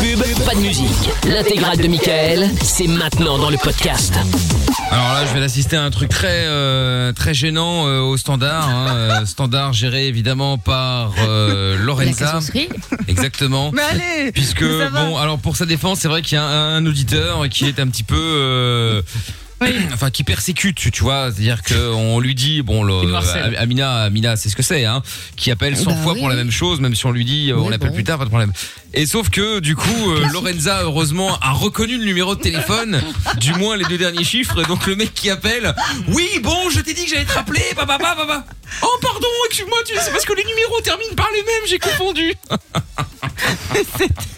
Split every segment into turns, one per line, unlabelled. pub, pas de musique. L'intégrale de Michael, c'est maintenant dans le podcast.
Alors là, je vais d'assister à un truc très euh, très gênant euh, au standard, hein, euh, standard géré évidemment par euh, Lorenza. Exactement.
Mais allez
Puisque
mais ça va.
bon, alors pour sa défense, c'est vrai qu'il y a un, un auditeur qui est un petit peu euh, Enfin, qui persécute, tu tu vois, c'est-à-dire qu'on lui dit, bon, le-
nous harcèle.
Amina, Amina, c'est ce que c'est, hein, qui appelle
Eh
100
bah
ben
fois
oui.
pour la même chose, même si on lui dit, euh, on l'appelle plus tard, pas de problème. Et sauf que, du coup, euh, Lorenza, heureusement, a reconnu le numéro de téléphone, du moins les deux derniers chiffres, et donc le mec qui appelle, oui, bon, je t'ai dit que j'allais te rappeler, bah, papa, papa, papa. Oh, pardon, excuse-moi, tu- c'est parce que les numéros terminent par les mêmes, j'ai confondu.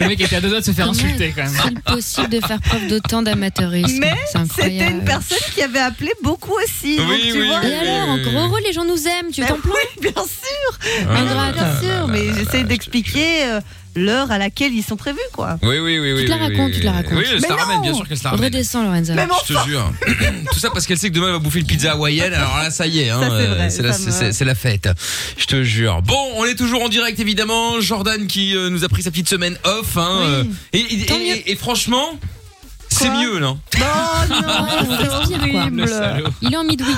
Le mec était à deux doigts de se faire insulter quand même.
Ah,
C'est possible de faire preuve d'autant d'amateurisme.
Mais
C'est incroyable.
C'était une personne qui avait appelé beaucoup aussi. donc
Oui,
tu
oui,
vois.
oui, Et oui, alors, oui. en gros, les gens nous aiment, tu
Ben
t'en plains
Oui, bien sûr.
Ah,
Ingrat,
ah,
bien sûr,
ah,
mais
ah,
j'essaie d'expliquer euh, l'heure à laquelle ils sont prévus, quoi.
Oui, oui, oui, oui.
Tu te la
oui,
racontes,
oui,
tu te la
oui.
racontes.
Oui, je te la
Mais
ramène,
non.
bien sûr que je te la ramène.
Redescends, Lorenza.
Je te jure. Tout ça parce qu'elle sait que demain elle va bouffer le pizza hawaïenne. Alors là, ça y est, hein,
Ça, c'est
euh,
vrai,
c'est la,
ça me-
c'est- c'est la fête. Je te jure. Bon, on est toujours en direct évidemment. Jordan qui euh, nous a pris sa petite semaine off. Hein, euh, et, et- et- et franchement, c'est mieux, non
Oh
Bah, non, c'est
Le salaud.
horrible. Il est en midweek.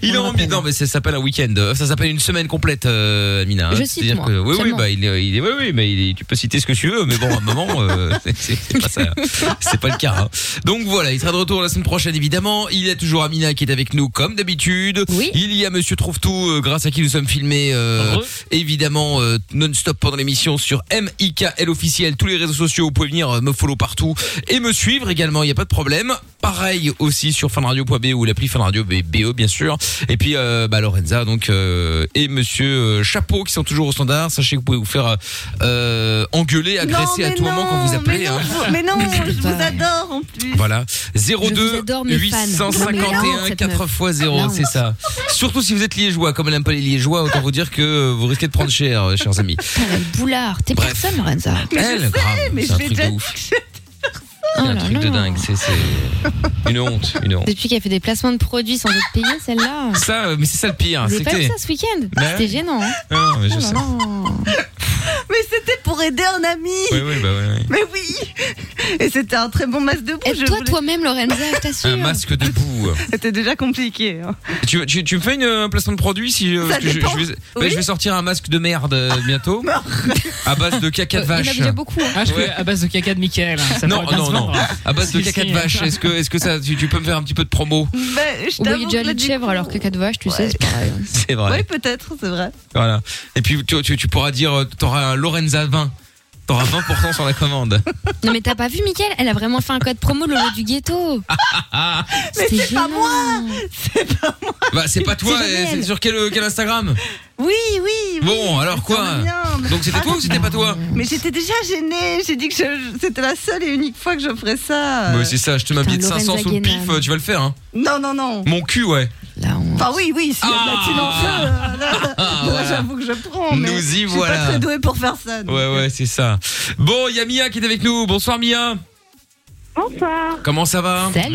Il est en non mais ça s'appelle un week-end. Euh, Ça s'appelle une semaine complète, euh, Amina.
Je cite,
C'est-à-dire
moi,
que- oui, oui,
seulement.
bah, il est, il est- oui, oui, mais il est- tu peux citer ce que tu veux, mais bon, à un moment, euh, c'est- c'est c'est pas ça. C'est pas le cas. hein. Donc voilà, il sera de retour la semaine prochaine, évidemment. Il y a toujours Amina qui est avec nous, comme d'habitude. Il y a Monsieur Trouve-Tout, euh, grâce à qui nous sommes filmés, euh, évidemment, euh, non-stop pendant l'émission sur MIKL officiel, tous les réseaux sociaux. Vous pouvez venir euh, me follow partout et me suivre également, il n'y a pas de problème. Pareil aussi sur fanradio.be ou l'appli fanradio B- BE, bien sûr. Et puis, euh, bah, Lorenza, donc, euh, et Monsieur euh, Chapeau qui sont toujours au standard. Sachez que vous pouvez vous faire euh, euh, engueuler, agresser
Non,
à
mais
tout moment quand vous
non,
appelez.
Mais non,
hein. Ah,
je- mais non, je vous adore en plus.
Voilà.
Je vous
02
adore, mes fans.
851 4 x 0, c'est ça. Surtout si vous êtes liégeois, comme elle aime pas les liégeois, autant vous dire que euh, vous risquez de prendre cher, euh, chers amis.
Oh Boulard, t'es personne, Lorenza.
elle, grave, c'est un truc de ouf. C'est un truc de dingue, c'est c'est une honte, une honte.
Depuis qu'elle fait des placements de produits sans être payée, celle-là.
Ça, euh, mais c'est ça le pire, c'est
Vous avez
que
pas vu
t'es-
ça ce week-end
Bah ouais.
C'était gênant. hein.
Ah, mais je
Oh là
sais.
là.
Mais c'était pour aider un ami.
Oui, oui, bah oui. oui.
Mais oui. Et c'était un très bon masque de boue. Toi,
toi-même, Lorenza, je t'assure.
Un masque de boue.
C'était déjà compliqué. hein.
Tu, tu, tu me fais une, un placement de produit si euh,
Ça
parce que je,
dépend.
je vais, bah,
Oui.
je vais sortir un masque de merde euh, bientôt à base de caca de
Il y en a
vache.
déjà beaucoup. hein. Ah, je
Ouais.
peux- à base de caca de Michael. hein, ça
non,
pourrait bien
non,
se
non.
vendre.
À base de
Si,
caca
si.
de vache, est-ce que, est-ce que ça, tu, tu peux me faire un petit peu de promo
Ben, je
Au
t'avoue
bout déjà
que là,
lait de
du
chèvre
coup-
alors que quatre vaches, tu sais, c'est pareil.
C'est vrai.
Oui, peut-être, c'est vrai.
Voilà. Et puis tu, tu, tu pourras dire, euh, t'auras un Lorenza 20. T'auras 20% sur la commande.
Non mais t'as pas vu Mickaël Elle a vraiment fait un code promo Lolo du ghetto.
Ah.
Mais c'est pas moi
Bah c'est pas toi,
C'est jamais
eh, c'est
elle.
sur quel, quel Instagram
Oui, oui, oui.
Bon, alors quoi
Ça va bien, mais-
Donc c'était toi ou c'était pas toi
Mais j'étais déjà gênée. J'ai dit que je- c'était la seule et unique fois que je ferais ça.
Ouais, Bah c'est ça, je te mets un billet de
Ah, euh, Putain,
500 sous le
Lorenza
pif, euh, tu vas le faire hein.
Non, non, non.
Mon cul, ouais.
Enfin, oui, oui, s'il y a de la thune en jeu, euh, là,
Ah,
là,
voilà.
j'avoue que je prends. Mais
Nous y
je suis
voilà.
pas très douée pour faire ça. Ah, donc. euh.
Ouais, ouais, c'est ça. Bon, il y a Mia qui est avec nous. Bonsoir Mia.
Bonsoir.
Comment ça va
Ça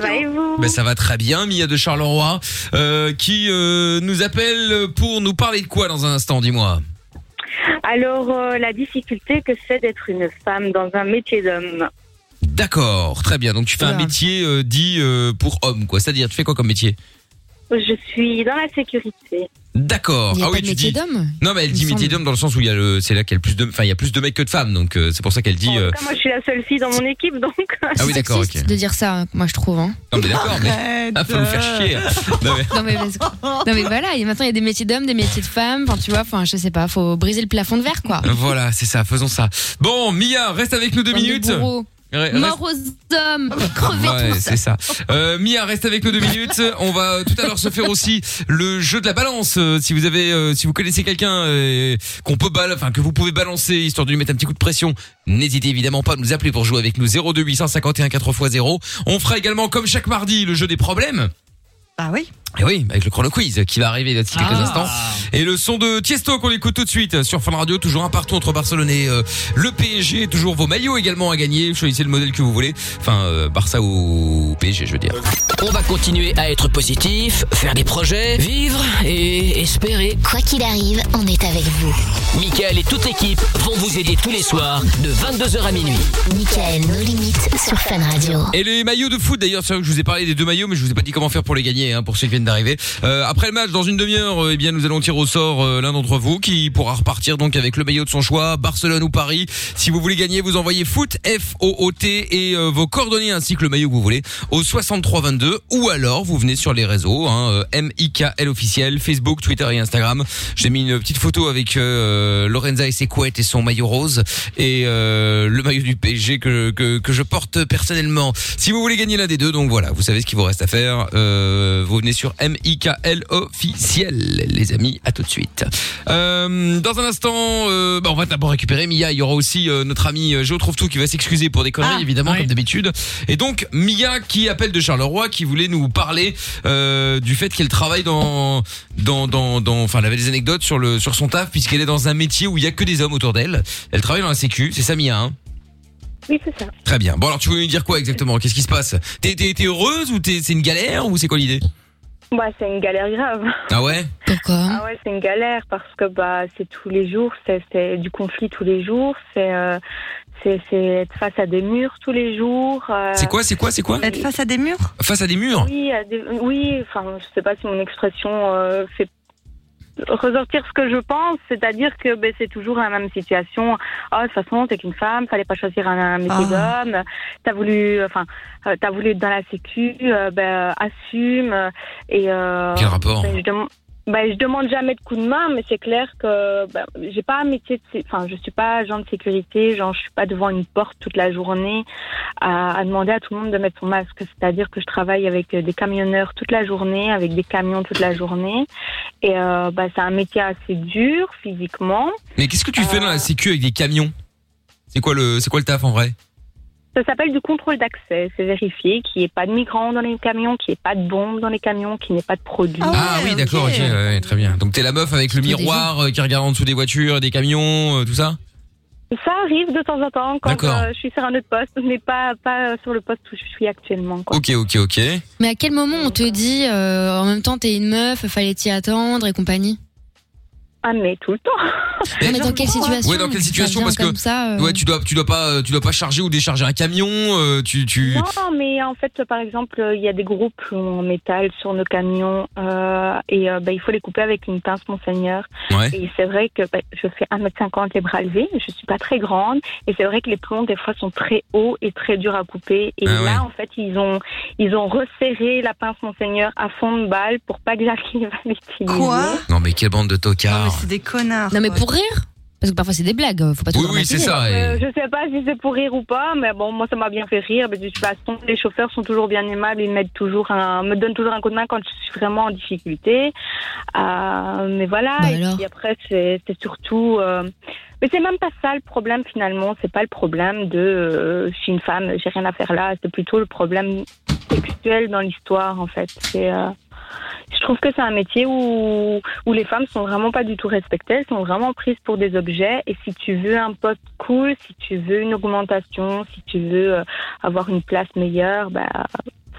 va et vous
Bah,
Ben, ça va très bien, Mia de Charleroi, euh, qui euh, nous appelle pour nous parler de quoi dans un instant, dis-moi.
Alors, euh, la difficulté que c'est d'être une femme dans un métier d'homme.
D'accord, très bien. Donc tu fais un métier euh, dit euh, pour homme, quoi. C'est-à-dire, tu fais quoi comme métier
Je suis dans la sécurité.
D'accord.
Il y a
ah
pas
oui,
de
tu
métier
dis-
d'homme
Non, mais elle
il
dit
me
métier
semble.
d'homme dans le sens où il y a le, c'est là qu'il y a le plus de, enfin, il y a plus de mecs que de femmes, donc euh, c'est pour ça qu'elle dit. euh,
En tout cas, moi, je suis la seule fille dans mon équipe, donc. euh,
Ah oui, d'accord, ok.
De dire ça, hein, moi je trouve. Hein.
Non mais d'accord, mais
Arrête.
ah, faut nous faire chier. Non, mais-
Non mais, parce que- non, mais voilà, et maintenant il y a des métiers d'hommes, des métiers de femmes, enfin tu vois, enfin je sais pas, faut briser le plafond de verre quoi.
Voilà, c'est ça. Faisons ça. Bon, Mia, reste avec nous deux
Bande de
minutes.
bourreaux.
Ouais, reste-
Mort aux hommes, crevez
Ouais,
tous.
c'est ça. Euh, Mia, reste avec nous deux minutes. On va euh, tout à l'heure se faire aussi le jeu de la balance. Euh, si vous avez, euh, si vous connaissez quelqu'un euh, qu'on peut bal, enfin que vous pouvez balancer histoire de lui mettre un petit coup de pression, n'hésitez évidemment pas à nous appeler pour jouer avec nous 02 851 4 x 0. On fera également comme chaque mardi le jeu des problèmes.
Ah oui.
Et Eh oui, avec le chrono quiz qui va arriver d'ici quelques
Ah.
instants. Et le son de Tiesto qu'on écoute tout de suite sur Fun Radio, toujours un partout entre Barcelone et euh, le PSG, toujours vos maillots également à gagner, choisissez le modèle que vous voulez, enfin euh, Barça ou PSG je veux dire.
On va continuer à être positif, faire des projets, vivre et espérer.
Quoi qu'il arrive, on est avec vous.
Michael et toute l'équipe vont vous aider tous les soirs de 22h à minuit.
Michael, nos limites sur Fan Radio.
Et les maillots de foot d'ailleurs, c'est vrai que je vous ai parlé des deux maillots mais je vous ai pas dit comment faire pour les gagner hein, pour ceux qui viennent d'arriver. Euh, après le match dans une demi-heure, euh, eh bien nous allons tirer au sort euh, l'un d'entre vous qui pourra repartir donc avec le maillot de son choix, Barcelone ou Paris. Si vous voulez gagner, vous envoyez foot F O O T et euh, vos coordonnées ainsi que le maillot que vous voulez au 6322 ou alors vous venez sur les réseaux hein, M I K L officiel, Facebook, Twitter et Instagram. J'ai mis une petite photo avec euh, Lorenza et ses couettes et son maillot rose et euh, le maillot du PSG que, que, que je porte personnellement. Si vous voulez gagner l'un des deux, donc voilà, vous savez ce qu'il vous reste à faire. Euh, vous venez sur MIKL officiel, les amis. À tout de suite. Euh, dans un instant, euh, bah, on va d'abord récupérer Mia. Il y aura aussi euh, notre ami euh, Géo trouve tout qui va s'excuser pour des conneries, évidemment,
ouais.
comme d'habitude. Et donc Mia qui appelle de Charleroi, qui voulait nous parler euh, du fait qu'elle travaille dans dans dans dans. Enfin, elle avait des anecdotes sur le sur son taf puisqu'elle est dans un métier où il y a que des hommes autour d'elle. Elle travaille dans la Sécu. C'est ça Mia. Hein
Oui, c'est ça.
Très bien. Bon alors tu voulais nous dire quoi exactement Qu'est-ce qui se passe T'es t'es t'es heureuse ou t'es c'est une galère ou c'est quoi l'idée
Bah, c'est une galère grave.
Ah ouais.
Pourquoi
Ah ouais, c'est une galère parce que bah c'est tous les jours, c'est c'est du conflit tous les jours, c'est euh, c'est c'est être face à des murs tous les jours. euh,
C'est quoi C'est quoi C'est quoi
Être face à des murs
Face à des murs.
Oui, à des- oui. Enfin, je sais pas si mon expression euh, fait ressortir ce que je pense, c'est-à-dire que ben, c'est toujours la même situation. Ah, de toute façon, t'es qu'une femme, fallait pas choisir un, un métier
Ah.
d'homme. T'as voulu, enfin, euh, t'as voulu être dans la sécu, euh, ben, euh, assume. euh, Et euh,
Quel rapport
ben, je dem- ben, je demande jamais de coup de main, mais c'est clair que ben, j'ai pas un métier de, sé- enfin, je suis pas agent de sécurité, genre je suis pas devant une porte toute la journée à, à demander à tout le monde de mettre son masque. C'est-à-dire que je travaille avec euh, des camionneurs toute la journée, avec des camions toute la journée, et euh, ben, c'est un métier assez dur physiquement.
Mais qu'est-ce que tu fais dans la sécu avec des camions C'est quoi le c'est quoi le taf en vrai
Ça s'appelle du contrôle d'accès. C'est vérifier qu'il n'y ait pas de migrants dans les camions, qu'il n'y ait pas de bombes dans les camions, qu'il n'y ait pas de produits.
Ah
Ah
ouais,
oui
ok.
d'accord. Ok, ouais, ouais, très bien. Donc t'es la meuf avec le
Tout des
miroir euh, qui regarde en dessous des voitures, des camions, euh, tout ça.
Ça arrive de temps en temps quand
D'accord.
euh, je suis sur un autre poste, mais pas, pas sur le poste où je suis actuellement. Quoi.
Ok ok ok.
Mais à quel moment on te dit euh, en même temps t'es une meuf, fallait t'y attendre et compagnie
Ah, mais tout le temps.
Non mais dans quelle situation
Ouais, dans quelle
Ça
situation,
vient
parce que-
comme ça, euh,
Ouais tu dois tu dois pas euh, tu dois pas charger ou décharger un camion. euh, Tu tu.
Non, mais en fait, par exemple, euh, il y a des groupes en métal sur nos camions euh, et euh, bah, il faut les couper avec une pince, monseigneur.
Ouais.
Et c'est vrai que bah, je fais 1m50 les bras levés, je suis pas très grande et c'est vrai que les plombs, des fois, sont très hauts et très durs à couper. Et
Ah ouais.
là, en fait, ils ont, ils ont resserré la pince, monseigneur, à fond de balle pour pas que j'arrive à l'utiliser.
Quoi
Non mais quelle bande de
Non, mais
tocards.
c'est des connards.
Non mais
quoi.
pour rire Parce que parfois c'est des blagues, euh, faut pas tout
Oui oui c'est
dramatiser.
ça.
Euh,
et-
je sais pas si c'est pour rire ou pas, mais bon, moi ça m'a bien fait rire. Mais de toute façon, les chauffeurs sont toujours bien aimables, ils mettent toujours un, me donnent toujours un coup de main quand je suis vraiment en difficulté. Euh, mais voilà.
Bah
et
alors
puis après, c'est c'est surtout. euh, mais c'est même pas ça le problème finalement. C'est pas le problème de euh, je suis une femme, j'ai rien à faire là. C'est plutôt le problème sexuel dans l'histoire en fait. C'est euh, je trouve que c'est un métier où, où les femmes sont vraiment pas du tout respectées, elles sont vraiment prises pour des objets. Et si tu veux un poste cool, si tu veux une augmentation, si tu veux euh, avoir une place meilleure, bah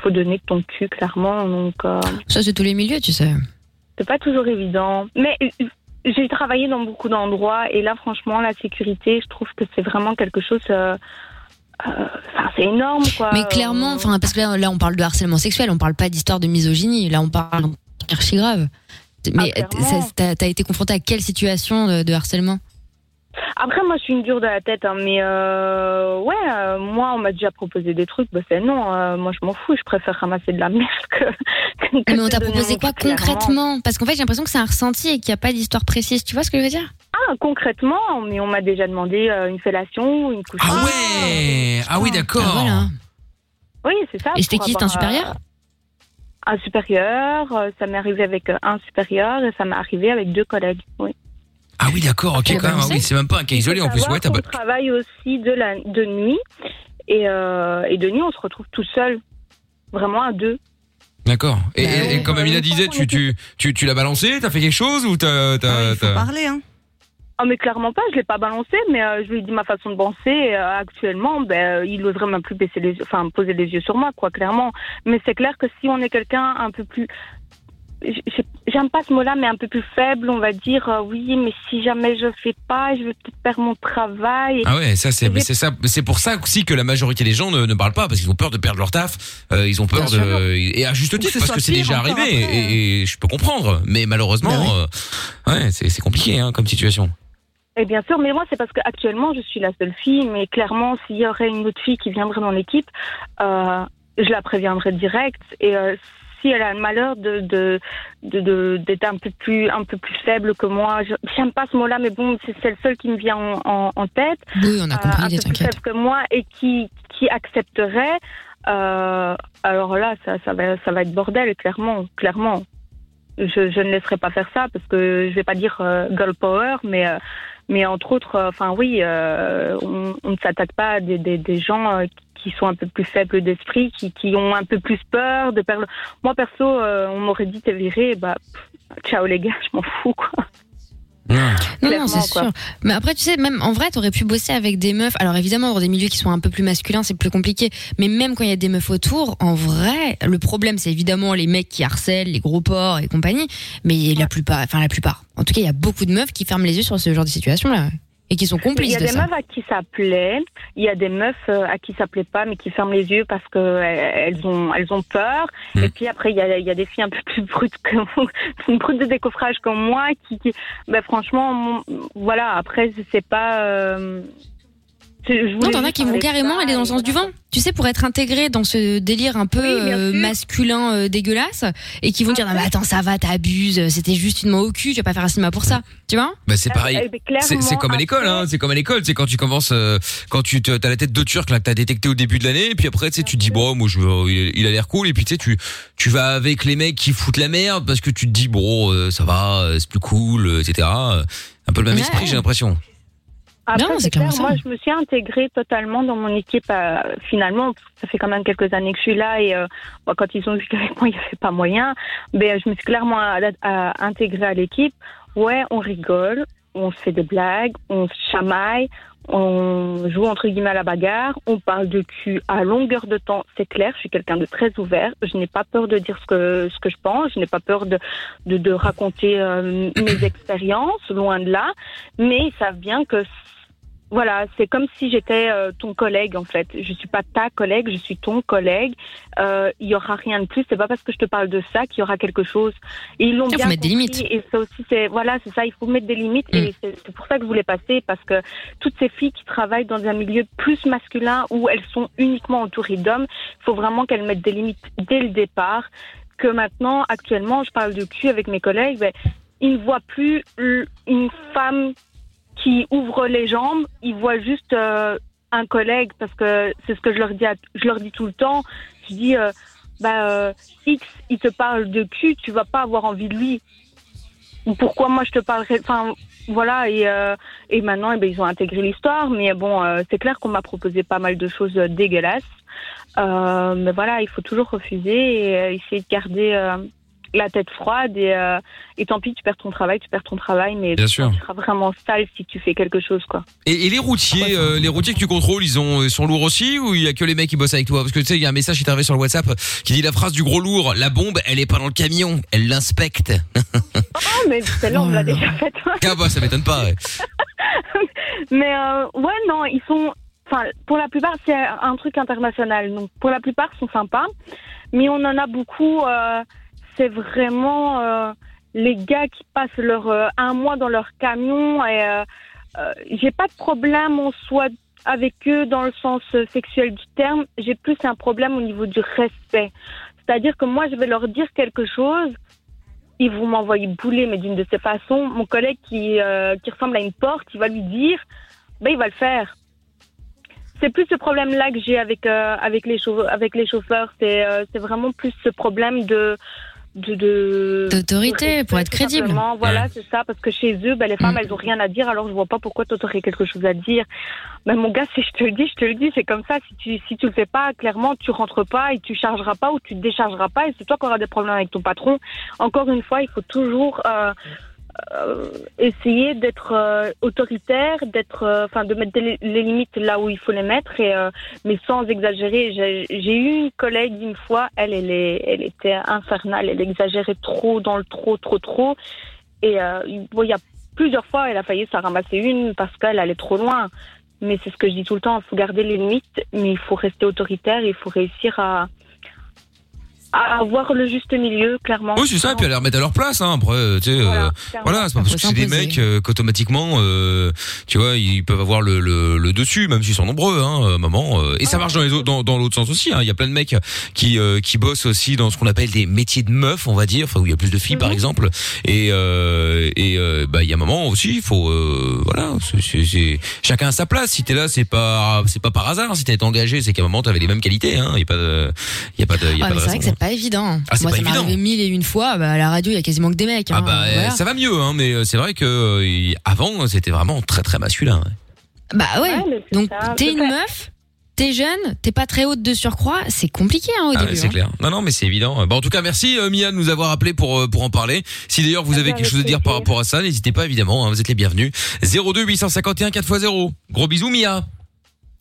faut donner de ton cul clairement. Donc euh,
Ça c'est tous les milieux tu sais.
c'est pas toujours évident. Mais euh, j'ai travaillé dans beaucoup d'endroits et là franchement la sécurité, je trouve que c'est vraiment quelque chose. euh, euh, enfin, c'est énorme quoi.
Mais clairement, enfin parce que là, là, on parle de harcèlement sexuel, on parle pas d'histoire de misogynie, là on parle d'un truc archi grave. Mais
Ah, clairement.
ça- t'as t'as été confronté à quelle situation de, de harcèlement
Après, moi, je suis une dure de la tête, hein, mais euh, ouais, euh, moi, on m'a déjà proposé des trucs, bah c'est non, euh, moi, je m'en fous, je préfère ramasser de la merde que. que- que
Mais on
de
t'a
donner
proposé
mon
quoi
cul, clairement.
concrètement Parce qu'en fait j'ai l'impression que c'est un ressenti et qu'il n'y a pas d'histoire précise, tu vois ce que je veux dire
Ah, concrètement, mais on m'a déjà demandé euh, une fellation ou une couche.
Ah ouais ah oui
Ah,
d'accord.
voilà.
Oui, c'est ça.
Et c'était
pour
qui, c'était un
avoir, euh,
supérieur
Un supérieur, euh, ça m'est arrivé avec euh, un supérieur et ça m'est arrivé avec deux collègues. Oui.
Ah oui, d'accord, ok,
Faut
quand même. Ah
balancer.
oui, c'est même pas un cas isolé en plus.
savoir
Ouais, t'as
qu'on
pas-
travaille aussi de, la, de nuit et, euh, et de nuit, on se retrouve tout seul, vraiment à deux.
D'accord. Et,
Bah
et- et
ouais.
comme Amina disait, tu, tu, tu, tu l'as balancé, t'as fait quelque chose ou t'as...
Bah,
t'as- t'as-
hein. Ah mais clairement pas, je l'ai pas balancé, mais euh, je lui ai dit ma façon de penser et, euh, actuellement, ben euh, il oserait même plus baisser les yeux, enfin poser les yeux sur moi, quoi, clairement. Mais c'est clair que si on est quelqu'un un peu plus, j- j'ai- j'aime pas ce mot-là, mais un peu plus faible, on va dire, euh, oui, mais si jamais je fais pas, je vais peut-être perdre mon travail.
Ah ouais, ça c'est mais c'est ça c'est pour ça aussi que la majorité des gens ne, ne parlent pas parce qu'ils ont peur de perdre leur taf, euh, ils ont peur
Bien sûr.
de et à juste
Ou que
titre
ce
parce
soit
que c'est
pire
déjà
encore
arrivé
après, euh. Bah
et, et je peux comprendre mais malheureusement euh, ouais, c'est c'est compliqué hein, comme situation.
Et bien sûr, mais moi c'est parce qu'actuellement je suis la seule fille, mais clairement s'il y aurait une autre fille qui viendrait dans l'équipe, euh, je la préviendrais direct. Et euh, si elle a le malheur de de de- de- d'être un peu plus un peu plus faible que moi, je- j'aime pas ce mot-là, mais bon c'est c'est le seul qui me vient en, en- en tête. Euh,
Oui, on a compris,
un peu plus faible que moi et qui qui accepterait. euh, alors là, ça, ça va ça va être bordel, clairement, clairement je, je ne laisserai pas faire ça parce que je vais pas dire euh, girl power, mais euh, mais entre autres, euh, enfin oui, euh, on, on ne s'attaque pas à des, des, des gens euh, qui sont un peu plus faibles d'esprit, qui, qui ont un peu plus peur de perdre. Moi perso, euh, on m'aurait dit t'es viré, bah pff, ciao les gars, je m'en fous quoi.
Non, non,
Clairement,
c'est
quoi.
sûr. Mais après, tu sais, même en vrai, t'aurais pu bosser avec des meufs. Alors évidemment, dans des milieux qui sont un peu plus masculins, c'est plus compliqué. Mais même quand il y a des meufs autour, en vrai, le problème, c'est évidemment les mecs qui harcèlent, les gros porcs et compagnie. Mais la plupart, enfin la plupart. En tout cas, il y a beaucoup de meufs qui ferment les yeux sur ce genre de situation-là et qui sont
Il y
complices
a
de
des
ça.
meufs à qui ça plaît, il y a des meufs euh, à qui ça plaît pas, mais qui ferment les yeux parce que euh, elles ont elles ont peur.
Mm.
Et puis après, il y a, il y a des filles un peu plus brutes que moi, plus brutes de décoffrage comme moi, qui, qui ben franchement, mon- voilà. Après, je sais pas. euh, je- je
Non,
voulais
t'en as
juste
qui vont
parler de
carrément
ça
aller dans le
et
sens du vent. Tu sais, pour être intégré dans ce délire un peu euh, masculin euh, dégueulasse et qui vont dire non mais attends ça va t'abuses euh, c'était juste une main au cul tu vas pas faire un cinéma pour ça tu vois
Bah
Ah,
c'est pareil.
euh,
Eh ben, clairement,
C'est c'est comme à l'école hein, c'est comme à l'école, c'est quand tu commences euh, quand tu as la tête de turc là que t'as détecté au début de l'année et puis après tu sais tu te dis bon moi je veux- il, il a l'air cool et puis tu sais tu tu vas avec les mecs qui foutent la merde parce que tu te dis bon euh, ça va, euh, c'est plus cool euh, etc. Un peu le même
Ouais.
esprit, j'ai l'impression.
Après,
Non, c'est
c'est clair,
clairement ça.
moi, je me suis intégrée totalement dans mon équipe, euh, finalement. parce que Ça fait quand même quelques années que je suis là et euh, bah, quand ils ont vu qu'avec moi, il n'y avait pas moyen, ben, euh, je me suis clairement a- a- intégrée à l'équipe. Ouais, on rigole, on se fait des blagues, on se chamaille, on joue entre guillemets à la bagarre, on parle de cul à longueur de temps. C'est clair, je suis quelqu'un de très ouvert. Je n'ai pas peur de dire ce que, ce que je pense, je n'ai pas peur de, de, de raconter euh, mes expériences, loin de là. Mais ils savent bien que voilà, c'est comme si j'étais euh, ton collègue en fait. Je suis pas ta collègue, je suis ton collègue. Euh, Il y aura rien de plus. C'est pas parce que je te parle de ça qu'il y aura quelque chose. Et ils l'ont
Il faut
bien
mettre des
compris.
limites.
Et ça aussi, c'est voilà, c'est ça. Il faut mettre des limites. Et c'est c'est pour ça que je voulais passer parce que toutes ces filles qui travaillent dans un milieu plus masculin où elles sont uniquement entourées d'hommes, il faut vraiment qu'elles mettent des limites dès le départ. Que maintenant, actuellement, je parle de cul avec mes collègues, ben, ils ne voient plus l- une femme qui ouvre les jambes, ils voient juste euh, un collègue parce que c'est ce que je leur dis, à- je leur dis tout le temps. Je dis, euh, bah euh, X, il te parle de cul, tu vas pas avoir envie de lui. Ou pourquoi moi je te parlerais, enfin voilà. Et euh, et maintenant, eh ben, ils ont intégré l'histoire, mais bon, euh, c'est clair qu'on m'a proposé pas mal de choses euh, dégueulasses. Euh, mais voilà, il faut toujours refuser et euh, essayer de garder. euh, la tête froide et, euh, et tant pis tu perds ton travail tu perds ton travail mais
Bien
tu
sûr.
seras vraiment sale si tu fais quelque chose quoi
Et, et les routiers, euh, les routiers que tu contrôles, ils ont, ils sont lourds aussi ou il y a que les mecs qui bossent avec toi Parce que tu sais, il y a un message qui est arrivé sur le WhatsApp qui dit la phrase du gros lourd la bombe, elle est pas dans le camion, elle l'inspecte.
Ah, mais celle-là, on l'a déjà faite.
ah bah ça m'étonne pas. ouais.
Mais euh, ouais, non, ils sont. Enfin, pour la plupart, c'est un truc international. Donc, pour la plupart, ils sont sympas. Mais on en a beaucoup. euh, c'est vraiment euh, les gars qui passent leur euh, un mois dans leur camion. Et euh, euh, j'ai pas de problème en soi avec eux dans le sens euh, sexuel du terme. J'ai plus un problème au niveau du respect. C'est-à-dire que moi, je vais leur dire quelque chose ils vont m'envoyer bouler, mais d'une de ces façons. Mon collègue qui, euh, qui ressemble à une porte, il va lui dire, ben il va le faire. C'est plus ce problème-là que j'ai avec, euh, avec, les chauve- avec les chauffeurs. C'est euh, c'est vraiment plus ce problème de de, de-
D'autorité,
de respect,
pour être
tout
crédible.
simplement. Voilà,
Ouais.
c'est ça, parce que chez eux, ben, les femmes,
Mm.
elles ont rien à dire, alors je vois pas pourquoi toi t'aurais quelque chose à dire. Mais mon gars, si je te le dis, je te le dis, c'est comme ça. Si tu si tu le fais pas, clairement, tu rentres pas et tu chargeras pas ou tu te déchargeras pas et c'est toi qui auras des problèmes avec ton patron. Encore une fois, il faut toujours euh, euh, essayer d'être euh, autoritaire, d'être, euh, enfin, de mettre des- les limites là où il faut les mettre et euh, mais sans exagérer. J'ai j'ai eu une collègue une fois, elle, elle, est- elle était infernale, elle exagérait trop dans le trop, trop, trop. Et euh, bon, il y a plusieurs fois, elle a failli s'en ramasser une parce qu'elle allait trop loin. Mais c'est ce que je dis tout le temps, il faut garder les limites, mais il faut rester autoritaire, il faut réussir à, à avoir le juste milieu, clairement.
Oui, c'est ça, et puis à les remettre à leur place, hein, après, euh, tu sais. euh,
Voilà,
Voilà, c'est pas parce
Faut
que c'est des
s'imposer.
mecs euh, qu'automatiquement, euh, tu vois, ils peuvent avoir le, le, le dessus, même s'ils sont nombreux, hein, euh, maman. euh, et ça marche dans les autres, dans, dans l'autre sens aussi. hein. Il y a plein de mecs qui euh, qui bossent aussi dans ce qu'on appelle des métiers de meufs, on va dire, enfin où il y a plus de filles par
Mhm.
exemple. Et euh, et euh, bah il y a un moment aussi, il faut euh, voilà, c'est- c'est c'est- chacun à sa place. Si t'es là, c'est pas c'est pas par hasard. Si t'es engagé, c'est qu'à un moment t'avais les mêmes qualités. Hein. Il y a pas de il y a pas de il y a
Ouais,
pas
mais
de
c'est vrai
raison.
que c'est pas évident.
Ah, c'est
Moi,
pas
ça m'est
évident.
arrivé mille et une fois. Bah, à la radio, il y a quasiment que des mecs.
Ah
hein,
bah euh,
voilà.
ça va mieux, hein, mais euh, c'est vrai que euh, y- avant c'était vraiment très très masculin. hein. ouais.
Bah ouais.
Ouais, mais c'est
Donc,
ça.
t'es une
Ouais.
meuf, t'es jeune, t'es pas très haute de surcroît, c'est compliqué hein, au
Ah,
début.
c'est
hein.
clair. Non, non, mais c'est évident. Bah, en tout cas, merci euh, Mia de nous avoir appelé pour euh, pour en parler. Si d'ailleurs vous
Ah,
avez
bah,
quelque chose à
avec
dire par
plaisir.
rapport à ça, n'hésitez pas évidemment. hein, vous êtes les bienvenus. 02 851 4x0. Gros bisous Mia.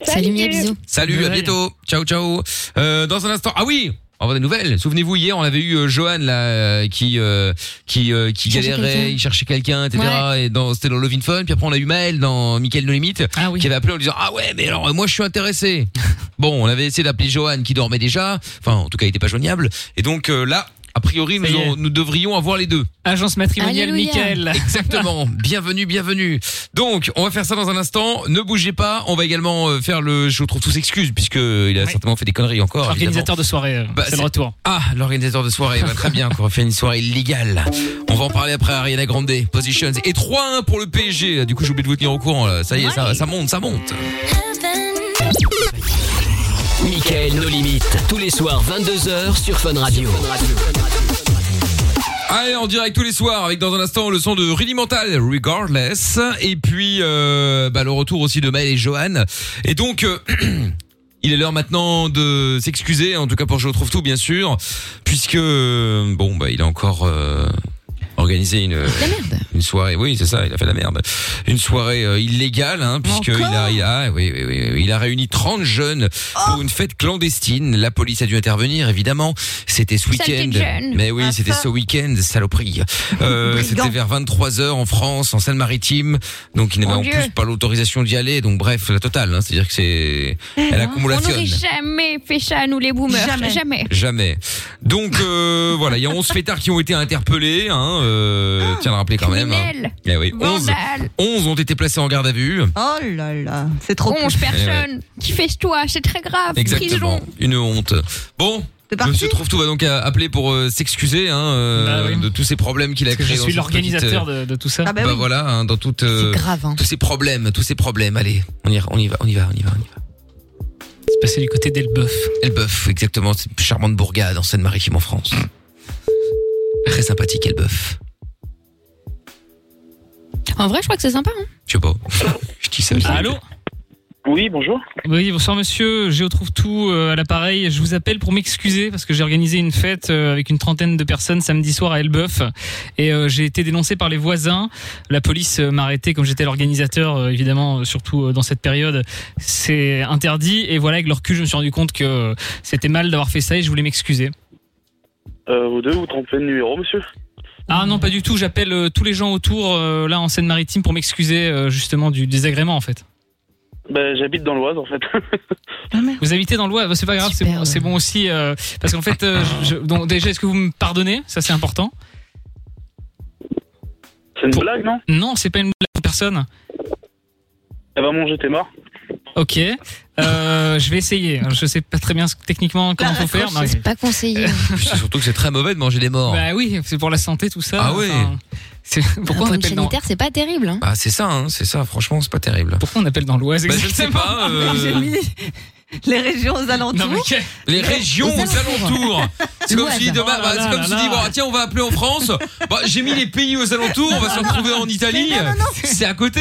Salut, Mia, bisous.
Salut, à
Ouais.
bientôt. Ciao, ciao. Euh, dans un instant. Ah oui. On va des nouvelles. Souvenez-vous hier, on avait eu euh, Johan là euh, qui euh, qui euh, qui
Cherchait quelqu'un.
galérait, il cherchait quelqu'un, etc. Et dans c'était dans Love in Fun. Puis après, on a eu Maël dans Michael No Limite
Ah oui.
qui avait appelé en disant ah ouais mais alors euh, moi je suis intéressé. bon on avait essayé d'appeler Johan qui dormait déjà, enfin en tout cas il était pas joignable et donc euh, là a priori nous,
Ça y est. Ah,
aurons- nous devrions avoir les deux.
Agence matrimoniale
Alléluia.
Michael.
Exactement. bienvenue, bienvenue. Donc, on va faire ça dans un instant. Ne bougez pas. On va également euh, faire le. Je vous trouve tous excuses puisque il a
Ouais.
certainement fait des conneries encore. évidemment.
Organisateur de soirée, euh,
Bah,
c'est
c'est-
le retour.
Ah, l'organisateur de soirée, bah, très bien, qu'on va faire une soirée illégale. On va en parler après Ariana Grande, Positions. Et 3-1 pour le PSG, là. du coup j'ai oublié de vous tenir au courant, là. ça y est, ça, ça monte, ça monte.
Michael, nos limites. Tous les soirs, 22h sur Fun Radio.
Allez, en direct tous les soirs, avec dans un instant le son de Really Mental, Regardless, et puis euh, bah, le retour aussi de Maël et Johan. Et donc, euh, il est l'heure maintenant de s'excuser, en tout cas pour Je retrouve tout, bien sûr, puisque, euh, bon, bah, il a encore euh, organisé une,
La merde.
une soirée, oui, c'est ça, il a fait la merde. Une soirée euh, illégale, hein, puisque il a, il a, ah, oui, oui, oui, oui, il a réuni 30 jeunes pour une fête clandestine. La police a dû intervenir, évidemment. C'était ce
Saleté de
week-end.
jeunes.
Mais oui,
Ah,
c'était
ça.
ce week-end, saloperie. Euh, c'était
Brigand.
vers 23 heures en France, en Seine-Maritime. Donc, il n'avait
Mon
en
Dieu.
plus pas l'autorisation d'y aller. Donc, bref, la totale. hein. C'est-à-dire que c'est, elle
Eh ben, On
accumulation.
n'aurait jamais fait ça à nous les boomers.
Jamais.
jamais.
Jamais. Donc euh, voilà, il y a 11 fêtards qui ont été interpellés. Hein, euh, tiens à le rappeler quand même. hein.
Ah, Criminel.
Eh oui, 11,
Vandale.
11 ont été placés en garde à vue.
Oh là là, c'est trop.
Ronge,
Eh
personne. Qui fait toi Ah, C'est très grave.
Exactement.
Prison.
Une honte. Bon.
C'est parti.
Monsieur Trouve-Tout va donc euh, appeler pour euh, s'excuser hein, euh,
Bah oui.
de tous ces problèmes qu'il a
Parce que
créés.
je
dans
suis
cette
l'organisateur
petite,
de, de tout ça.
Ah
euh,
bah,
bah
oui.
voilà, hein, dans toute,
C'est
euh,
grave. hein.
tous ces problèmes, tous ces problèmes. Allez, on y, on y va, on y va, on y va, on y va.
C'est passé du côté d'Elbeuf.
Elbeuf, exactement, c'est une charmante bourgade en Seine-Maritime en France. Très sympathique Elbeuf.
En vrai, je crois que c'est sympa. hein.
Je sais pas. Je dis ça. je dis-
Allô
Oui, bonjour.
Oui, bonsoir monsieur, je retrouve tout euh, à l'appareil. Je vous appelle pour m'excuser parce que j'ai organisé une fête euh, avec une trentaine de personnes samedi soir à Elbeuf et euh, j'ai été dénoncé par les voisins. La police euh, m'a arrêté comme j'étais l'organisateur, euh, évidemment, euh, surtout euh, dans cette période, c'est interdit et voilà, avec leur cul, je me suis rendu compte que euh, c'était mal d'avoir fait ça et je voulais m'excuser.
Euh, vous deux, vous trompez de numéro, monsieur
Ah non, pas du tout, j'appelle euh, tous les gens autour, euh, là en Seine-Maritime, pour m'excuser euh, justement du désagrément en fait.
Ben, J'habite dans l'Oise, en fait.
Vous habitez dans l'Oise, c'est pas grave, c'est
Ah, Super,
bon,
ouais.
c'est bon aussi. euh, parce qu'en fait, euh, je- donc, déjà, est-ce que vous me pardonnez Ça, c'est important.
C'est une
Pour-
blague, non
Non, c'est pas une blague, personne.
Eh ben, mon, j'étais mort.
Ok. Euh, je vais essayer. Je sais pas très bien ce-
Bah,
techniquement comment faut faire. mais-
C'est pas conseillé.
Puis c'est surtout que c'est très mauvais de manger des morts.
Bah oui, c'est pour la santé, tout ça.
Ah oui.
c'est- pourquoi, on
Un point
appelle dans...
sanitaire, c'est pas terrible. hein.
Bah, c'est ça, hein, c'est ça. Franchement, c'est pas terrible.
pourquoi on appelle dans l'Oise
Bah, je ne sais
exactement
pas. euh,
J'ai mis- les régions aux alentours.
Les régions aux alentours. C'est comme
Ouais,
si
ça-
demain,
Oh
bah,
là
c'est
là
comme
là
si dis,
là.
bon, ah, tiens, on va appeler en France. Bah, j'ai mis les pays aux alentours, on va se retrouver en Italie. C'est à côté.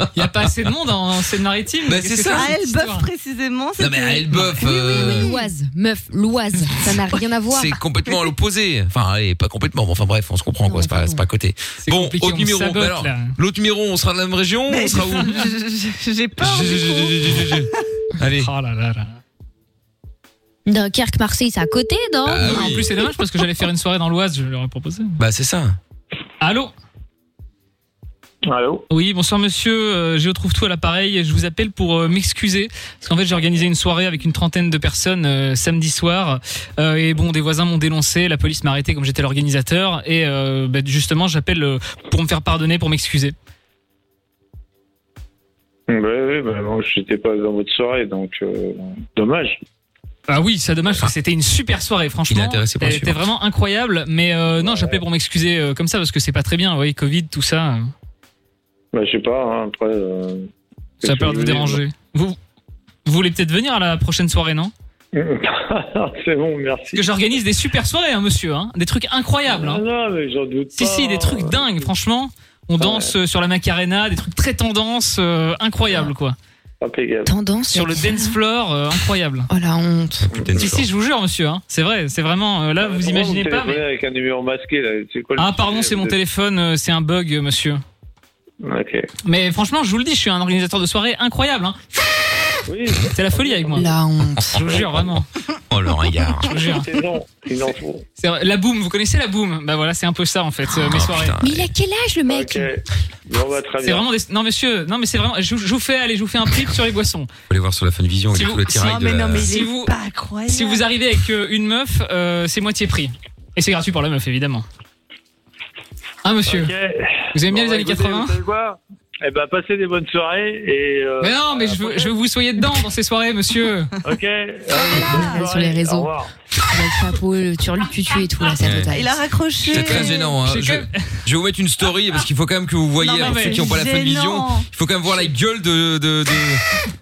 Il n'y a pas assez de monde en Seine-Maritime.
Bah, c'est ça.
Ah,
À Elbeuf précisément.
Non, mais à Elbeuf, euh,
L'Oise, meuf, l'Oise, ça n'a rien à voir.
c'est complètement à l'opposé. Enfin, allez, pas complètement, mais enfin bref, on se comprend, quoi. C'est pas, c'est pas à côté. Bon,
compliqué,
autre
on
numéro.
sabote,
Mais alors,
là.
l'autre numéro, on sera dans la même région, on sera où?
J'ai pas envie qu'on-
Allez.
Oh là là là.
Dunkerque, Marseille, c'est à côté, non
Ah
En
oui.
plus, c'est dommage parce que j'allais faire une soirée dans l'Oise, je leur ai proposé.
Bah, c'est ça.
Allô
Allô
Oui, bonsoir monsieur, euh, je retrouve tout à l'appareil et je vous appelle pour euh, m'excuser parce qu'en fait j'ai organisé une soirée avec une trentaine de personnes euh, samedi soir Euh, et bon des voisins m'ont dénoncé, la police m'a arrêté comme j'étais l'organisateur et euh, bah, justement j'appelle euh, pour me faire pardonner, pour m'excuser.
Bah oui, bah non, j'étais pas dans votre soirée, donc euh, dommage.
Ah oui, c'est dommage parce que c'était une super soirée
Il est
franchement.
intéressé par la
C'était
suivante.
vraiment incroyable mais euh, non j'appelais pour m'excuser euh, comme ça parce que c'est pas très bien, vous voyez Covid, tout ça, euh,
Bah je sais pas, hein, après... euh,
ça a
qu'est-ce
peur
que je
de vous
veux dire
déranger. Vous, vous voulez peut-être venir à la prochaine soirée non
C'est bon,
Parce que
merci.
j'organise des super soirées hein, monsieur, hein, des trucs incroyables. hein.
Non, non, mais j'en doute
Si,
pas.
si, des trucs dingues, franchement. On danse euh, sur la Macarena, des trucs très tendance, euh, incroyable quoi.
Impeccable.
Tendance
Sur le dance floor, euh, incroyable.
Oh la honte.
Putain,
Si, si, je vous jure, monsieur, hein. c'est vrai, c'est vraiment. euh, là, vous
Pourquoi me
imaginez pas.
téléphonez
mais-
avec un numéro masqué, là C'est quoi le
Ah, pardon,
sujet
c'est mon
Vous êtes-
téléphone, euh, c'est un bug, euh, monsieur.
Ok.
Mais franchement, je vous le dis, je suis un organisateur de soirée incroyable. hein.
Oui,
C'est la folie avec moi.
La honte.
Je vous jure, vraiment.
Oh, le regard.
Je vous jure.
c'est non, il en faut.
C'est vrai. La boom, vous connaissez la boom Bah voilà, c'est un peu ça en fait, euh, mes
Ah,
soirées.
putain.
Mais il a quel âge le mec
Ok. Bon, bah, très
C'est
bien.
vraiment des... Non, monsieur, non, mais c'est vraiment. Je, vous- je vous fais, allez, je vous fais un clip sur les boissons.
Faut aller voir sur la fin de vision, il
Si
y a
vous-
tout le
si-
tirail
Ah,
de
mais
la-
non, mais
Si
il est
vous-
pas incroyable.
Si vous arrivez avec euh, une meuf, euh, c'est moitié prix. Et c'est gratuit pour la meuf, évidemment. Ah, monsieur,
Ok.
vous aimez bien
Bon, bah,
les années
écoutez,
80
Vous savez quoi Eh ben, passez des bonnes soirées et. euh,
Mais non, mais je veux, je veux que vous soyez dedans dans ces soirées, monsieur.
Ok. Allez, bonne
Sur les
soirée.
Ah, réseaux.
Au revoir.
Avec le chapeau, le turluputu et tout, là, ça
Ouais.
totale.
Il a raccroché.
C'est très gênant. hein.
J'ai
Je,
quand même-
je vais vous mettre une story parce qu'il faut quand même que vous voyez
Non, non,
pour
mais
ceux qui n'ont pas la fin de vision.
gênant.
Il faut quand même voir la gueule de de de,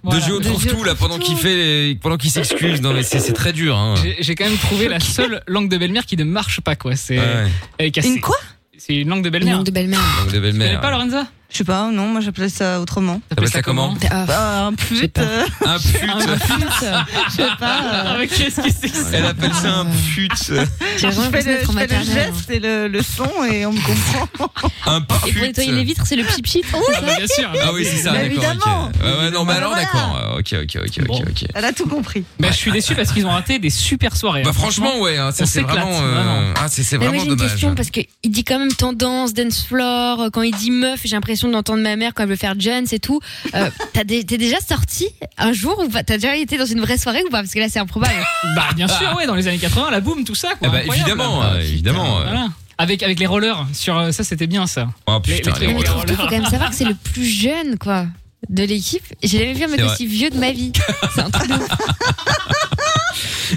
Voilà.
de Géo trouve tout là pendant qu'il fait pendant qu'il s'excuse. Non mais c'est c'est très dur. Hein.
J'ai j'ai quand même trouvé la seule langue de belle-mère qui ne marche pas, quoi. C'est
Ouais,
elle est cassée.
Une quoi
C'est une langue de
Le
belle-mère.
nom de belle-mère.
donc de
Tu connais
belle-mère.
pas, Lorenza
Je sais pas, non, moi j'appelais ça autrement.
T'appelles ça comment
Ah,
Bah, un
J'ai
pute,
pas.
euh,
Un pute.
je sais pas. euh,
Ah, mais qu'est-ce que c'est que ça
Elle appelle ça un pute.
J'ai
Je fais le,
vraiment besoin d'être en
je fais le
maternelle.
geste et le, le son et on me comprend.
Un
Et pour nettoyer les
pute.
vitres, c'est Bah le pipi.
Ah, Bien sûr.
Ah oui c'est ça.
Mais
D'accord.
Bah évidemment.
ok. Ouais, ouais, non mais
Bah
alors
voilà.
d'accord. Ok ok ok
Bon.
ok ok.
Elle a tout compris.
Bah, je suis déçu parce qu'ils ont raté des super soirées.
Bah
hein.
franchement ouais. hein, ça,
on
c'est
s'éclate,
vraiment. euh,
vraiment.
Ah c'est c'est
Mais moi
vraiment
j'ai une
dommage.
question parce que il dit quand même tendance, dance floor. euh, Quand il dit meuf, j'ai l'impression d'entendre ma mère quand elle veut faire Jones et tout. Euh, t'as dé- T'es déjà sorti un jour ou pas T'as déjà été dans une vraie soirée ou pas Parce que là c'est improbable.
Bah, bien sûr, ouais, dans les années 80, la boum, tout ça, quoi.
Ah. Eh bah,
Incroyable. Ah,
évidemment euh, évidemment. euh.
Voilà. Avec, avec les rollers, sur, euh, ça c'était bien ça.
Oh putain
Mais-
les
mais-
rollers.
Surtout, faut quand même savoir que c'est le plus jeune quoi de l'équipe. J'ai jamais vu un mec
C'est vrai.
aussi vieux de ma vie. C'est un truc de ouf.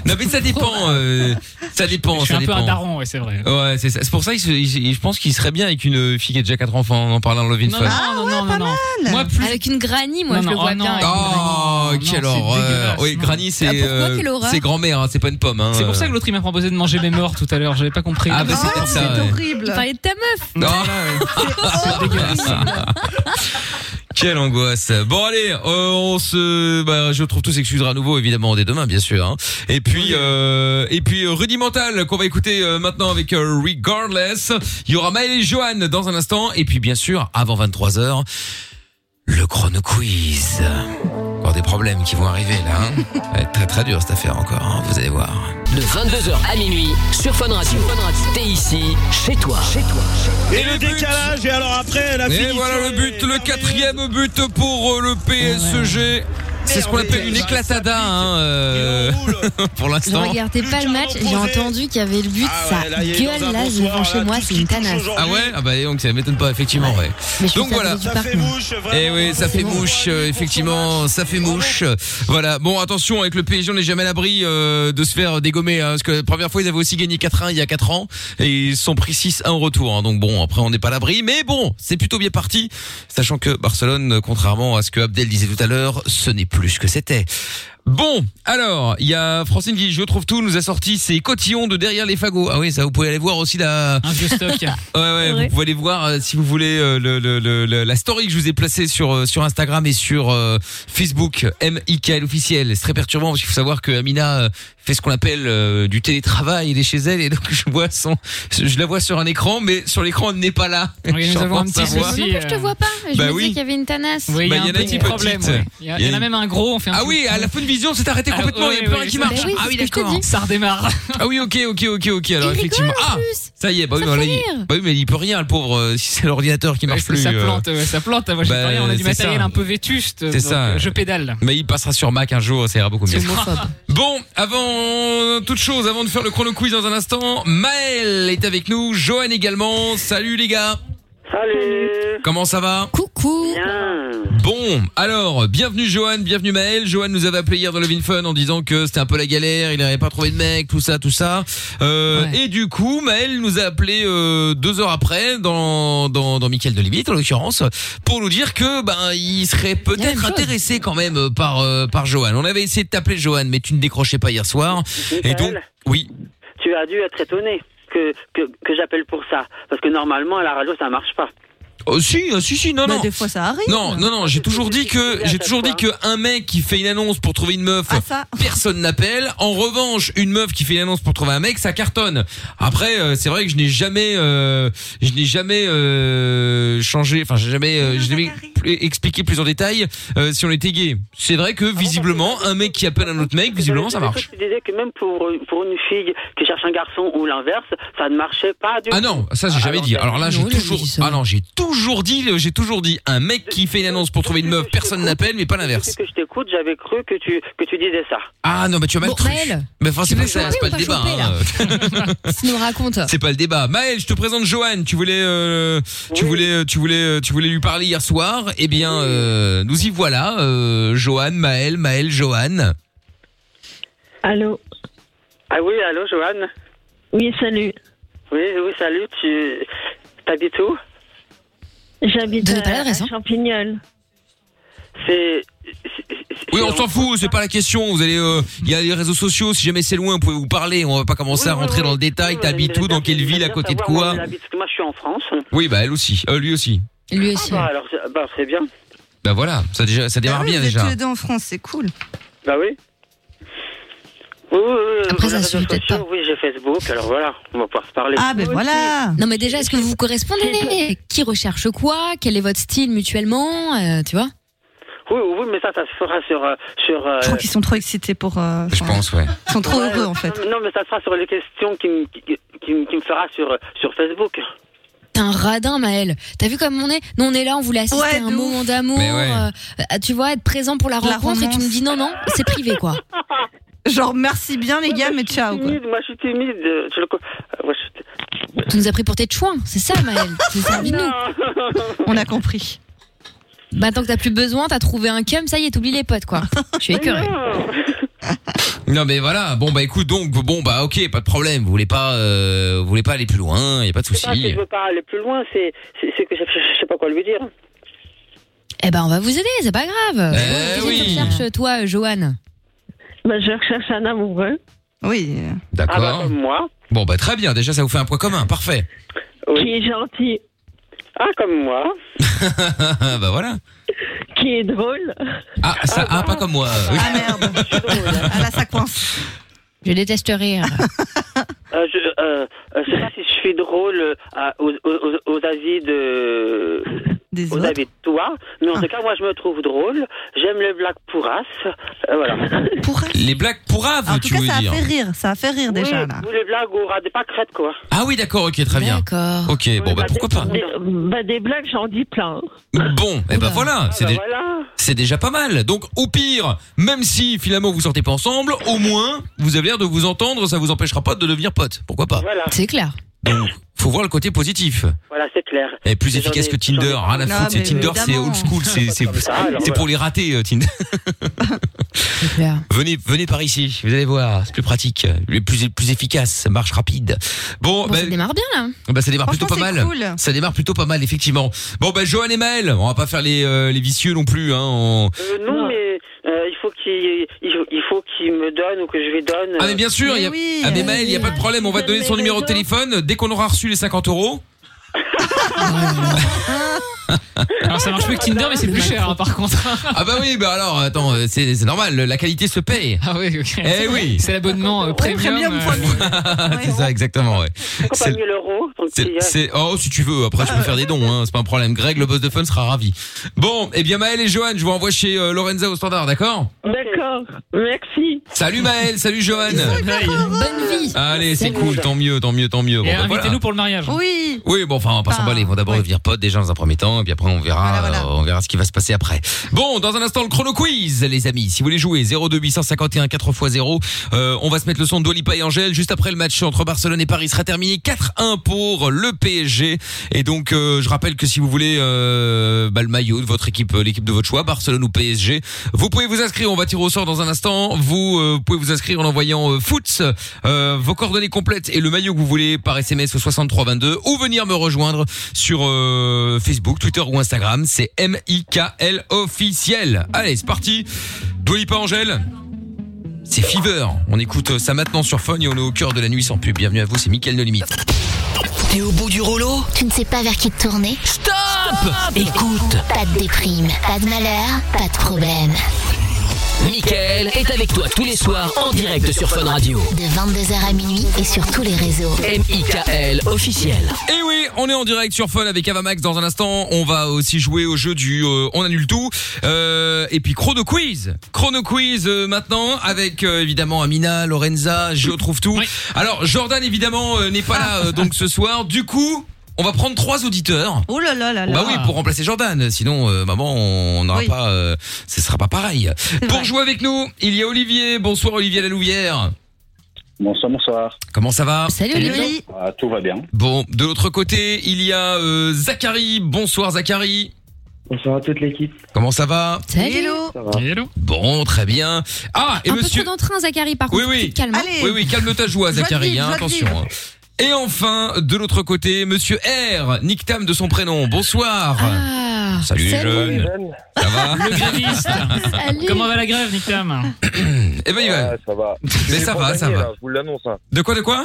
Non mais ça dépend, euh, ça dépend,
je suis
ça
un peu un
dépend.
daron, ouais, c'est vrai.
Ouais, c'est ça. C'est pour ça, il se- il- il- je pense qu'il serait bien avec une fille qui a déjà quatre enfants en parlant de Love in
Non, non,
Fun.
Ah,
non, non, non, non. Moi, plus.
Avec une granny, moi
Non,
je
non,
le
oh
vois
non.
bien. avec une granny.
Oh,
non,
quelle
c'est
horreur.
dégueulasse,
Oui,
non.
Granny, c'est
Ah, pourquoi
euh,
quelle horreur
c'est grand-mère, hein, c'est pas une pomme. Hein,
C'est pour ça que
euh.
l'autre il m'a proposé de manger mes morts tout à l'heure, j'avais pas compris.
Ah, bah, c'est
Oh,
peut-être ça.
c'est
ouais.
Il
horrible.
parlait de ta meuf.
Ah,
c'est dégueulasse.
Quelle angoisse. Bon allez, euh, on se, bah, je trouve tout s'excusera à nouveau évidemment dès demain bien sûr. hein. Et puis euh, et puis euh, rudimental qu'on va écouter euh, maintenant avec euh, Regardless. Il y aura Maël et Johan dans un instant et puis bien sûr avant 23 h le chrono quiz. Encore des problèmes qui vont arriver là. hein. Ça va être très très dur cette affaire encore. hein, vous allez voir.
De 22h à minuit sur Fun Radio. T'es ici, chez toi. Chez toi.
Et le décalage, et alors après, la
Et voilà le but, le quatrième but pour euh, le PSG. C'est ce qu'on appelle une éclatada hein, euh, pour
Je
l'instant.
regardais pas le match, j'ai entendu qu'il y avait le but, ça gueule Ah là, je devant chez moi, c'est une tanasse.
Ah ouais Ah bah dis donc ça m'étonne pas effectivement ouais.
Mais je
Donc
trouve
voilà.
ça faisait du parc, moi.
Eh oui, ça fait mouche euh, effectivement, ça fait mouche. Voilà. Bon, attention avec le PSG, on n'est jamais à l'abri euh, de se faire dégommer hein, parce que la première fois ils avaient aussi gagné 4-1 il y a 4 ans et ils se sont pris 6-1 en retour hein. Donc bon, après on n'est pas à l'abri mais bon, c'est plutôt bien parti sachant que Barcelone euh, contrairement à ce que Abdel disait tout à l'heure, ce n'est plus ce que c'était. Bon, alors, il y a Francine qui, je trouve tout, nous a sorti ses cotillons de derrière les fagots. Ah oui, ça, vous pouvez aller voir aussi la...
Un vieux stock.
ouais, ouais, vous pouvez aller voir, euh, si vous voulez, euh, le, le- le- le- la story que je vous ai placée sur, euh, sur Instagram et sur euh, Facebook, M.I.K.L. officiel. C'est très perturbant, parce qu'il faut savoir que Amina euh, fait ce qu'on appelle euh, du télétravail, elle est chez elle, et donc je vois son... Je la vois sur un écran, mais sur l'écran, elle n'est pas là.
Oui, nous
Je suis en
avons un
train de
petit
savoir.
souci, euh,
Non plus, je te vois pas. Je
Bah
me
oui.
disais qu'il y avait une tanasse.
Oui, il y a Bah, un il y en a petit qui est problème, petite. ouais.
Il y, a- il y en a même un gros, on fait un Ah,
Ah oui, à la fin de vision, c'est arrêté complètement, il y a plus rien qui
Ben
marche. Ah oui, d'accord.
Ça redémarre.
Ah oui, ok, ok, ok, ok. Alors
Il rigole,
effectivement,
en
ah,
plus.
ça y est, bah oui,
Ça
bah,
fait
là, il-
rire.
bah oui, mais il peut rien, le pauvre. euh, si c'est l'ordinateur qui marche
Ouais,
plus,
ça
euh,
plante, ouais, ça plante. Ah, Moi, j'ai
bah,
pas rien, on a du
c'est
matériel
ça.
un peu vétuste.
C'est
donc,
ça.
euh, Je pédale.
mais il passera sur Mac un jour, ça ira beaucoup mieux.
C'est homophobe.
Bon, avant toute chose, avant de faire le chrono quiz dans un instant, Maël est avec nous, Johan également. Salut les gars. Salut. Comment ça va
Coucou.
Bon, alors, bienvenue Johan, bienvenue Maël. Johan nous avait appelé hier dans Love in Fun en disant que c'était un peu la galère, il n'avait pas trouvé de mec, tout ça, tout ça. Euh, Et du coup, Maël nous a appelé euh, deux heures après, dans, dans, dans Michael de Limite en l'occurrence, pour nous dire que ben il serait peut-être intéressé quand même euh, par, euh, par Johan. On avait essayé de t'appeler Johan, mais tu ne décrochais pas hier soir. Et
Michael
donc, oui.
Tu as dû être étonné que, que, que j'appelle pour ça. Parce que normalement, à la radio, ça marche pas.
Oh, si, euh, si, si, non,
Bah,
non.
des fois, ça arrive.
Non, non, non, j'ai toujours dit que, j'ai toujours dit que un mec qui fait une annonce pour trouver une meuf,
Ah,
personne n'appelle. En revanche, une meuf qui fait une annonce pour trouver un mec, ça cartonne. Après, euh, c'est vrai que je n'ai jamais, euh, je n'ai jamais euh, changé, enfin, j'ai jamais, euh, je n'ai plus- expliqué plus en détail euh, si on était gay. C'est vrai
Ah
que visiblement, un mec qui appelle un autre mec, visiblement, ça marche.
Tu disais que même pour, pour une fille qui cherche un garçon ou l'inverse, ça ne marchait pas du
Ah non, ça j'ai jamais dit. Alors là, j'ai toujours, ah non, j'ai toujours dit, j'ai toujours dit, un mec qui fait une annonce pour trouver une meuf, personne n'appelle, mais pas l'inverse.
que je t'écoute, j'avais cru que tu, que tu disais ça.
Ah non, mais tu as mal
Bon,
cru.
Maël,
Mais enfin,
tu
c'est pas,
veux
ça,
choper
c'est pas
ou
le
pas
débat.
choper,
hein.
Tu nous racontes.
c'est pas le débat. Maël, je te présente Johan. Tu voulais, euh, tu voulais, tu voulais, euh, tu voulais lui parler hier soir. Eh bien, euh, nous y voilà. Euh, Johan, Maël, Maël, Johan.
Allô
Ah oui, allô, Joanne
Oui, salut.
Oui, oui, salut, tu t'habites où
J'habite à, à Champignol.
C'est...
Oui, on s'en fout. C'est pas la question. Vous allez, euh, il y a les réseaux sociaux. Si jamais c'est loin, vous pouvez vous parler. On va pas commencer à rentrer dans le détail. T'habites où Dans quelle ville À côté de
savoir où
quoi
elle habite, parce que Moi, je suis en France.
Oui, bah elle aussi. Euh, lui aussi.
Lui aussi.
bah, alors, c'est- bah, c'est bien.
Bah voilà. Ça déjà, ça démarre bien
Vous êtes
déjà.
tous les deux en France, c'est cool.
Bah oui. Oui, oui, oui,
Après,
oui,
ça
les
suffit
réseaux
peut-être
sociaux, Oui, j'ai Facebook, alors voilà, on va pouvoir se parler.
Ah, ben
Non, mais déjà, est-ce que vous vous correspondez Qui recherche quoi Quel est votre style mutuellement Euh, Tu vois
Oui, oui, mais ça, ça se fera sur. euh, sur euh,
Je crois qu'ils sont trop excités pour. euh,
Je pense, ouais.
Ils sont trop
ouais,
heureux en fait.
Non, mais ça sera sur les questions qui me, qui, qui me- qui me fera sur, euh, sur Facebook.
T'es un radin, Maël. T'as vu comme on est Nous, on est là, on voulait assister à un moment d'amour.
Mais ouais.
euh, tu vois, être présent pour la,
La
rencontre et tu
romance.
me dis non, non, c'est privé, quoi.
Genre, merci bien les gars, mais ciao. Quoi.
Timide, moi je suis timide. euh, je le co- euh, moi, je suis-
Tu nous as pris pour tes chouins, c'est ça, Maël. C'est ça, nous.
On a compris.
Bah, tant que t'as plus besoin, t'as trouvé un cum, ça y est, t'oublies les potes, quoi. Je suis écœurée.
Non mais voilà, bon bah écoute donc bon bah OK, pas de problème, vous voulez pas euh, vous voulez pas aller plus loin, y a pas de
C'est pas que
souci.
je veux pas aller plus loin, c'est c'est- c'est que je, je- je sais pas quoi lui dire.
Eh ben, on va vous aider, c'est pas
Eh
grave. Qu'est-ce que tu recherches, toi, euh, Johan
Bah, je recherche un amoureux.
Oui.
D'accord.
Ah bah, comme moi.
Bon bah très bien, déjà ça vous fait un point commun, parfait.
Qui est gentil.
Ah, comme moi.
bah voilà.
Qui est drôle.
Ah ça ah,
bah.
pas comme moi.
Ah,
Je hein. déteste rire.
Euh, je, euh, euh, je sais pas si je suis drôle euh, à- aux, aux, aux avis de. aux avis de toi, mais en
Ah.
tout cas, moi je me trouve drôle. J'aime les blagues pourrasses. Euh, voilà.
Les blagues pour
En
Havre,
tout
tu
cas,
veux
ça a
dire.
fait rire, ça a fait rire déjà
Oui,
là.
ou les blagues au ras des pâquerettes, quoi.
Ah oui, d'accord, OK, très bien.
D'accord.
OK, bon bah pourquoi pas.
Des, bah, des blagues, j'en dis plein.
Bon, et ben
Ah
voilà, c'est
bah
dé-
voilà.
c'est déjà pas mal. Donc au pire, même si finalement vous sortez pas ensemble, au moins vous avez l'air de vous entendre, ça vous empêchera pas de devenir pote. Pourquoi
Ah,
pas
C'est clair.
Donc faut voir le côté positif.
Voilà, c'est clair.
Et plus efficace que Tinder. Rien à
Non,
foutre, c'est
mais
Tinder, c'est
évidemment.
old school, c'est
Ah,
c'est-
ça, alors,
c'est pour les ratés euh, Tinder. Venez, venez par ici, vous allez voir, c'est plus pratique, le plus, le plus efficace, ça marche rapide. Bon,
Bon,
bah,
ça démarre bien, là.
bah, ça démarre plutôt pas mal.
Franchement, c'est cool.
Ça démarre plutôt pas mal, ben, effectivement. Bon, bah, Johan et Maël, on va pas faire les, euh, les vicieux non plus. Hein, on-
Euh, non, mais euh, il faut qu'il il il faut qu'il me donne ou que je lui donne.
Ah mais bien sûr, il y a... ah mais Maël, il n'y a pas de problème, on va te donner son numéro de téléphone dès qu'on aura reçu les 50 euros.
Alors ça marche mieux que Tinder, mais c'est plus cher hein, par contre.
Ah bah oui, bah alors attends, euh, c'est c'est normal, la qualité se paye.
Ah oui, ok.
Eh oui.
C'est l'abonnement euh, premium. euh,
c'est ça exactement, ouais. C'est-
Accompagner l'euro. donc
c'est-
il y a-
c'est- oh si tu veux, après je peux faire des dons, hein, c'est pas un problème. Greg, le boss de fun sera ravi. Bon, eh bien Maël et Johan, je vous envoie chez euh, Lorenza au standard, d'accord
D'accord, merci.
Salut Maël, salut Johan.
Bonne vie.
Allez, c'est cool, tant mieux, tant mieux, tant mieux.
Et
Bon, bah, voilà.
invitez-nous pour le mariage.
Oui.
Oui, bon, enfin, on va pas s'emballer. On va d'abord devenir potes déjà dans un premier temps, et puis après, on verra, euh, on verra ce qui va se passer après. Bon, dans un instant, le chrono quiz, les amis. Si vous voulez jouer, 02851 4x0. Euh, on va se mettre le son de Dolipa et Angèle. Juste après le match entre Barcelone et Paris sera terminé 4-1 pour le PSG. Et donc, euh, je rappelle que si vous voulez euh, bah, le maillot de votre équipe, euh, l'équipe de votre choix, Barcelone ou PSG, vous pouvez vous inscrire. On va tirer au sort dans un instant. Vous euh, pouvez vous inscrire en envoyant euh, foot, euh, vos coordonnées complètes et le maillot que vous voulez par SMS au 6322 ou venir me rejoindre sur euh, Facebook, Twitter ou Instagram. C'est M-I-K-L officiel. Allez, c'est parti. Dolipa Angèle. C'est Fever. On écoute euh, ça maintenant sur Fun et on est au cœur de la nuit sans pub. Bienvenue à vous, c'est Mickaël No Limite.
T'es au bout du rouleau Tu ne sais pas vers qui te tourner Stop, Écoute Pas de déprime, pas de malheur, pas de problème.
Michael est avec toi tous les soirs en direct sur Fun Radio.
De 22h à minuit et sur tous les réseaux.
M.I.K.L. officiel.
Et oui, on est en direct sur Fun avec Avamax dans un instant. On va aussi jouer au jeu du euh, on annule tout. Euh, et puis chrono quiz. Chrono quiz euh, maintenant avec euh, évidemment Amina, Lorenza, Gio trouve tout. Alors Jordan évidemment euh, n'est pas là
Ah.
euh, donc ce soir. Du coup, on va prendre trois auditeurs.
Oh là là là là.
Bah oui, pour remplacer Jordan. Sinon, euh, maman, on n'aura
Oui.
pas. euh, ce sera pas pareil. Pour jouer avec nous, il y a Olivier. Bonsoir Olivier Lalouvière.
Bonsoir, bonsoir.
Comment ça va
Ah, tout va bien.
Bon, de l'autre côté, il y a euh, Zachary. Bonsoir Zachary.
Bonsoir à toute l'équipe.
Comment ça va
Hello.
Bon, très bien. Ah, et
un
monsieur.
peu trop d'entrain, Zachary, par
Oui,
contre.
oui.
petite Calme. hein.
Oui, oui, calme ta joie,
Joie de
Zachary,
vivre,
hein,
joie de
attention.
vivre.
hein. Et enfin, de l'autre côté, monsieur R, Nick Tam de son prénom. Bonsoir.
Ah.
Salut, les jeunes. Ça va
Le gréviste. Ah, Comment va la grève, Nick Tam
Eh ben, il va.
Ah, ça va.
Mais ça va, ça va.
je vous l'annonce. hein.
De quoi, de quoi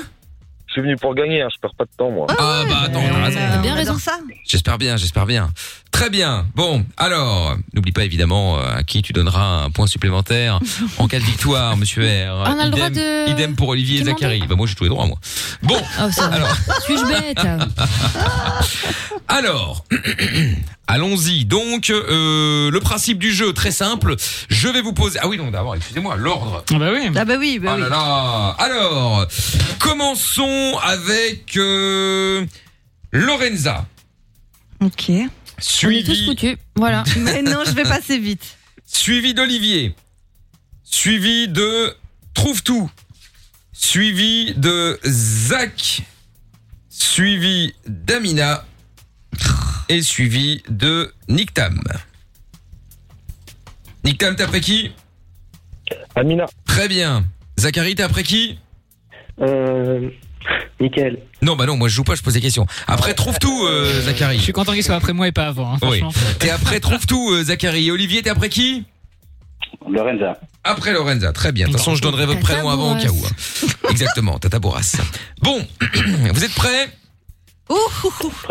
Je suis venu pour gagner, hein, je perds pas de temps,
Oh,
moi.
Ah, bah attends, on a raison.
bien raison.
ça.
J'espère bien, j'espère bien. Très bien. Bon, alors, n'oublie pas évidemment euh, à qui tu donneras un point supplémentaire en cas de victoire, monsieur R.
On a le
idem,
droit de-
idem pour Olivier et Zachary. Bah, moi, j'ai tous les droits, moi. Bon,
Oh, ça va.
alors,
Suis-je bête
Oh,
alors allons-y. Donc, euh, le principe du jeu, très simple. Je vais vous poser... Ah oui, non, d'abord, excusez-moi, l'ordre.
Ah bah oui.
Ah bah oui, bah
Ah
oui.
là là. Alors, commençons avec euh, Lorenza.
Ok.
Suivi.
Voilà.
Mais non, je vais passer vite.
Suivi d'Olivier. Suivi de Trouve tout. Suivi de Zach. Suivi d'Amina. Et suivi de Nick Tam. Nick Tam, t'es après qui
Amina,
Très bien. Zachary, t'es après qui
euh, Nickel.
Non, bah non, moi je joue pas, je pose des questions. Après, trouve tout, euh, Zachary.
Je suis content qu'il soit après moi et pas avant. hein,
Oui.
franchement.
T'es après trouve tout, euh, Zachary. Et Olivier, t'es après qui
Lorenza.
Après Lorenza, très bien. De toute façon, je donnerai votre prénom avant au cas où. hein. Exactement, Tata Bourras. Bon, vous êtes prêts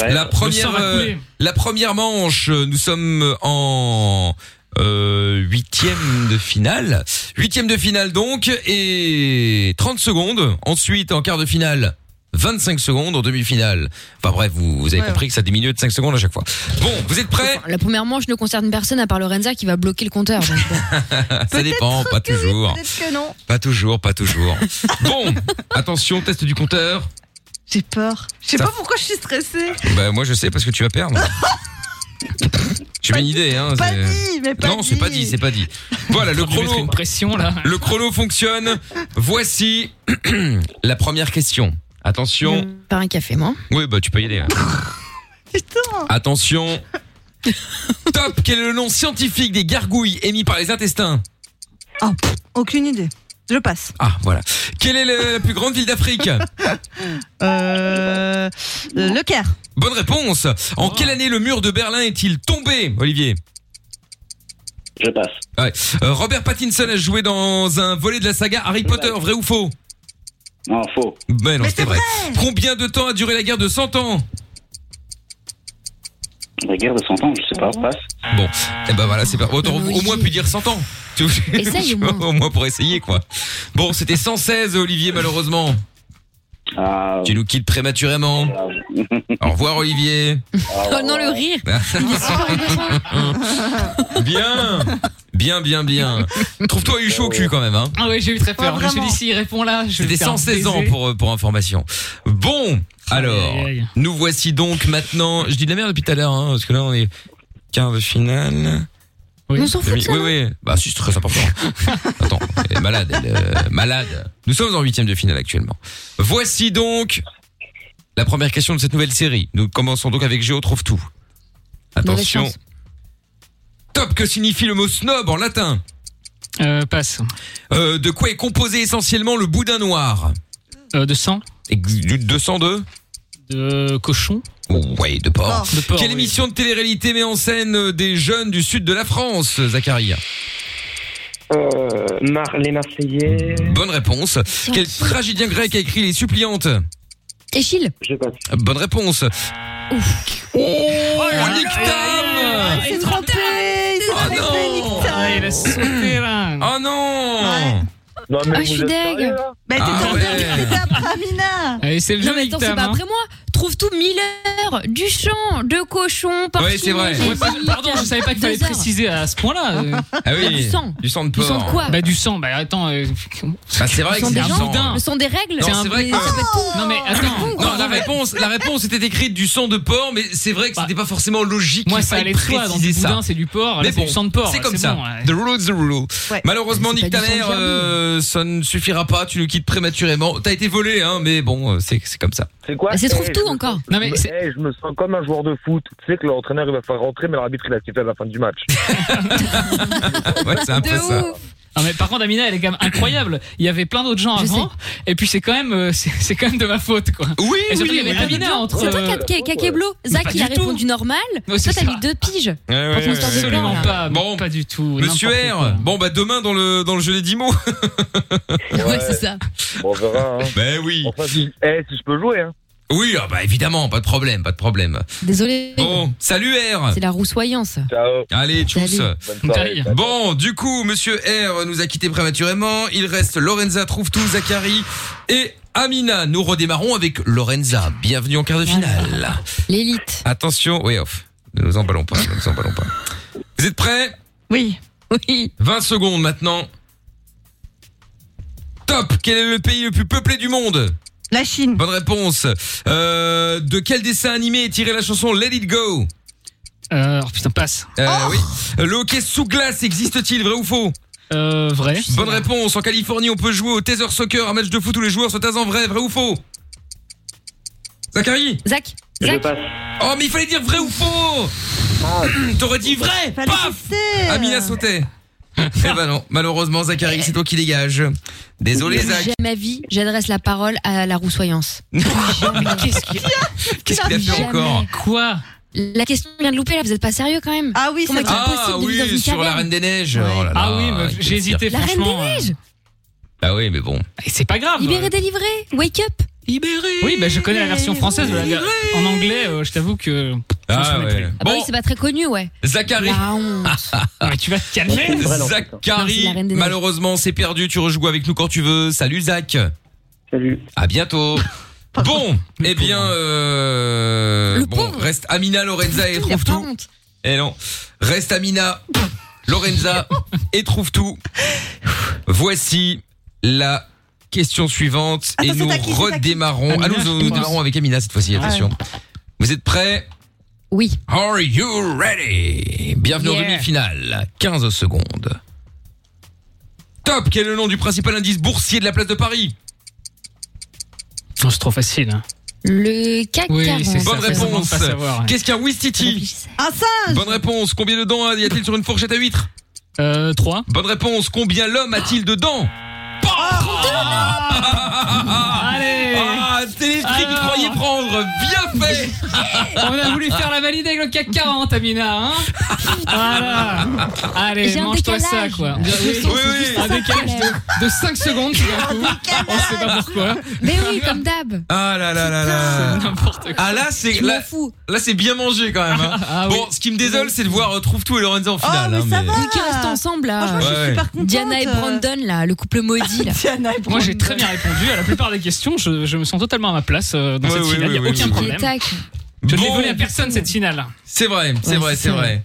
La première,
Le sang va
euh,
couler.
la première manche, euh, nous sommes en euh, huitième de finale. Huitième de finale donc, et 30 secondes. Ensuite, en quart de finale, 25 secondes. En demi-finale, enfin bref, vous, vous avez
Ouais,
compris que ça diminue de 5 secondes à chaque fois. Bon, vous êtes prêts
La première manche ne concerne personne à part Lorenza qui va bloquer le compteur. donc, bon.
Ça dépend, pas toujours.
Peut-être que non.
Pas toujours, pas toujours. bon, attention, test du compteur.
J'ai peur. Je sais
Ça-
pas pourquoi je suis stressée.
Bah moi je sais parce que tu vas perdre. J'ai bien une idée hein.
Pas
c'est-
dit, mais pas
non, c'est pas dit, c'est pas dit. Voilà, le
Attends, je vais mettre
chrono,
une pression là.
le chrono fonctionne. Voici la première question. Attention.
Mm.
Par un café, moi.
Oui, bah tu peux y aller. hein.
Putain.
Attention. Top, quel est le nom scientifique des gargouilles émis par les intestins
Ah, pff, aucune idée. Je passe.
Ah, voilà. Quelle est la plus grande ville d'Afrique
Euh, euh, le Caire.
Oh. Bonne réponse. En quelle année le mur de Berlin est-il tombé, Olivier
Je passe.
Ouais. Euh, Robert Pattinson a joué dans un volet de la saga Harry Potter, vrai ou faux
Non, faux.
Ben non, c'était vrai. Combien de temps a duré la guerre de 100 ans
La guerre de 100 ans, je sais pas, passe.
Bon, et ben voilà, c'est pas. Autant, au moins pu dire 100 ans. Tu vois,
Essaye
tu vois, au moins pour essayer quoi. Bon, c'était 116 Olivier malheureusement. Tu nous quittes prématurément. Au revoir Olivier.
Oh non, le rire.
bien, bien, bien, bien. Trouve-toi eu chaud au cul quand même. Hein.
Ah ouais, j'ai eu très peur.
Ouais,
je me suis
vraiment.
dit, s'il répond là, je
C'était
vais le faire
116 ans
baiser.
pour, euh, pour information. Bon, alors,
aïe, aïe.
nous voici donc maintenant. Je dis de la merde depuis tout à l'heure, hein, parce que là on est quart de finale.
Oui. On s'en fout de ça,
Oui,
non
oui. Bah, si, c'est très important. Attends, elle est malade, elle est malade. Nous sommes en huitième de finale actuellement. Voici donc la première question de cette nouvelle série. Nous commençons donc avec Géo trouve tout. Attention.
chance.
Top, que signifie le mot snob en latin
Euh, passe.
Euh, De quoi est composé essentiellement le boudin noir
Euh, De sang
De sang de
De cochon
Ouais, de porc.
De porc,
Quelle
oui.
émission de télé-réalité met en scène euh, des jeunes du sud de la France, Zacharia
Euh, Mar- les Marseillais.
Bonne réponse. Quel tragédien grec a écrit Les Suppliantes
Échille.
Je passe.
Bonne réponse.
Oh, Oh,
là là,
il s'est trompé, il s'est trompé, Nick
Ah,
Tam.
Ah.
Oh non
Non
mais Ah, je vous suis êtes deg. sérieux, là Bah,
Ah,
t'es en train de
C'était après
ah,
Amina.
Allez, Ah, c'est le
non,
jeu,
mais
Nick
attends, c'est
Tam,
pas
hein.
après moi. Trouve tout Miller, Duchamp, De Cochon, Parchini.
Ouais, c'est vrai.
Ouais, pa- pardon, je savais pas qu'il fallait
Deux heures.
préciser à ce point-là. euh.
Ah oui,
Du sang.
Du sang de porc.
Du sang de quoi Bah du sang. Bah attends. euh,
Bah, c'est vrai
Le
que
sang
c'est
des
du
gens,
sang.
boudin.
Le sang des règles.
Non, c'est vrai que-
ça peut être tout.
Non mais attends.
Non, la réponse, la réponse était écrite du sang de porc, mais c'est vrai que c'était pas forcément logique.
Bah, Moi,
qu'il
ça
fallait
allait de soi. Dans du
préciser ça.
boudin, c'est du porc.
Mais
Là, c'est
bon,
du sang de porc.
c'est comme ça.
bon, ouais.
The rule is the rule.
Ouais.
Malheureusement,
Mais c'est
Nick, ta
pas du sang
mère,
de gerbe.
euh, ça ne suffira pas. Tu nous quittes prématurément. T'as été volé, hein, mais bon, euh, c'est c'est comme ça.
C'est
Bah,
quoi
C'est
Eh,
trouve
je
tout
me-
encore.
je me- eh, je me sens comme un joueur de foot. Tu sais que l'entraîneur il va faire rentrer, mais l'arbitre il a sifflé à la fin du match.
ouais, c'est un
De
peu ça.
ouf. Non mais par contre Amina elle est quand même incroyable. Il y avait plein d'autres gens avant et puis c'est quand même euh, c'est c'est quand même de ma faute quoi.
Oui
et surtout,
oui,
il y avait
oui,
Amina
oui.
entre
C'est toi qui
euh,
as qui- qui a Keblo.
Mais
Zach,
pas
il a
du tout.
répondu normal.
Ouais,
Toi,
c'est
t'as
ça.
mis deux piges.
Ouais, ouais,
Franchement,
ouais, ouais.
c'est
absolument pas.
Bon,
Pas du tout.
Monsieur
n'importe
R,
quoi.
bon bah demain dans le dans le jeu des 10 mots.
Ouais, c'est ça.
Bon, on verra. Hein.
Ben oui.
Enfin, si, eh, si je peux jouer. Hein.
Oui, ah bah évidemment, pas de problème, pas de problème.
Désolé.
Bon, salut R.
C'est la roussoyance.
Ciao.
Allez, tchuss.
Salut.
soirée.
Bon, du coup, monsieur R nous a quitté prématurément. Il reste Lorenza trouve tout, Zachary et Amina. Nous redémarrons avec Lorenza. Bienvenue en quart de finale.
L'élite.
Attention, oui, off. Ne nous emballons pas, ne nous emballons pas. Vous êtes prêts
Oui.
Oui.
20 secondes maintenant. Top Quel est le pays le plus peuplé du monde
La Chine.
Bonne réponse. Euh, de quel dessin animé est tirée la chanson Let It Go
Euh, oh, putain passe.
Euh, oui. Le hockey sous glace existe-t-il, vrai ou faux
Euh, vrai.
Bonne réponse. En Californie, on peut jouer au taser soccer, un match de foot tous les joueurs se tasent en vrai, vrai ou faux Zachary
Zach.
Je passe.
Oh, mais il fallait dire vrai ou faux
Ah.
T'aurais dit vrai Paf Amina sautait. eh ben non, malheureusement,
Eh.
Zachary, c'est toi qui dégage. Désolé, Zach.
Jamais ma vie, j'adresse la parole à la roussoyance.
Qu'est-ce qu'il
Qu'est-ce qu'il a fait
Jamais.
encore
Quoi
La question vient de louper là, vous êtes pas sérieux quand même.
Ah oui,
Comment est-il
Ah
possible de vivre dans
oui,
une
sur la
caverne
Reine des Neiges. Oh là là,
Ah oui, mais
quel
j'ai hésité
La Reine
franchement.
des Neiges.
Ah oui, mais bon.
Et C'est pas grave.
Libéré, délivré. Wake up.
Libéré.
Oui, bah je connais la version française. de la- En anglais, euh, je t'avoue que. je me
Ah
souvenais
ouais.
plus.
Ah bah oui, c'est pas très connu, ouais.
Zachary.
La honte.
Ah, mais tu vas te calmer.
Non, c'est
Zachary,
la Reine des Neiges.
malheureusement, c'est perdu. Tu rejoues avec nous quand tu veux. Salut, Zach.
Salut.
À bientôt. Bon, eh bien, euh, bon, reste Amina, Lorenza et
Il a
trouve
pas
tout.
honte.
Eh non, reste Amina, Lorenza et trouve tout. Voici la question suivante et
Attention,
nous
t'as qui, c'est t'as qui
redémarrons.
Amina,
Ah, nous,
je
nous
pense.
démarrons avec Amina cette fois-ci. Attention. Vous êtes prêts?
Oui.
Are you ready? Bienvenue en
Yeah.
demi-finale. 15 secondes. Top! Quel est le nom du principal indice boursier de la place de Paris?
Non, c'est trop facile. hein.
Le Ah, CAC
Oui,
40.
c'est
Bonne
ça, ça, ça demande
réponse.
pas à savoir, ouais.
Qu'est-ce qu'un Wistiti?
Un singe
Bonne réponse. Combien de dents y a-t-il sur une fourchette à huîtres?
Euh, 3.
Bonne réponse. Combien l'homme a-t-il de dents?
Allez
Ah, c'est les frics,
Alors,
failli prendre, bien fait
On a voulu faire la valide avec le CAC 40, Amina, hein Voilà Ah, Allez,
J'ai un
mange-toi ça,
décalage.
quoi.
Oui,
Oui,
oui, oui.
Un décalage de, 5 secondes, tout d'un coup. On sait pas pourquoi.
Mais oui, comme d'hab.
Ah là là là là Ah là c'est
Je m'en
là, là, c'est bien mangé quand même hein.
Ah
Bon ce qui me désole c'est de voir euh, Trouve tout et Lorenzo
Oh,
en finale hein, mais-
Nous qui restons ensemble là.
Franchement, je suis Ouais, ouais. super
contente.
Diana et Brandon là, le couple maudit là.
Moi, j'ai très bien répondu à la plupart des questions. Je, je me sens totalement à ma place euh, dans
Ouais,
cette
ouais,
finale. Il n'y
ouais,
a aucun
ouais,
problème.
Tac.
Je ne l'ai
Bon.
volé à personne cette finale.
C'est vrai c'est
Ouais,
vrai
c'est
c'est
ça.
vrai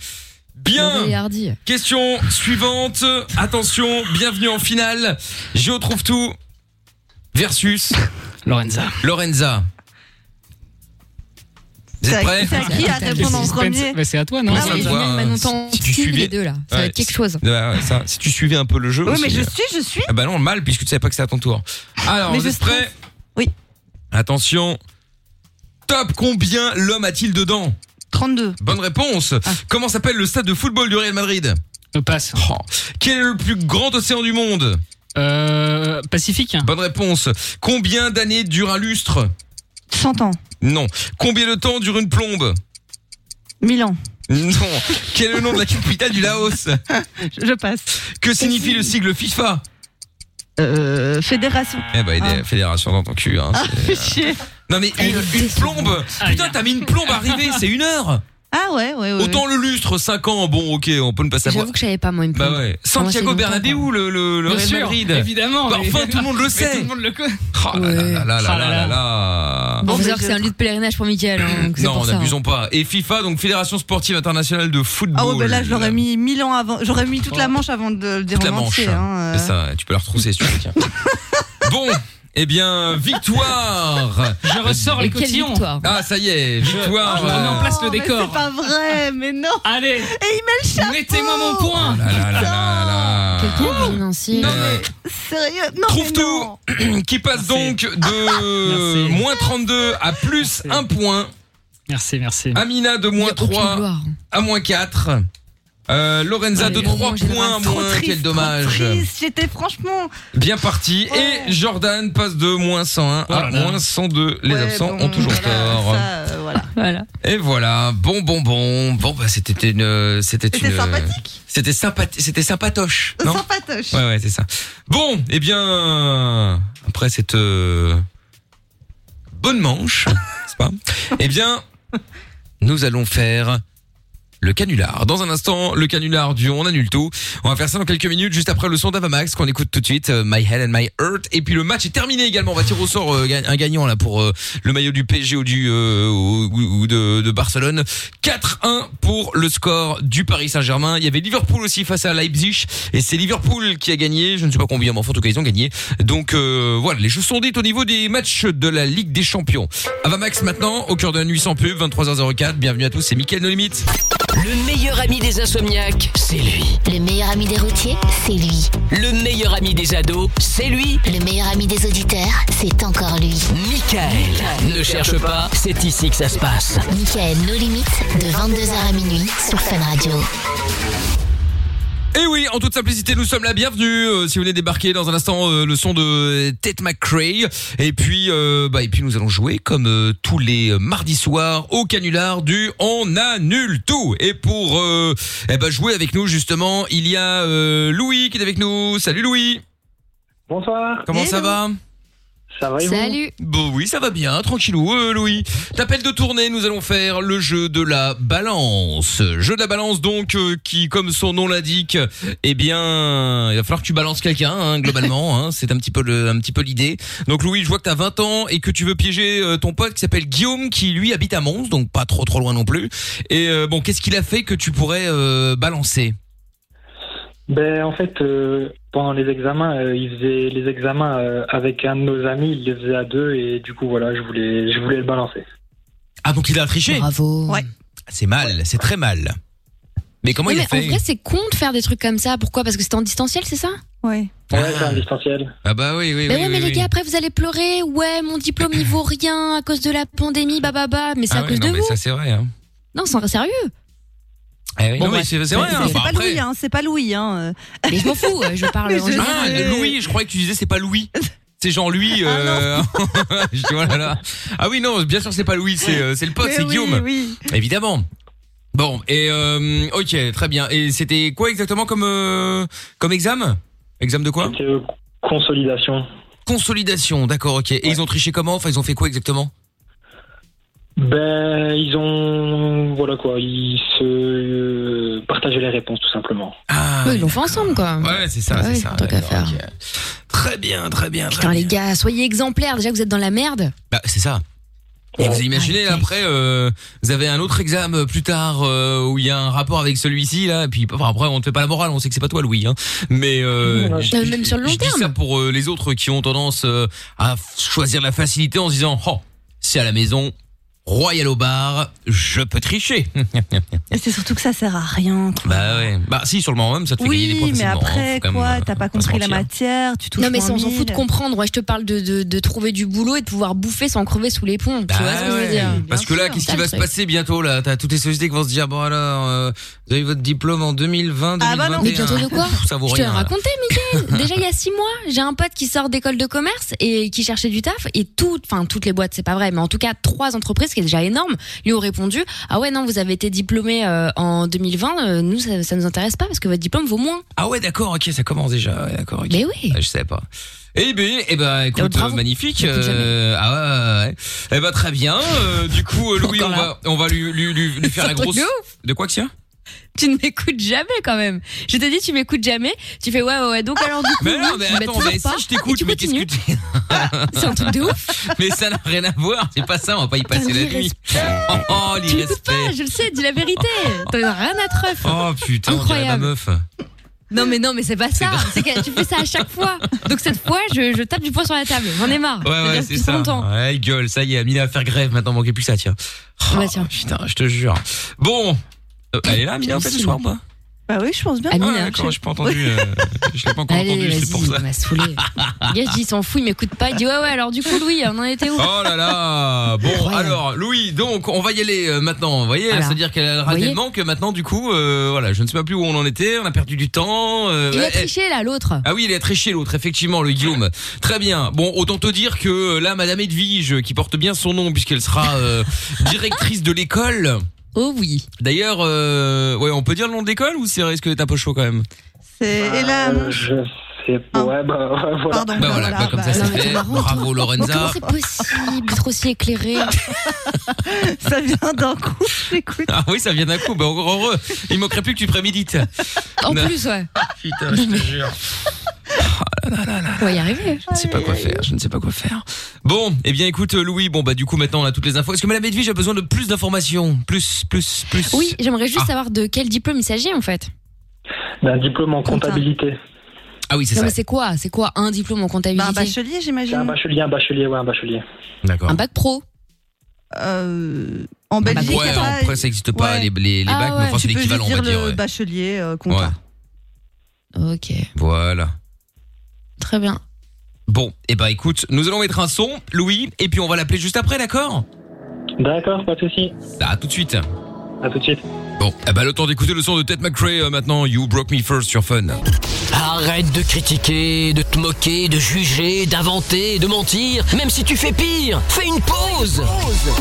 Bien
Mauvais et hardi.
Question suivante Attention bienvenue en finale Géo Trouve tout versus
Lorenza
Lorenza Vous êtes prêts
C'est à qui à répondre en premier
C'est à toi, non
Ah oui,
Lionel
toi, hein.
Manonton,
Si tu
Steve,
suivais-
les deux là. Ça va
Ouais,
être quelque chose.
Ouais, ouais, ça, si tu suivais un peu le jeu.
Oui,
aussi,
mais je
euh,
suis,
je suis.
Ah bah non, mal, puisque tu savais pas que c'était à ton tour. Alors,
Mais
vous
je
êtes
trouve.
prêts
Oui.
Attention. Top, combien l'homme a-t-il dedans
32.
Bonne réponse.
Ah.
Comment s'appelle le stade de football du Real Madrid Oh.
Passe.
Quel est le plus grand océan du monde
Pacifique.
Bonne réponse. Combien d'années dure un lustre
100 ans.
Non. Combien de temps dure une plombe
Milan.
Non. Quel est le nom de la capitale du Laos
Je passe.
Que signifie le sigle FIFA
Euh, fédération.
Eh ben, il y a
Ah.
des fédérations dans ton cul. Hein,
Ah,
c'est-
fais chier.
Non mais une, une plombe Putain t'as mis une plombe à arriver C'est une heure
Ah ouais, ouais, ouais.
Autant le lustre 5 ans Bon ok on peut ne pas savoir
J'avoue que je savais pas moi une
Bah
plombe.
ouais
Pour moi, c'est
Santiago
longtemps,
Bernabéu le, le, le
Bien
Real
sûr,
Madrid
évidemment,
Bah,
mais-
Enfin tout le monde le
Mais
sait
tout le monde le connaît.
Oh là là là là
Ah
là
là
là
là.
là.
Bon, faut savoir que c'est un lieu de pèlerinage pour Mickaël. hein, donc c'est
Non
pour
on
ça, hein.
n'abusons pas Et FIFA donc Fédération Sportive Internationale de Football
Ah ouais, ben là, je l'aurais mis mille ans avant. J'aurais mis toute la manche avant de le dire
Toute la
en
manche
entier. hein, euh.
C'est ça tu peux la retrousser si tu veux tiens. Bon eh bien, victoire
Je ressors les
Et quelle
cotillons.
victoire Ah, ça y est, victoire
Ah,
euh,
Je remets en place le
Oh, Mais
décor.
c'est pas vrai, mais non.
Allez. Et
il met le chapeau.
Mettez-moi mon point.
Ah là là là là là.
Quelqu'un de Nancy.
Non, mais-
Sérieux Non,
Trouve
mais
tout qui passe donc
Ah,
de moins 32 à plus 1 point.
Merci, merci.
Amina de moins 3 à moins 4. Euh, Lorenza de 3 points à
Trop
moins,
triste,
quel
trop
dommage.
triste, Oh. J'étais franchement.
Bien parti. Et Jordan passe de moins 101
Oh là
à
là.
moins 102. Les
Ouais,
absents
bon,
ont toujours tort.
euh, voilà.
voilà.
Et voilà, bon bon bon. Bon bah c'était une c'était
C'était
une
sympathique. Euh,
C'était sympathique, c'était sympatoche, non
Sympatoche.
Ouais ouais, c'est ça. Bon, eh bien euh, après cette euh, bonne manche, c'est pas Eh bien nous allons faire le canular. Dans un instant, le canular du on annule tout. On va faire ça dans quelques minutes, juste après le son d'Avamax qu'on écoute tout de suite, euh, My Head and My Heart. Et puis le match est terminé également. On va tirer au sort euh, ga- un gagnant là pour euh, le maillot du PSG ou du euh, ou, ou- ou de, de Barcelone. 4-1 pour le score du Paris Saint-Germain. Il y avait Liverpool aussi face à Leipzig et c'est Liverpool qui a gagné. Je ne sais pas combien, mais enfin, en tout cas ils ont gagné. Donc euh, voilà, les choses sont dites au niveau des matchs de la Ligue des Champions. Avamax maintenant au cœur de la nuit sans pub, 23h04. Bienvenue à tous, c'est Mickaël No Limites.
Le meilleur ami des insomniaques, c'est lui.
Le meilleur ami des routiers, c'est lui.
Le meilleur ami des ados, c'est lui.
Le meilleur ami des auditeurs, c'est encore lui.
Michael. Ne cherche pas, c'est ici que ça se passe.
Michael, nos limites, de 22h à minuit sur Fun Radio.
Et oui, en toute simplicité, nous sommes la bienvenue. Euh, si vous venez débarquer dans un instant, euh, le son de euh, Ted McRae. Et puis, euh, bah, et puis nous allons jouer comme euh, tous les euh, mardis soirs au canular du On annule tout. Et pour euh, eh ben, jouer avec nous justement, il y a euh, Louis qui est avec nous. Salut Louis.
Bonsoir.
Comment ça va
Ça va et vous
Salut.
Bon oui, ça va bien, tranquillou, euh, Louis. T'appelles de tournée, nous allons faire le jeu de la balance. Jeu de la balance donc euh, qui, comme son nom l'indique, eh bien, il va falloir que tu balances quelqu'un hein, globalement. hein, c'est un petit peu le, un petit peu l'idée. Donc Louis, je vois que t'as 20 ans et que tu veux piéger euh, ton pote qui s'appelle Guillaume, qui lui habite à Mons, donc pas trop trop loin non plus. Et euh, bon, qu'est-ce qu'il a fait que tu pourrais euh, balancer
Ben, en fait, euh, pendant les examens, euh, il faisait les examens euh, avec un de nos amis, il les faisait à deux et du coup, voilà, je voulais, je voulais le balancer.
Ah donc il a triché.
Bravo.
Ouais.
C'est mal, c'est très mal. Mais comment
Oui,
il a
mais
fait
en vrai, c'est con de faire des trucs comme ça. Pourquoi Parce que c'était en distanciel, c'est ça
Ouais.
Ouais, c'est un distanciel.
Ah bah oui, oui,
Bah
oui.
ouais,
oui,
mais
oui.
les gars, après vous allez pleurer. Ouais, mon diplôme il vaut rien à cause de la pandémie, bah bah bah. Mais c'est
Ah
à
ouais,
cause
non,
de
mais
vous.
ça c'est vrai. Hein.
Non, c'est sérieux.
Eh oui,
Bon,
non, mais
bref.
c'est c'est vrai.
C'est-
hein.
c'est
Bah,
Pas
après-
Louis, hein, c'est pas Louis. Hein.
Mais je m'en fous, je parle
Mais je
en général.
Ah, Louis, je croyais que tu disais c'est pas Louis. C'est genre lui. euh, je dis, oh là là. Ah oui, non, bien sûr, c'est pas Louis, c'est euh, c'est le pote,
Mais
c'est
oui,
Guillaume.
oui.
Évidemment. Bon, et euh, ok, très bien. Et c'était quoi exactement comme, euh, comme examen Examen de quoi
euh, Consolidation.
Consolidation, d'accord, ok. Et ils ont triché comment Enfin, ils ont fait quoi exactement
Ben, ils ont. Voilà quoi, ils se euh, partageaient les réponses tout simplement.
Ouais, ils l'ont fait ensemble, quoi.
Ah, Ouais, c'est ça, c'est ça.
Un truc à faire.
Très bien, très bien. très
Putain, les gars, soyez exemplaires. Déjà, que vous êtes dans la merde.
Bah, c'est ça. Et vous imaginez
Ah,
là, après, euh, vous avez un autre examen euh, plus tard euh, où il y a un rapport avec celui-ci là, et puis enfin, après on te fait pas la morale, on sait que c'est pas toi Louis, hein. mais euh,
Non, non,
je-
non,
je-
même sur le long
je dis
terme.
ça pour euh, les autres qui ont tendance euh, à f- choisir la facilité en se disant, oh, c'est à la maison, royal au bar, je peux tricher.
Et c'est surtout que ça sert à rien.
bah ouais, bah si sur le moment même ça te fait gagner des points
Oui, mais
facilement, hein.
après,
Faut quand même,
quoi
euh,
T'as pas
se
compris la
mentir.
matière, tu touches
non, mais
moins
ça, on s'en
mille.
fout de comprendre. Ouais, je te parle de, de, de trouver du boulot et de pouvoir bouffer sans crever sous les ponts. tu vois
Bah
ce que je veux
ouais.
dire
Parce que là, qu'est-ce qui va se passer bientôt là T'as toutes les sociétés qui vont se dire bon alors, euh, vous avez eu votre diplôme en 2020, 2021.
Ah bah non, mais bientôt de quoi
Pff, Ça vaut
Je te l'ai
rien. là.
raconté, Mickaël. Déjà il y a six mois, j'ai un pote qui sort d'école de commerce et qui cherchait du taf et toutes, enfin toutes les boîtes, c'est pas vrai, mais en tout cas trois entreprises, ce qui est déjà énorme, lui ont répondu ah ouais non vous avez été diplômé euh, en 2020, euh, nous ça, ça nous intéresse pas parce que votre diplôme vaut moins.
Ah ouais, d'accord, ok, ça commence déjà. ouais, d'accord, ok.
Mais oui.
Ah, je sais pas. Eh ben, eh ben, écoute,
bravo.
euh, magnifique.
N'écoute
euh, ah ouais, ouais, ouais. Eh ben, très bien. euh, du coup, euh, Louis, on va, on va lui, lui, lui, lui faire la
C'est un truc
grosse.
de ouf.
De quoi que c'est
Tu ne m'écoutes jamais quand même. Je t'ai dit tu m'écoutes jamais, tu fais ouais ouais, ouais donc alors du coup
Mais non,
oui,
mais
tu m'as
attends,
toujours
mais si
pas.
je t'écoute, mais qu'est-ce que tu
Ah, C'est un truc de
ouf. Mais ça n'a rien à voir. C'est pas ça. On va pas y passer la nuit. Oh, oh
Tu m'écoutes pas,
l'irrespect.
je le sais, dis la vérité. T'en as rien à te ref.
Oh putain, on dirait ma
Incroyable. Oh,
meuf.
Non mais non mais c'est pas ça. C'est que tu fais ça à chaque fois. Donc cette fois je, je tape du poing sur la table. J'en ai marre.
Ouais, ouais,
Depuis
c'est ça.
longtemps.
Ouais, elle gueule, ça y est, Amina va faire grève maintenant, manquez plus ça, tiens. Oh,
Bah, tiens.
Putain, je te jure. Bon, Euh, elle est là, Amina, en fait, ce soir ou pas
Bah oui, je pense bien.
Ah, d'accord, j'ai pas entendu. euh, je l'ai pas encore
hein. Allez,
entendu, c'est
vas-y,
pour ça.
Le gars je dis il s'en fout, il m'écoute pas. Il dit ouais ouais alors du coup Louis on en était où
Oh là là Bon, alors, Louis, donc, on va y aller euh, maintenant, vous voyez
Voilà.
C'est-à-dire qu'elle a raté
Voyez
le manque, maintenant, du coup, euh, voilà, je ne sais pas plus où on en était, on a perdu du temps. euh,
Il a
elle-
triché là l'autre.
Ah oui, il est triché l'autre, effectivement, le Guillaume. Très bien. Bon, autant te dire que euh, là, Madame Edwige, qui porte bien son nom puisqu'elle sera euh, directrice de l'école.
Oh oui.
D'ailleurs, euh, ouais, on peut dire le nom de l'école ou c'est risque d'être un peu chaud quand même
C'est Ah. et là,
Euh, je sais pas. Ouais, bah voilà.
Pardon,
Bah voilà, bah, comme ça c'est fait. Bravo
Mais
Oh, Lorenza.
Oh, comment c'est possible d'être aussi éclairé
Ça vient d'un coup, écoute.
Ah oui, ça vient d'un coup. Bah encore heureux. Il me manquerait plus que tu prémédites.
En
Non.
plus ouais.
Ah, Putain, je te Ah jure.
On va y arriver.
Je ne sais pas quoi faire. Je ne sais pas quoi faire. Bon, eh bien écoute euh, Louis, bon bah du coup maintenant on a toutes les infos. Est-ce que Madame Edwige a besoin de plus d'informations Plus, plus, plus.
Oui, j'aimerais juste
Ah.
savoir de quel diplôme il s'agit en fait.
D'un diplôme en comptabilité.
Ah oui,
Non, mais c'est quoi C'est quoi un diplôme en comptabilité Un
Bah, bachelier, j'imagine.
Un bachelier, un bachelier, ouais, un bachelier.
D'accord.
Un bac pro.
Euh, en Belgique,
Ah bah, Ouais,
ça-
après ça n'existe pas les,
ouais.
les, les
Ah
bacs, mais enfin
tu
c'est
peux
l'équivalent,
juste
on va
dire
dire.
le
ouais.
bachelier euh, compta.
Ouais,
Ok,
voilà.
très bien.
Bon, eh ben écoute, nous allons mettre un son, Louis, et puis on va l'appeler juste après, d'accord
D'accord, pas de souci.
À tout de suite.
À tout de suite.
Bon, eh ben le temps d'écouter le son de Ted McRae euh, maintenant, You Broke Me First sur Fun.
Arrête de critiquer, de te moquer, de juger, d'inventer, de mentir, même si tu fais pire. Fais une pause.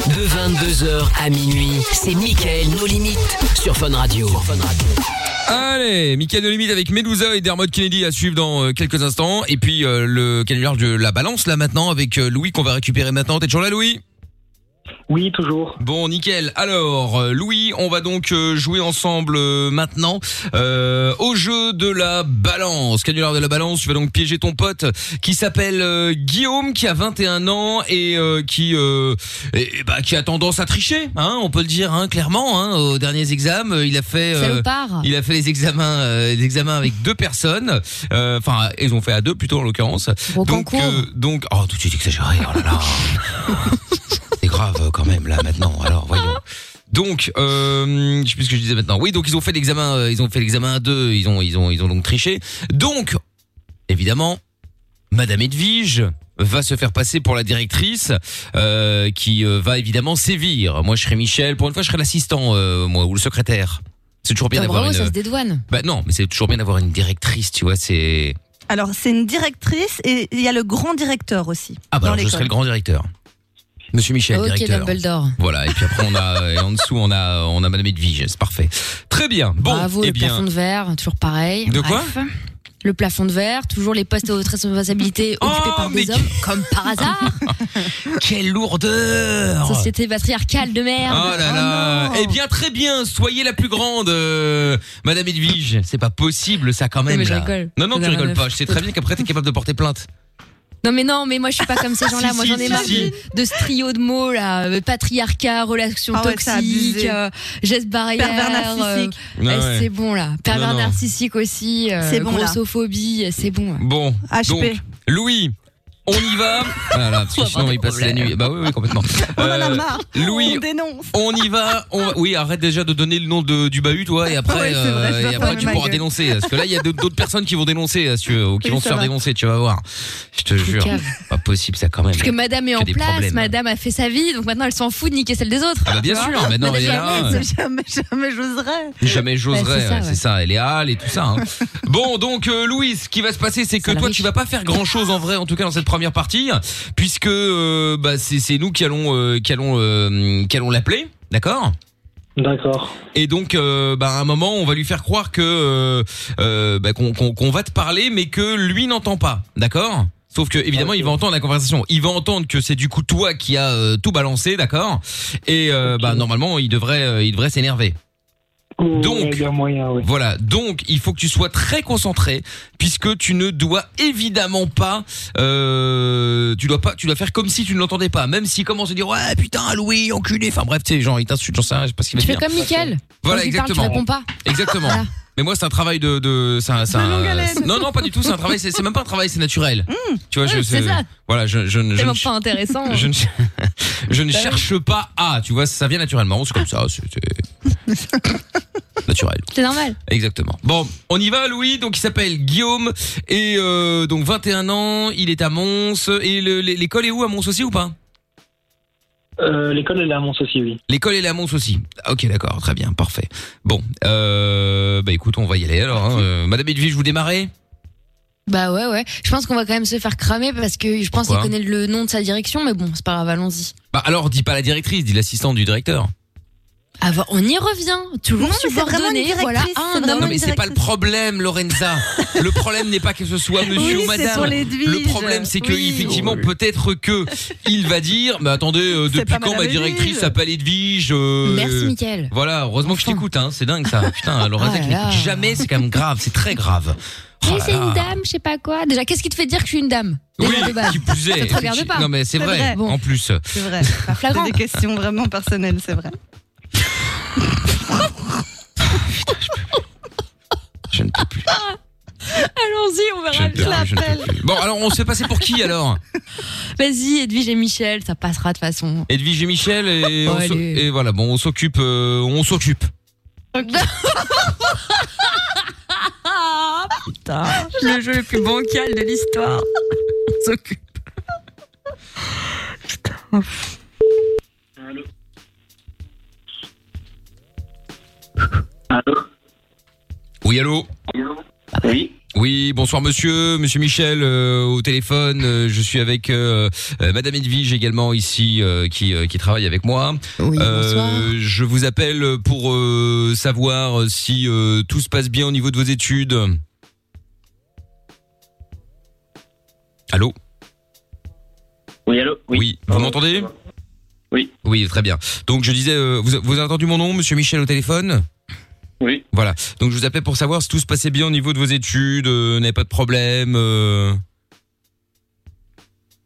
De 22h à minuit, c'est Mickaël nos limites sur Fun Radio.
Allez, Mickaël de Limite avec Medusa et Dermot Kennedy à suivre dans euh, quelques instants. Et puis euh, le canular de la balance là maintenant avec euh, Louis qu'on va récupérer maintenant. T'es toujours là Louis
Oui, toujours.
Bon, nickel. Alors, euh, Louis, on va donc euh, jouer ensemble euh, maintenant euh, au jeu de la balance. Canular de la balance, tu vas donc piéger ton pote qui s'appelle euh, Guillaume, qui a 21 ans et euh, qui euh, et- et bah, qui a tendance à tricher, hein, on peut le dire hein, clairement. Hein, aux derniers examens, euh, il a fait...
Salopard.
Il a fait les examens, euh, les examens avec deux personnes. Euh, Enfin, ils ont fait à deux plutôt en l'occurrence. Donc, euh, donc, oh, tout de suite exagéré. Oh là là, c'est grave euh, quand même là maintenant. Alors voyons. Donc, euh, je sais plus ce que je disais maintenant. Oui, donc ils ont fait l'examen, euh, ils ont fait l'examen à deux. Ils ont, ils ont, ils ont donc triché. Donc, évidemment, Madame Edwige va se faire passer pour la directrice euh, qui euh, va évidemment sévir. Moi, je serai Michel. Pour une fois, je serai l'assistant, euh, moi, ou le secrétaire. C'est toujours bien
Ah,
d'avoir
bravo,
une. euh,
ça se dédouane.
Bah non, mais c'est toujours bien d'avoir une directrice, tu vois, c'est
Alors, c'est une directrice et il y a le grand directeur aussi.
Ah bah
dans
alors je
l'école.
serai le grand directeur. Monsieur Michel,
Ok,
directeur.
Dumbledore.
Voilà, et puis après on a et en dessous on a on a Madame Edwige, c'est parfait. Très bien. Bon,
Bravo,
eh
le
bien,
plafond de verre, toujours pareil.
De quoi
Bref. Le plafond de verre, toujours les postes à haute responsabilité
Oh,
occupés par des hommes, comme par
Ah,
hasard.
quelle lourdeur
Société patriarcale de merde.
Oh là là Eh bien, très bien, soyez la plus grande, euh, Madame Edwige. C'est pas possible, ça, quand
Non,
même.
mais je
là.
rigole.
Non, non, tu
Ça n'a rien
rigoles
à
pas.
foutre.
Je sais très bien qu'après, t'es capable de porter plainte.
Non mais non, mais moi je suis pas comme ces gens-là.
Ah, Si,
moi
si,
j'en ai
si,
marre
si.
de ce trio de mots là, euh, patriarcat, relations
Ah ouais, t'as
toxiques,
abusé.
euh, gestes barrières,
Pervers narcissique.
Ah
euh, eh,
ouais.
C'est bon là, pervers
Non, non.
narcissique aussi, euh,
C'est bon, là.
grossophobie, euh, c'est bon.
Bon,
HP.
donc, Louis, on y va. Voilà, parce que sinon, on va y passer la nuit. Bah oui, oui, complètement. On
en a marre.
euh, Louis,
On dénonce.
on y va. On va- Oui, arrête déjà de donner le nom de, du bahut, toi, et après, euh,
Ouais, c'est vrai, je
et
dois
après
fermer
tu
ma
pourras
gueule.
dénoncer. Parce que là, il y a d'autres d'autres personnes qui vont dénoncer, euh, si tu veux, ou qui
Oui,
vont se
ça
faire
va.
dénoncer, tu vas voir. Je te jure.
cave.
Pas possible, ça, quand même.
Parce que Madame est en
des
place,
problèmes.
Madame a fait sa vie, donc maintenant elle s'en fout de niquer celle des autres.
Ah bah, bien
Tu vois
sûr, maintenant,
Madame
elle est là. euh,
Jamais,
jamais, jamais j'oserais.
Jamais j'oserais,
Bah, c'est ça,
ouais, c'est
ouais.
ça, elle est hâle et tout ça. hein. bon, donc euh, Louis, ce qui va se passer, c'est que toi, tu vas pas faire grand chose en vrai, en tout cas dans cette première partie, puisque euh, bah, c'est c'est nous qui allons, euh, qui allons, euh, qui allons l'appeler, d'accord
D'accord.
et donc, euh, bah, à un moment, on va lui faire croire que euh, euh, bah, qu'on qu'on- qu'on va te parler, mais que lui n'entend pas, d'accord Sauf que évidemment, il va entendre la conversation. Il va entendre que c'est du coup toi qui a euh, tout balancé, d'accord Et euh, bah, normalement, il devrait, euh, il devrait s'énerver. Donc, voilà. Donc, il faut que tu sois très concentré, puisque tu ne dois évidemment pas, euh, tu dois pas, tu dois faire comme si tu ne l'entendais pas, même s'il commence à dire ouais putain Louis enculé. Enfin bref, tu sais, genre il t'insulte, j'en sais rien, je sais pas ce qu'il va
Tu fais
dire.
comme Nickel.
Voilà,
Quand tu parles, tu
exactement.
réponds pas.
Exactement.
Voilà.
Mais moi, c'est un travail de, de, c'est un- c'est un-
longue haleine. Mmh.
non, non, pas du tout. C'est un travail, c'est c'est même pas un travail, c'est naturel. tu vois, je,
oui, c'est ça.
voilà, je, je, ne- je, ne-
Tellement pas intéressant.
je ne, je ne
hein. Bah oui.
cherche pas à, tu vois, ça vient naturellement. C'est comme ça, c'est c'est naturel.
C'est normal.
Exactement. Bon, on y va, Louis. Donc, il s'appelle Guillaume et euh, donc 21 ans. Il est à Mons et le- l'é- l'école est où à Mons aussi ou pas
Euh, L'école elle est à Mons aussi, oui.
L'école est à Mons aussi. Ah, Ok, d'accord, très bien, parfait. Bon, euh, bah écoute, on va y aller alors. hein. Euh, Madame Edwige, vous démarrez
Bah ouais, ouais. Je pense qu'on va quand même se faire cramer parce que je pense qu'il
Pourquoi
connaît le nom de sa direction, mais bon, c'est pas grave, allons-y.
Bah alors, dis pas la directrice, dis l'assistante du directeur.
Ah bah, on y revient.
Non,
Toujours
mais c'est vraiment une
subordonné.
directrice,
Voilà, à un
c'est
homme.
non mais c'est pas le problème, Lorenza. le problème n'est pas que ce soit monsieur
Oui,
ou
c'est
madame.
sur les
Le problème, c'est que
Oui.
effectivement, peut-être que il va dire, mais attendez, euh,
C'est
depuis
pas
quand ma
madame
directrice
Edwige.
s'appelle Edwige euh,
Merci, Mickaël.
Voilà, heureusement que je t'écoute, hein. C'est dingue ça. Putain, Lorenza
Ah
qui
là
m'écoute
là.
jamais, c'est quand même grave, c'est très grave. Oh
Mais
là
c'est une
là.
dame, je sais pas quoi. Déjà, qu'est-ce qui te fait dire que je suis une dame Déjà,
Oui,
de base.
qui plus est.
Ça te regarde pas.
Non mais c'est vrai.
Bon.
En plus.
C'est vrai. C'est des questions vraiment personnelles, c'est vrai.
Allons-y, on verra
Je ne peux plus. Bon, alors on se fait passer pour qui alors
Vas-y, Edwige et Michel, ça passera de toute façon.
Edwige et Michel et,
Bon,
on s'o-
allez.
et voilà, bon, on s'occupe, euh, on s'occupe.
Putain, le jeu le plus bancal de l'histoire. On s'occupe.
Oui, allô
Oui.
Oui, bonsoir monsieur, monsieur Michel euh, au téléphone, euh, je suis avec euh, euh, madame Edwige également ici euh, qui euh, qui travaille avec moi. Euh, je vous appelle pour euh, savoir si euh, tout se passe bien au niveau de vos études. Allô
Oui, allô
Oui, vous m'entendez
Oui.
Oui, très bien. Donc je disais euh, vous vous avez entendu mon nom monsieur Michel au téléphone
Oui.
Voilà. Donc je vous appelais pour savoir si tout se passait bien au niveau de vos études, euh, n'avez pas de problème, euh,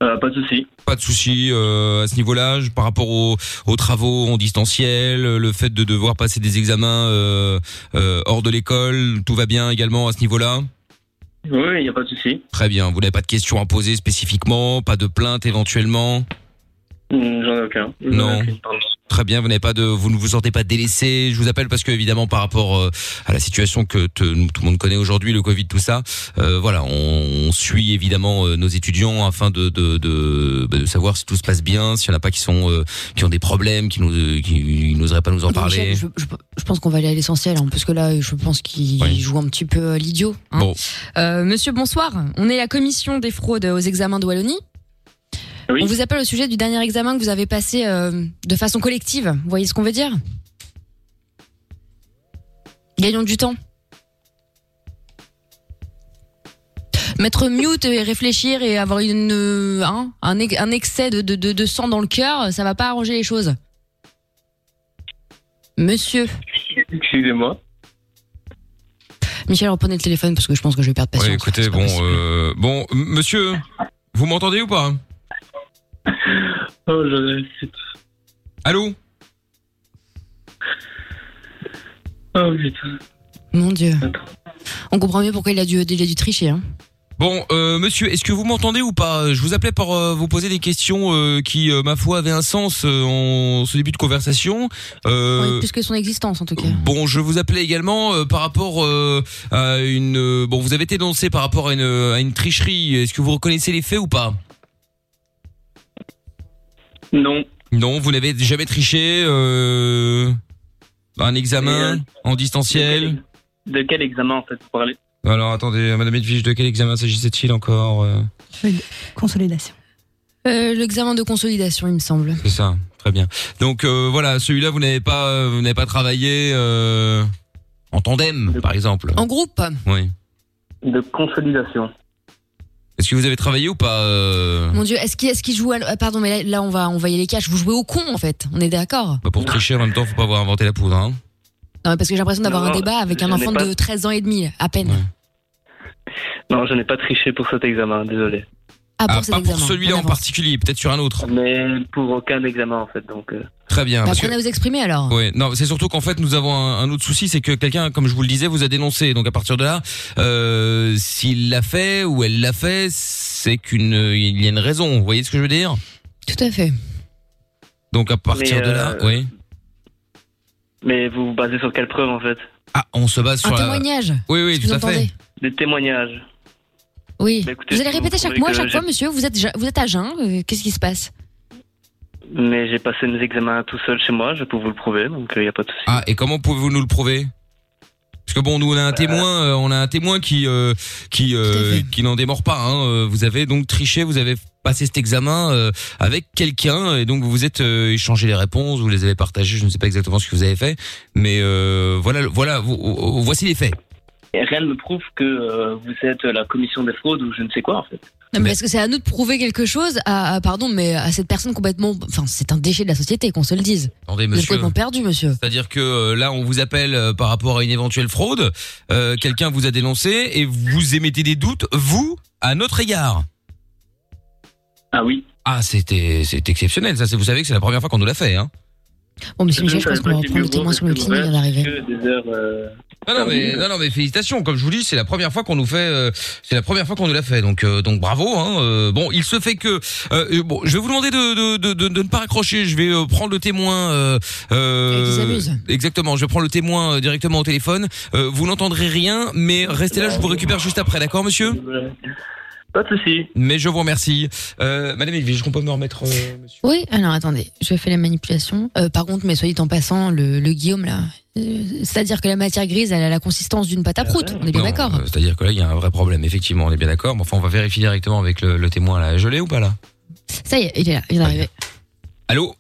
Euh, pas de souci.
pas de soucis euh, à ce niveau-là, je- par rapport aux, aux travaux en distanciel, euh, le fait de devoir passer des examens euh, euh, hors de l'école, tout va bien également à ce niveau-là.
Oui, il n'y a pas de souci.
Très bien. Vous n'avez pas de questions à poser spécifiquement, pas de plainte éventuellement.
Hmm, J'en ai aucun. J'en ai
Non.
aucune, pardon.
Très bien, vous n'avez pas de, vous ne vous sentez pas délaissé. Je vous appelle parce que évidemment par rapport euh, à la situation que te- nous- tout le monde connaît aujourd'hui, le Covid, tout ça. euh, voilà, on, on suit évidemment euh, nos étudiants afin de de, de, bah, de savoir si tout se passe bien, s'il y en a pas qui sont euh, qui ont des problèmes, qui nous euh, qui n'oseraient pas nous en
Donc,
parler.
Je, je- je pense qu'on va aller à l'essentiel, hein, parce que là, je pense qu'il joue un petit peu euh, l'idiot. hein.
Bon,
Euh, monsieur, bonsoir. On est la commission des fraudes aux examens de Wallonie. On vous appelle au sujet du dernier examen que vous avez passé euh, de façon collective. Vous voyez ce qu'on veut dire Gagnons du temps. Mettre mute et réfléchir et avoir une, euh, hein, un, ex- un excès de, de, de- de sang dans le cœur, ça va pas arranger les choses. Monsieur,
Excusez-moi.
Michel, reprenez le téléphone parce que je pense que je vais perdre patience.
Ouais, écoutez, bon, euh, bon, m- monsieur, vous m'entendez ou pas
Oh, je...
Allô
Oh, putain.
Mon Dieu. On comprend mieux pourquoi il a dû, il a dû tricher. Hein.
Bon, euh, monsieur, est-ce que vous m'entendez ou pas Je vous appelais pour euh, vous poser des questions euh, qui, euh, ma foi, avaient un sens euh, en ce début de conversation. Euh,
Plus que son existence, en tout cas.
Bon, je vous appelais également euh, par rapport euh, à une. euh, bon, vous avez été dénoncé par rapport à une, euh, à une tricherie. Est-ce que vous reconnaissez les faits ou pas
Non.
Non, vous n'avez jamais triché. Euh, un examen en distanciel.
Euh, De quel examen, en fait, vous parlez
Alors attendez, Madame Edwige, de quel examen s'agissait-il encore euh
Consolidation. Euh, L'examen de consolidation, il me semble.
C'est ça, très bien. Donc euh, voilà, celui-là, vous n'avez pas, euh, vous n'avez pas travaillé euh, en tandem, par exemple.
En groupe
Oui.
De consolidation.
Est-ce que vous avez travaillé ou pas euh,
Mon Dieu, est-ce qu'il est qu'il joue à... ah, Pardon, mais là, là, on, va, on va y aller cash. Vous jouez au con, en fait. On est d'accord
bah, Pour tricher, en même temps, faut pas avoir inventé la poudre. Hein.
Non, mais parce que j'ai l'impression d'avoir
Non,
un débat avec un
je n'ai
enfant
pas-
de 13 ans et demi, à peine. Bah,
Ah,
Non, je n'ai pas triché pour cet examen, désolé.
Ah, pour
Ah,
cet
pas
examen.
pour celui-là en particulier, peut-être sur un autre.
Mais Euh, pour aucun examen, en fait, donc... euh,
Très bien.
Bah,
parce que-
Apprenez à vous exprimer, alors.
Ouais, non, c'est surtout qu'en fait nous avons un, un autre souci, c'est que quelqu'un, comme je vous le disais, vous a dénoncé. Donc à partir de là, euh, s'il l'a fait ou elle l'a fait, c'est qu'une, il y a une raison. Vous voyez ce que je veux dire
Tout à fait.
Donc à partir
Mais,
de là,
euh,
oui.
Mais vous vous basez sur quelle preuve, en fait
Ah, on se base sur la- Oui, oui,
que
tout à
vous
fait.
entendez Des témoignages.
Oui.
Bah, écoutez,
vous allez
si vous
répéter chaque
trouvez
mois,
que
chaque fois,
j'ai-
monsieur. Vous êtes, ja- vous êtes à jeun. euh, Qu'est-ce qui se passe
Mais j'ai passé mes examens tout seul chez moi, je peux vous le prouver, donc il n'y a pas de souci.
Ah, et comment pouvez-vous nous le prouver Parce que bon, nous on a un témoin, euh, on a un témoin qui euh, qui euh, qui n'en démord pas. Hein. Euh, Vous avez donc triché, vous avez passé cet examen euh, avec quelqu'un et donc vous vous êtes euh, échangé les réponses, vous les avez partagées. Je ne sais pas exactement ce que vous avez fait, mais euh, voilà, voilà, vo- vo- voici les faits.
Et rien ne me prouve que euh, vous êtes la commission des fraudes ou je ne sais quoi, en fait.
Non, mais, parce que c'est à nous de prouver quelque chose à, à- pardon, mais à cette personne complètement. Enfin, c'est un déchet de la société, qu'on se le dise.
Attendez,
Vous êtes
monsieur.
complètement perdu, monsieur.
C'est-à-dire que euh, là, on vous appelle euh, par rapport à une éventuelle fraude. euh, Quelqu'un vous a dénoncé et vous émettez des doutes, vous, à notre égard.
Ah oui.
Ah, c'était c'est exceptionnel. Ça, c'est vous savez que c'est la première fois qu'on nous l'a fait. Hein.
Bon, monsieur Michel, je pense
savais
qu'on
pas
va
si
reprendre le
Hugo
témoin sur le
restait
climat, il vient
ouvert
d'arriver.
que des heures, euh,
Ah Non, non, mais, non, non, mais félicitations. Comme je vous dis, c'est la première fois qu'on nous fait. euh, c'est la première fois qu'on nous l'a fait. Donc, euh, donc bravo. Hein, Euh, bon, il se fait que. euh, bon, je vais vous demander de, de, de, de- de ne pas raccrocher. Je vais euh, prendre le témoin. Euh, euh,
Ils abusent.
exactement. Je vais prendre le témoin euh, directement au téléphone. Euh, vous n'entendrez rien, mais restez là. Je vous récupère juste après. D'accord, monsieur
Pas de souci.
Mais je vous remercie, euh, Madame Edwige. Qu'on peut me remettre. euh,
Oui, alors attendez, je fais la manipulation. Euh, par contre, mais soit dit en passant, le, le Guillaume là, euh, c'est-à-dire que la matière grise, elle a la consistance d'une pâte à prout, on est bien
Non,
d'accord
euh, C'est-à-dire que là, il y a un vrai problème. Effectivement, on est bien d'accord. Mais enfin, on va vérifier directement avec le, le témoin là. Je l'ai ou pas là
Ça y est, il est là, il est arrivé.
Allô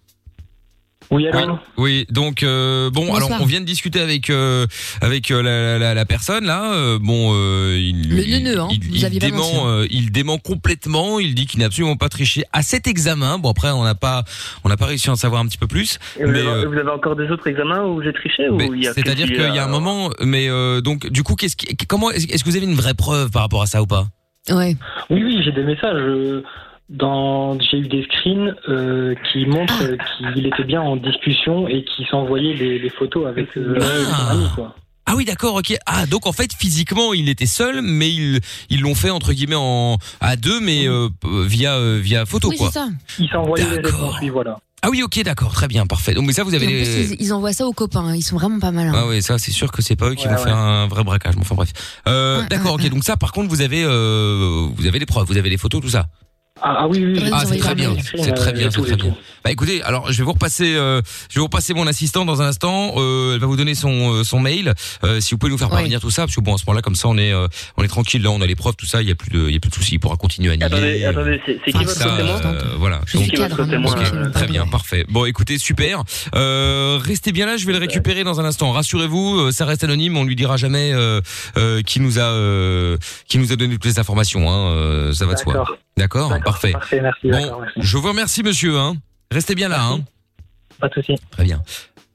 Oui,
allô Oui, donc euh, bon,
Bonsoir.
alors on vient de discuter avec euh, avec euh, la, la, la personne là. euh, bon, euh, il,
Le
il-
neuneu, hein,
il,
vous
il
aviez pas menti,
dément,
hein.
euh, il dément complètement. Il dit qu'il n'a absolument pas triché à cet examen. Bon, après, on n'a pas on n'a pas réussi à en savoir un petit peu plus.
Et vous,
mais,
avez,
euh,
vous avez encore des autres examens où j'ai triché ou
mais
il y a que
C'est-à-dire
qui,
qu'il y a
euh,
un moment, mais euh, donc du coup, qu'est-ce qui- comment est-ce est-ce que vous avez une vraie preuve par rapport à ça ou pas
Ouais.
Oui, oui, j'ai des messages. euh, Dans, j'ai eu des screens euh, qui montrent
Ah.
euh, qu'il était bien en discussion et qui s'envoyaient des, des photos avec euh, son ami, quoi.
Ah oui, d'accord, ok. Ah, donc en fait, physiquement, il était seul, mais ils ils l'ont fait entre guillemets en à deux, mais euh, p- via euh, via photo quoi.
Il s'envoyait des réponses, oui, voilà.
Ah oui, ok, d'accord, très bien, parfait. Donc, mais ça, vous avez
Et en
des-
plus, ils, ils envoient ça aux copains, hein, ils sont vraiment pas malins.
Ah oui, ça c'est sûr que c'est pas eux qui
Ouais,
vont
ouais.
faire un vrai braquage. mais Enfin bref. Euh, D'accord, ok. Donc ça, par contre, vous avez, euh, vous avez les preuves, vous avez les photos, tout ça.
Ah, ah oui, oui, oui. Euh,
Ah, c'est très bien, c'est très bien, c'est très bien. Bah écoutez, alors je vais vous repasser, euh, je vais vous repasser mon assistant dans un instant. Euh, elle va vous donner son euh, son mail. Euh, si vous pouvez nous faire parvenir tout ça, parce que bon, à ce moment-là, comme ça, on est euh, on est tranquille. Là, on a les preuves, tout ça. Il y a plus de, il y a plus de soucis. Il pourra continuer à nier.
Attendez, attendez, c'est c'est qui
Ah,
votre
ça,
témoin
euh, Voilà.
Je suis
Donc,
cadre, hein,
ok,
moi, je-
Très bien, parfait. Bon, écoutez, super. Euh, restez bien là, je vais le récupérer dans un instant. Rassurez-vous, euh, ça reste anonyme, on lui dira jamais euh, euh, qui nous a euh, qui nous a donné toutes les informations. Hein, euh, ça va de soi.
D'accord.
D'accord, parfait.
merci,
Bon, je vous remercie, monsieur. Hein. Restez bien là. Hein.
Pas de souci.
Très bien.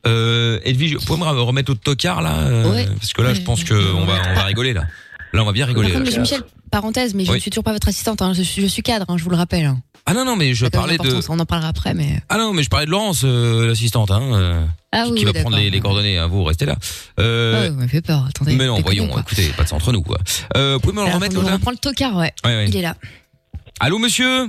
Euh, Edwige, vous pouvez me remettre au tocard là, euh,
Ouais.
parce que là, je pense que on va on va rigoler là. Là, on va bien rigoler.
Après,
là.
monsieur Michel, parenthèse, mais je
euh, Oui.
ne suis toujours pas votre assistante, hein, je, suis- je suis cadre, hein, je vous le rappelle. hein.
Ah non non, mais je
Ça a quand même
parlais de.
l'importance, On en parlera après, mais.
Ah non, mais je parlais de Laurence, euh, l'assistante, hein, euh,
Ah
qui,
oui,
qui va
oui,
prendre les, les coordonnées. hein, vous restez là.
Ah
Euh,
ouais, vous m'avez fait peur, attendez.
mais non, voyons, écoutez, pas de ça entre nous quoi. Euh, vous pouvez me le
Alors,
remettre
attendez, on
Lola
reprend le tocard, ouais.
Ouais, ouais.
Il est là.
Allô, monsieur.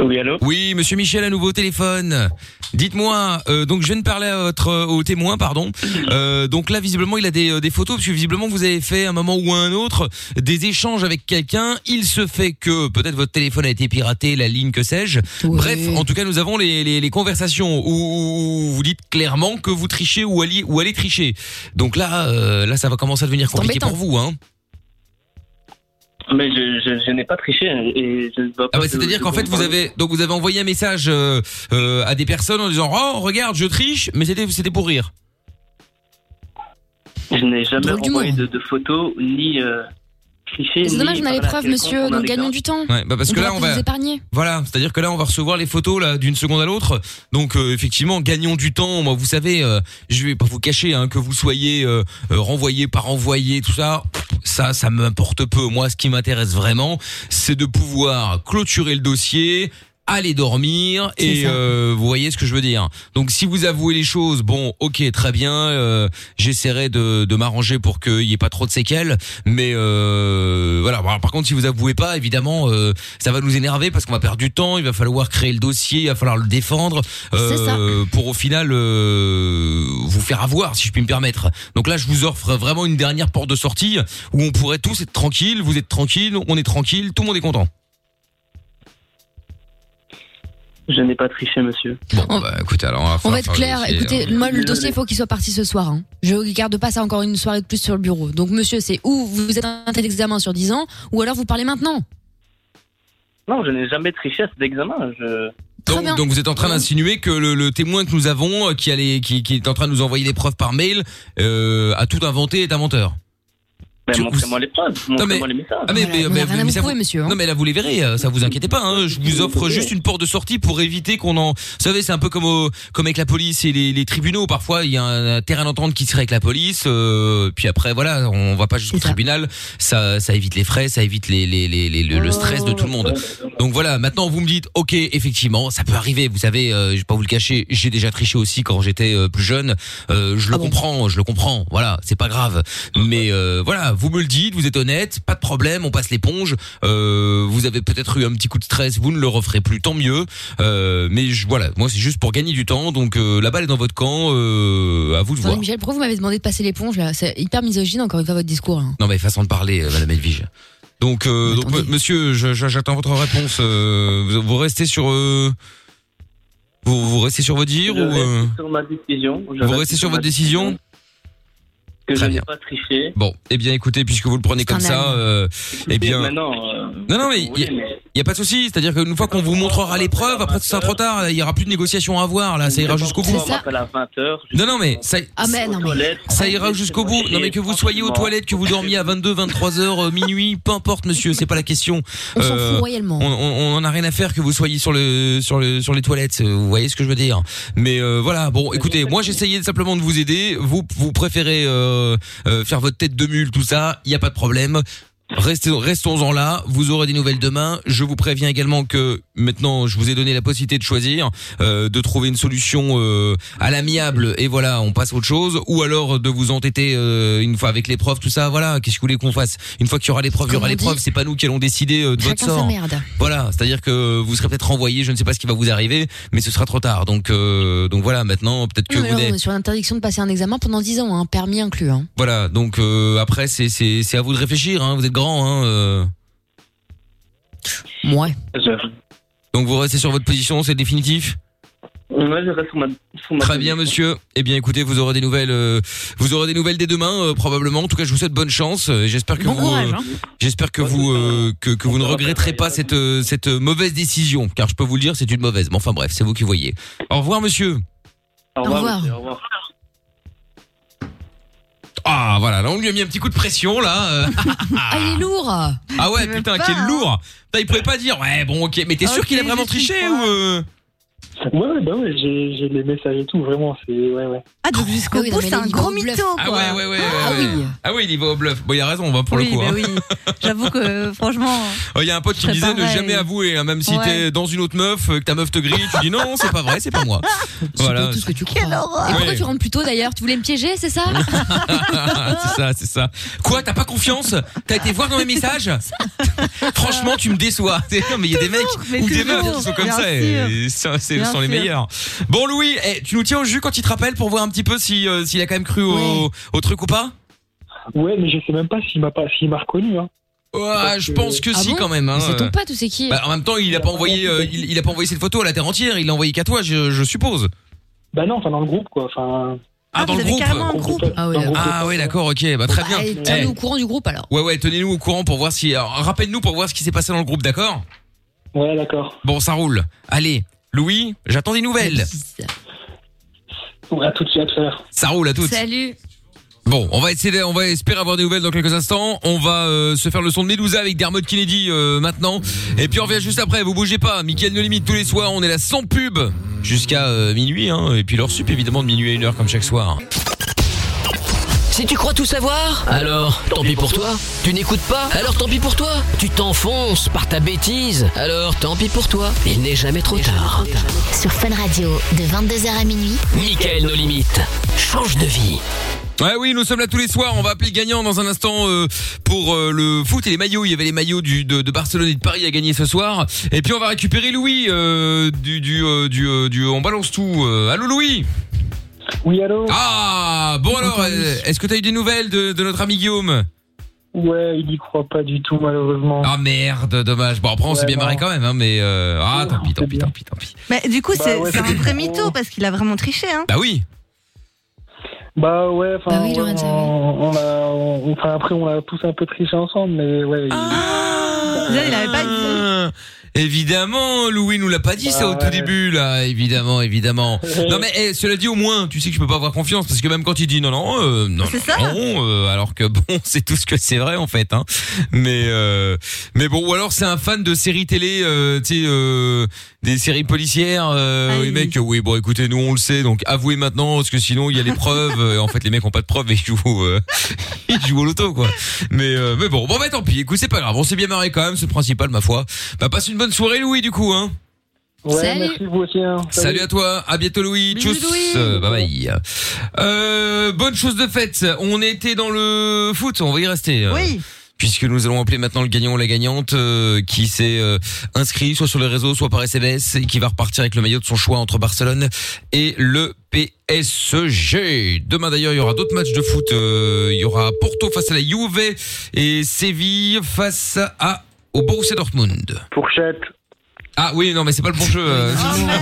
Oui, allô. Oui, monsieur Michel, à nouveau au téléphone. Dites-moi, euh, donc je viens de parler à votre euh, au témoin, pardon. Euh, donc là, visiblement, il a des, euh, des photos parce que visiblement vous avez fait à un moment ou à un autre des échanges avec quelqu'un. Il se fait que peut-être votre téléphone a été piraté, la ligne que sais-je. Bref, en tout cas, nous avons les, les, les conversations où vous dites clairement que vous trichez ou allez ou allez tricher. Donc là, euh, là, ça va commencer à devenir compliqué pour vous, hein.
Mais je, je, je n'ai pas triché hein, et je ne dois pas.
Ah ouais, c'est-à-dire qu'en fait vous avez donc vous avez envoyé un message euh, euh, à des personnes en disant "Oh, regarde, je triche", mais c'était c'était pour rire.
Je n'ai jamais envoyé de, de photos ni euh, triché.
C'est
ni
dommage, on a
parlé
les
à
preuves,
quelqu'un
monsieur,
pendant
donc
les
gagnons
heures.
du temps.
Ouais, bah parce que
pourra
là, on
peut-être
va-
vous épargner.
Voilà, c'est-à-dire que là on va recevoir les photos là d'une seconde à l'autre. Donc euh, effectivement, gagnons du temps. Moi, vous savez, euh, je vais pas vous cacher hein, que vous soyez euh, euh, renvoyé par envoyé, tout ça. Ça, ça m'importe peu. Moi, ce qui m'intéresse vraiment, c'est de pouvoir clôturer le dossier, aller dormir et euh, vous voyez ce que je veux dire. Donc si vous avouez les choses, bon, ok, très bien, euh, j'essaierai de, de m'arranger pour qu'il y ait pas trop de séquelles, mais euh, voilà. Bon, alors, par contre, si vous avouez pas, évidemment, euh, ça va nous énerver parce qu'on va perdre du temps. Il va falloir créer le dossier, il va falloir le défendre euh, pour au final euh, vous faire avoir, si je puis me permettre. Donc là, je vous offre vraiment une dernière porte de sortie où on pourrait tous être tranquilles. Vous êtes tranquille, on est tranquille, tout le monde est content.
Je n'ai pas triché, monsieur.
Bon, bah, écoutez, alors on va,
On va
faire
être clair,
le dossier,
écoutez,
hein.
moi le dossier, il faut qu'il soit parti ce soir. hein. Je garde pas ça encore une soirée de plus sur le bureau. Donc monsieur, c'est ou vous êtes un tel d'examen sur 10 ans, ou alors vous parlez maintenant.
Non, je n'ai jamais triché à cet examen. Je...
Donc, donc vous êtes en train d'insinuer que le, le témoin que nous avons, euh, qui, a les- qui, qui est en train de nous envoyer des preuves par mail, euh, a tout inventé et est un menteur.
Mais
Tu-
montrez-moi les preuves, montrez-moi les messages.
Ah, mais, mais- mais- mais ça vous-
monsieur.
Non mais là vous les verrez, euh, ça vous inquiétez pas. hein, je vous offre juste une porte de sortie pour éviter qu'on en. Vous savez, c'est un peu comme au- comme avec la police et les, les tribunaux. Parfois, il y a un, un terrain d'entente qui serait avec la police. euh, puis après, voilà, on va pas jusqu'au tribunal. Ça, ça évite les frais, ça évite les, les, les- les- le, le stress de tout le monde. Donc voilà. Maintenant, vous me dites, ok, effectivement, ça peut arriver. Vous savez, euh, je vais pas vous le cacher, j'ai déjà triché aussi quand j'étais euh, plus jeune. Euh, je le comprends, je le comprends. Voilà, c'est pas grave. Mais euh, voilà, vous me le dites, vous êtes honnête, pas de problème, on passe l'éponge. Euh, vous avez peut-être eu un petit coup de stress, vous ne le referez plus, tant mieux. Euh, mais je, voilà, moi c'est juste pour gagner du temps. Donc euh, la balle est dans votre camp. Euh, à vous de
Attendez,
voir.
Michel, pourquoi vous m'avez demandé de passer l'éponge là C'est hyper misogyne encore une fois votre discours. hein.
Non mais façon de parler, euh, Madame Edwige. Donc, euh, donc, m- monsieur, je- je- j'attends votre réponse. Euh, vous, vous restez sur, euh, vous, vous restez sur vos
Je
dires ou
reste
euh,
sur ma décision. Je
vous
reste
restez sur
ma
votre décision
Que je
Très
n'ai
bien.
pas triché.
Bon, eh bien, écoutez, puisque vous le prenez comme ça, euh, eh bien,
Maintenant, euh,
Non, non, mais il n'y a, y a pas de souci. C'est-à-dire qu'une fois qu'on vous montrera les preuves, après, ce sera trop tard. Il n'y aura plus de négociation à avoir. Là, Ah, ça ira jusqu'au bout.
on m'appelle à 20h.
Non, non, Ah, mais ça,
mais non, mais-
ça ira jusqu'au bout. Non, mais que vous soyez aux toilettes, que vous dormiez à 22, 23 heures, euh, minuit, peu importe, monsieur, c'est pas la question.
On s'en
Euh,
fout royalement.
On, on, on en a rien à faire que vous soyez sur le, sur le, sur les toilettes. euh, Vous voyez ce que je veux dire. Mais euh, voilà.
Bah,
Bon, écoutez, moi j'essayais simplement de vous aider. Vous, vous préférez euh, euh, faire votre tête de mule, tout ça. Il n'y a pas de problème. Restez- Restons-en là. Vous aurez des nouvelles demain. Je vous préviens également que maintenant, je vous ai donné la possibilité de choisir, euh, de trouver une solution euh, à l'amiable et voilà, on passe à autre chose, ou alors de vous entêter euh, une fois avec l'épreuve, tout ça. Voilà, qu'est-ce que vous voulez qu'on fasse Une fois qu'il y aura l'épreuve, il y
Comme
aura
on
l'épreuve.
dit,
C'est pas nous qui allons décider euh, de votre
chacun sa
sort.
merde.
Voilà, c'est-à-dire que vous serez peut-être renvoyé. Je ne sais pas ce qui va vous arriver, mais ce sera trop tard. Donc, euh, donc voilà. Maintenant, peut-être que
Non, mais
vous
là,
n'êtes-
on est sur l'interdiction de passer un examen pendant 10 ans, hein, permis inclus. hein.
Voilà, donc euh, après c'est c'est c'est à vous de réfléchir. Hein, vous êtes grand. Hein, euh.
Moi.
Donc vous restez sur votre position, c'est définitif.
Moi, je reste sur ma, sur ma
Très bien, monsieur. Eh bien, écoutez, vous aurez des nouvelles. euh, vous aurez des nouvelles dès demain, euh, probablement. En tout cas, je vous souhaite bonne chance. euh, et J'espère que vous.
courage,
euh, J'espère que vous euh, que, que vous ne regretterez pas cette euh, cette euh, mauvaise décision, car je peux vous le dire, c'est une mauvaise. Mais enfin bref, c'est vous qui voyez. Au revoir, monsieur.
Au revoir.
revoir.
monsieur, au revoir.
Ah voilà, là on lui a mis un petit coup de pression là. euh.
Ah, il est lourd
ah ouais, putain, quel
hein.
lourd. Putain, il pouvait pas dire. Ouais, bon, ok, mais t'es sûr
Ok,
qu'il a
je
vraiment
suis
triché
froid.
ou euh
Ouais, ouais, bah ouais, j'ai j'ai les messages et tout, vraiment, c'est. Ouais, ouais.
Ah, donc jusqu'au bout, c'est un gros mytho. Quoi. Ah
Ah ouais, ouais, ouais. ouais, ouais. Ah oui, il y va au bluff. Bon, il a raison, on va pour le
oui,
coup.
mais
hein.
oui. J'avoue que euh, franchement,
Oh, Il y a un pote qui
Je serais
disait ne
pareil.
jamais avouer, hein, même si
Ouais.
t'es dans une autre meuf, euh, que ta meuf te grille, tu dis non, c'est pas vrai, c'est pas moi. Voilà.
Tout ce que tu crois. Et pourquoi
Ouais.
tu rentres plus tôt d'ailleurs Tu voulais me piéger, c'est ça
c'est ça, c'est ça. Quoi, t'as pas confiance T'as été voir dans mes messages Franchement, tu me déçois. Non, mais il y a des mecs
mais
ou des
toujours,
meufs qui sont comme
bien
ça. Et ça, c'est-
Bien
ce sont les
sûr.
meilleurs. Bon, Louis, eh, tu nous tiens au jus quand il te rappelle pour voir un petit peu si, euh, s'il a quand même cru au, au truc ou pas
Ouais, mais je sais même pas s'il m'a pas, s'il m'a reconnu. Hein.
Ouais, je pense que
Ah
si
bon
quand même. hein.
C'est ton pote ou c'est qui
Bah, en même temps, il a pas envoyé, euh, il, il a pas envoyé cette photo à la terre entière. Il l'a envoyé qu'à toi, je, je suppose.
Bah non, enfin dans le groupe, quoi. Enfin.
Ah, dans le groupe.
Ah oui,
Ah ouais, d'accord, ok, bah très bien.
Et
Eh,
tiens-nous au courant du groupe alors.
Ouais, ouais, tenez-nous au courant pour voir si. alors, Rappelle-nous pour voir ce qui s'est passé dans le groupe, d'accord
Ouais, d'accord.
Bon, ça roule. Allez, Louis, j'attends des nouvelles.
Ouais, à tout de suite, à tout à l'heure.
Ça roule à toutes.
Salut.
Bon, on va essayer, de- on va espérer avoir des nouvelles dans quelques instants. On va euh, se faire le son de Medusa avec Dermot Kennedy euh, maintenant. Et puis on revient juste après. Vous bougez pas. Mickaël No Limite tous les soirs. On est là sans pub jusqu'à euh, minuit. Hein. Et puis leur sup évidemment de minuit à une heure comme chaque soir.
Si tu crois tout savoir, alors tant pis pour toi. Tu n'écoutes pas, alors tant pis pour toi. Tu t'enfonces par ta bêtise, alors tant pis pour toi. Il n'est jamais trop tard.
Sur Fun Radio, de 22h à minuit.
Michael nos limites. Change de vie.
Ouais oui, nous sommes là tous les soirs. On va appeler le gagnant dans un instant euh, pour euh, le foot et les maillots. Il y avait les maillots du, de, de Barcelone et de Paris à gagner ce soir. Et puis on va récupérer Louis euh, du du, euh, du euh, du on balance tout. Euh, allô Louis.
Oui, allô
Ah bon alors, euh, est-ce que t'as eu des nouvelles de, de notre ami Guillaume
Ouais, il y croit pas du tout, malheureusement.
Ah merde, dommage. Bon après on
Ouais,
s'est bien
non.
marré quand même, hein, mais euh, ah tant pis, tant pis, tant pis.
mais du coup,
Bah
c'est
ouais,
c'est
c'est
un vrai mytho parce qu'il a vraiment triché. Hein.
Bah oui.
Bah ouais, enfin.
Bah oui, il aurait
ouais,
dû-
on, on a, on- enfin, après, on a tous un peu triché ensemble, mais ouais.
Ah
il avait pas
dit. Ah. Évidemment, Louis nous l'a pas dit ça au tout début là, évidemment, évidemment. Non mais eh, cela dit au moins, tu sais que je peux pas avoir confiance parce que même quand il dit non non euh, non,
C'est
non,
ça.
non, euh, alors que bon, c'est tout ce que c'est vrai en fait hein. Mais euh, mais bon ou alors c'est un fan de séries télé euh, tu sais euh, des séries policières euh, les mecs euh, oui bon écoutez nous on le sait donc avouez maintenant parce que sinon il y a les preuves Euh, en fait les mecs ont pas de preuves et ils jouent euh, il joue au loto quoi. Mais euh, mais bon, bon bah tant pis. Écoute, c'est pas grave. On s'est bien marré quand même, c'est le principal ma foi. Bah passe une bonne soirée Louis du coup hein.
Ouais,
Salut.
merci vous aussi. hein.
Salut à toi, à bientôt Louis, tchuss, Euh, bye bye. Euh, bonne chose de faite, on était dans le foot, on va y rester. euh,
Oui.
Puisque nous allons appeler maintenant le gagnant ou la gagnante euh, qui s'est euh, inscrit soit sur les réseaux, soit par SMS et qui va repartir avec le maillot de son choix entre Barcelone et le PSG. Demain d'ailleurs, il y aura d'autres matchs de foot. euh, il y aura Porto face à la Juve et Séville face à au Borussia Dortmund.
Fourchette.
Ah oui, non mais c'est pas le bon jeu. euh.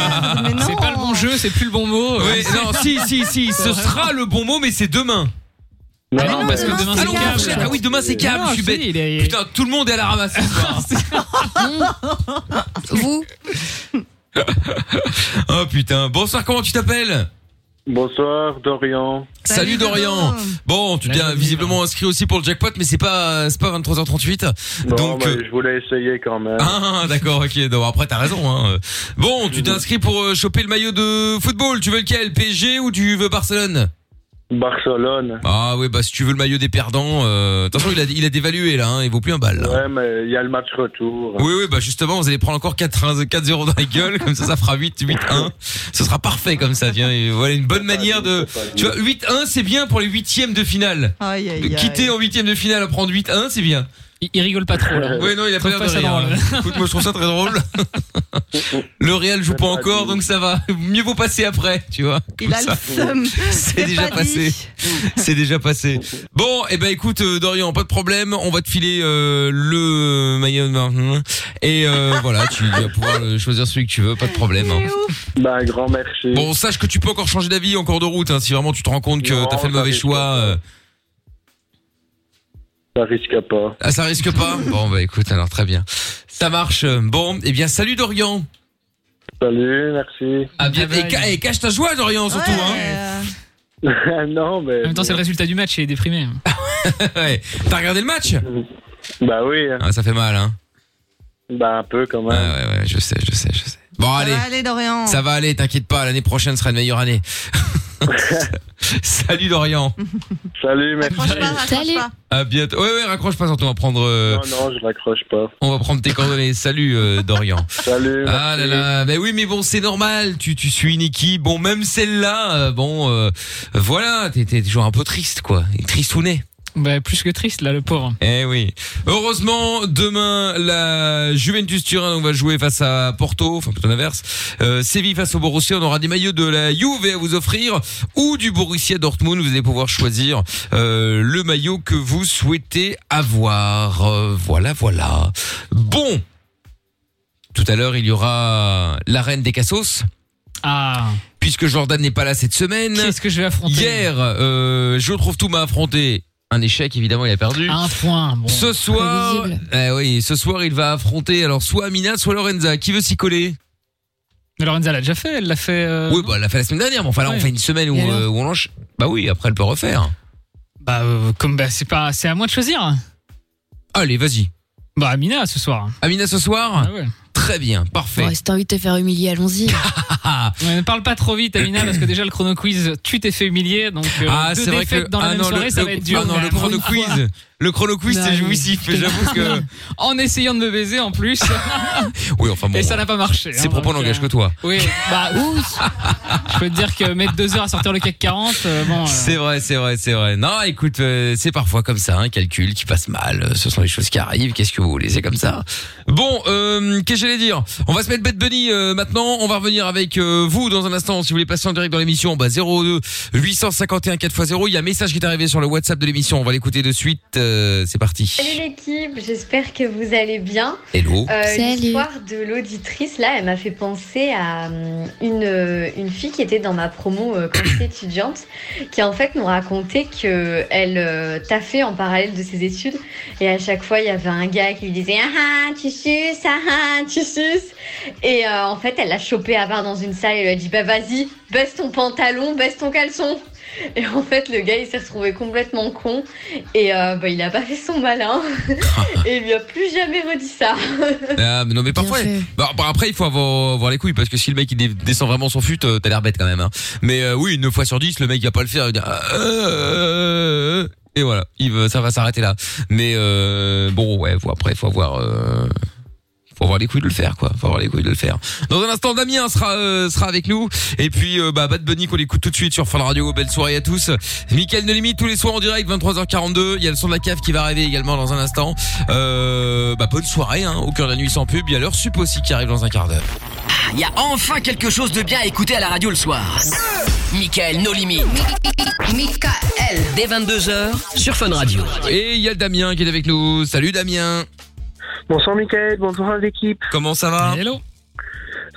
C'est pas le bon jeu, c'est plus le bon mot.
Oui,
Euh,
non, si, si, si, ce sera le bon mot, mais c'est demain.
Ah mais non, non, parce que demain, demain, c'est
Ah non,
câble.
fourchette, Ah oui, demain c'est câble,
Non,
je suis
si,
bête.
il est-
Putain, tout le monde est à la ramasse ce soir.
Mmh. Vous
oh putain. Bonsoir, comment tu t'appelles
Bonsoir, Dorian.
Salut Dorian. Bon, tu t'es visiblement inscrit aussi pour le jackpot, mais c'est pas c'est pas 23h38.
Bon,
Donc
bah,
euh,
je voulais essayer quand même.
ah d'accord, ok. Non, après t'as raison. Hein. Bon, tu t'es inscrit pour euh, choper le maillot de football. Tu veux lequel, PSG ou tu veux Barcelone
Barcelone.
Ah oui, bah si tu veux le maillot des perdants, euh, de toute façon il a, il a dévalué là, hein, il vaut plus un bal. là.
Ouais, mais il y a le match retour.
Oui, oui, bah justement, vous allez prendre encore 4-1, 4-0 dans la gueule, comme ça, ça fera 8-8-1. Ce sera parfait comme ça, tiens. et Voilà une bonne manière de. Tu vois, 8-1, c'est bien pour les huitièmes de finale.
Aïe, aïe,
De
aïe.
quitter en huitième de finale à prendre 8-1, c'est bien.
Il, rigole pas trop là.
Ouais, non, il a pas l'air
Trouve
de
pas ça
rire.
drôle.
hein. Écoute, moi je trouve ça très drôle. le Real joue
bah,
pas encore, donc ça va. Mieux vaut passer après, tu vois.
Il
Comme
a le
ça.
seum.
C'est déjà
pas dit.
passé. C'est déjà passé. Bon, et ben écoute euh, Dorian, pas de problème, on va te filer euh, le maillot de bain. et euh, voilà, tu vas pouvoir euh, choisir celui que tu veux, pas de problème. hein.
Bah, un grand merci.
Bon, sache que tu peux encore changer d'avis en cours de route hein, si vraiment tu te rends compte que
Non,
t'as fait le
ça
mauvais
risque
choix. euh.
Ça risque pas.
Ah, ça risque pas Bon, bah écoute, alors très bien. Ça marche. Bon, et bien salut Dorian.
Salut, merci.
Ah, bien, et, ca- et cache ta joie Dorian surtout
hein. non, mais.
En même temps, c'est le résultat du match, il est déprimé.
Ah, ouais. T'as regardé le match
Bah oui.
Ah, ça fait mal hein.
Bah un peu quand même.
Ah, Ouais, ouais, ouais, je sais, je sais, je sais. Bon, allez.
Allez, Dorian.
Ça va aller, t'inquiète pas, l'année prochaine sera une meilleure année. Salut Dorian.
Salut, merci.
Bah, Salut.
À bientôt. Ouais, ouais, raccroche pas surtout, on va prendre. euh,
Non, non, je raccroche pas.
On va prendre tes coordonnées. Salut euh, Dorian.
Salut.
Ah là
merci.
là, ben oui, mais bon, c'est normal. Tu tu suis une équipe. Bon, même celle-là, euh, bon, euh, voilà, t'es t'es toujours un peu triste, quoi. Tristounet.
Bah, plus que triste là, le pauvre.
Eh oui. Heureusement, demain, la Juventus Turin donc, va jouer face à Porto, enfin plutôt l'inverse. Euh, Séville face au Borussia, on aura des maillots de la Juve à vous offrir ou du Borussia Dortmund. Vous allez pouvoir choisir euh, le maillot que vous souhaitez avoir. Euh, voilà, voilà. Bon. Tout à l'heure, il y aura la reine des Cassos.
Ah.
Puisque Jordan n'est pas là cette semaine.
Qu'est-ce que je vais affronter
Hier, euh, je trouve tout m'a affronté un échec, évidemment, il a perdu.
Un point. Bon.
Ce soir, eh oui, ce soir, il va affronter alors soit Amina, soit Lorenza. Qui veut s'y coller
Mais Lorenza l'a déjà fait, elle l'a fait. euh,
Oui, bah, elle l'a fait la semaine dernière, mais enfin là, on
Ouais.
fait une semaine où,
Et alors
euh, où on lâche. Bah oui, après, elle peut refaire.
Bah, euh, comme bah, c'est pas, c'est à moi de choisir.
Allez, vas-y.
Bah, Amina ce soir.
Amina ce soir
ah ouais.
Très bien, parfait.
si t'as envie de te faire humilier, allons-y.
Ouais, ne parle pas trop vite, Amina, parce que déjà le chrono quiz, tu t'es fait humilier, donc euh, deux défaites dans la
ah
même
non,
soirée,
le,
ça
le-
va être dur.
ah non, le chrono quiz. Le chrono quiz,
Non,
c'est
mais-
jouissif. mais J'avoue que.
Bah En essayant de me baiser en plus.
Oui, enfin bon.
Et ça n'a pas marché.
Ses
hein,
propos
donc, euh,
n'engagent que toi.
Oui, bah oui. Je peux te dire que mettre deux heures à sortir le CAC 40, euh, bon. euh,
C'est vrai, c'est vrai, c'est vrai. Non, écoute, euh, c'est parfois comme ça, un calcul qui passe mal. euh, Ce sont les choses qui arrivent. Qu'est-ce que vous voulez C'est comme ça. Bon, euh, qu'est-ce que j'allais dire On va se mettre Bête Bunny euh, maintenant. On va revenir avec euh, vous dans un instant. Si vous voulez passer en direct dans l'émission, bah 02 851 4x0. Il y a un message qui est arrivé sur le WhatsApp de l'émission. On va l'écouter de suite. Euh, c'est parti.
Salut l'équipe, j'espère que vous allez bien.
Hello.
Euh, L'histoire de l'auditrice, là, elle m'a fait penser à hum, une, euh, une fille qui était dans ma promo euh, quand j'étais étudiante, qui en fait nous racontait qu'elle euh, taffait en parallèle de ses études. Et à chaque fois, il y avait un gars qui lui disait Ah ah, tu suces, ah ah, tu suces. Et euh, en fait, elle l'a chopé à part dans une salle et elle lui a dit Bah vas-y, baisse ton pantalon, baisse ton caleçon. Et en fait, le gars, il s'est retrouvé complètement con. Et euh, bah, il a pas fait son malin. et il lui a plus jamais redit ça.
Ah, mais non mais parfois bah, bah, après il faut avoir, avoir les couilles parce que si le mec il dé- descend vraiment son fut euh, t'as l'air bête quand même hein. mais euh, oui une fois sur dix le mec il va pas le faire il va dire, Ah, euh, euh, et voilà il va- ça va s'arrêter là mais euh, bon ouais faut, après faut avoir euh, faut avoir les couilles de le faire quoi faut avoir les couilles de le faire dans un instant Damien sera euh, sera avec nous et puis euh, bah Bad Bunny qu'on écoute tout de suite sur Fun Radio belle soirée à tous Mickaël No Limite tous les soirs en direct 23h42 il y a le son de la cave qui va arriver également dans un instant euh, bah bonne soirée hein, au cœur de la nuit sans pub il y a l'heure sup aussi qui arrive dans un quart d'heure
Il y a enfin quelque chose de bien à écouter à la radio le soir. Michael No Limit. Michael. Dès 22h sur Fun Radio.
et il y a Damien qui est avec nous salut Damien
Bonsoir Mickaël, bonsoir à l'équipe.
comment ça va
hello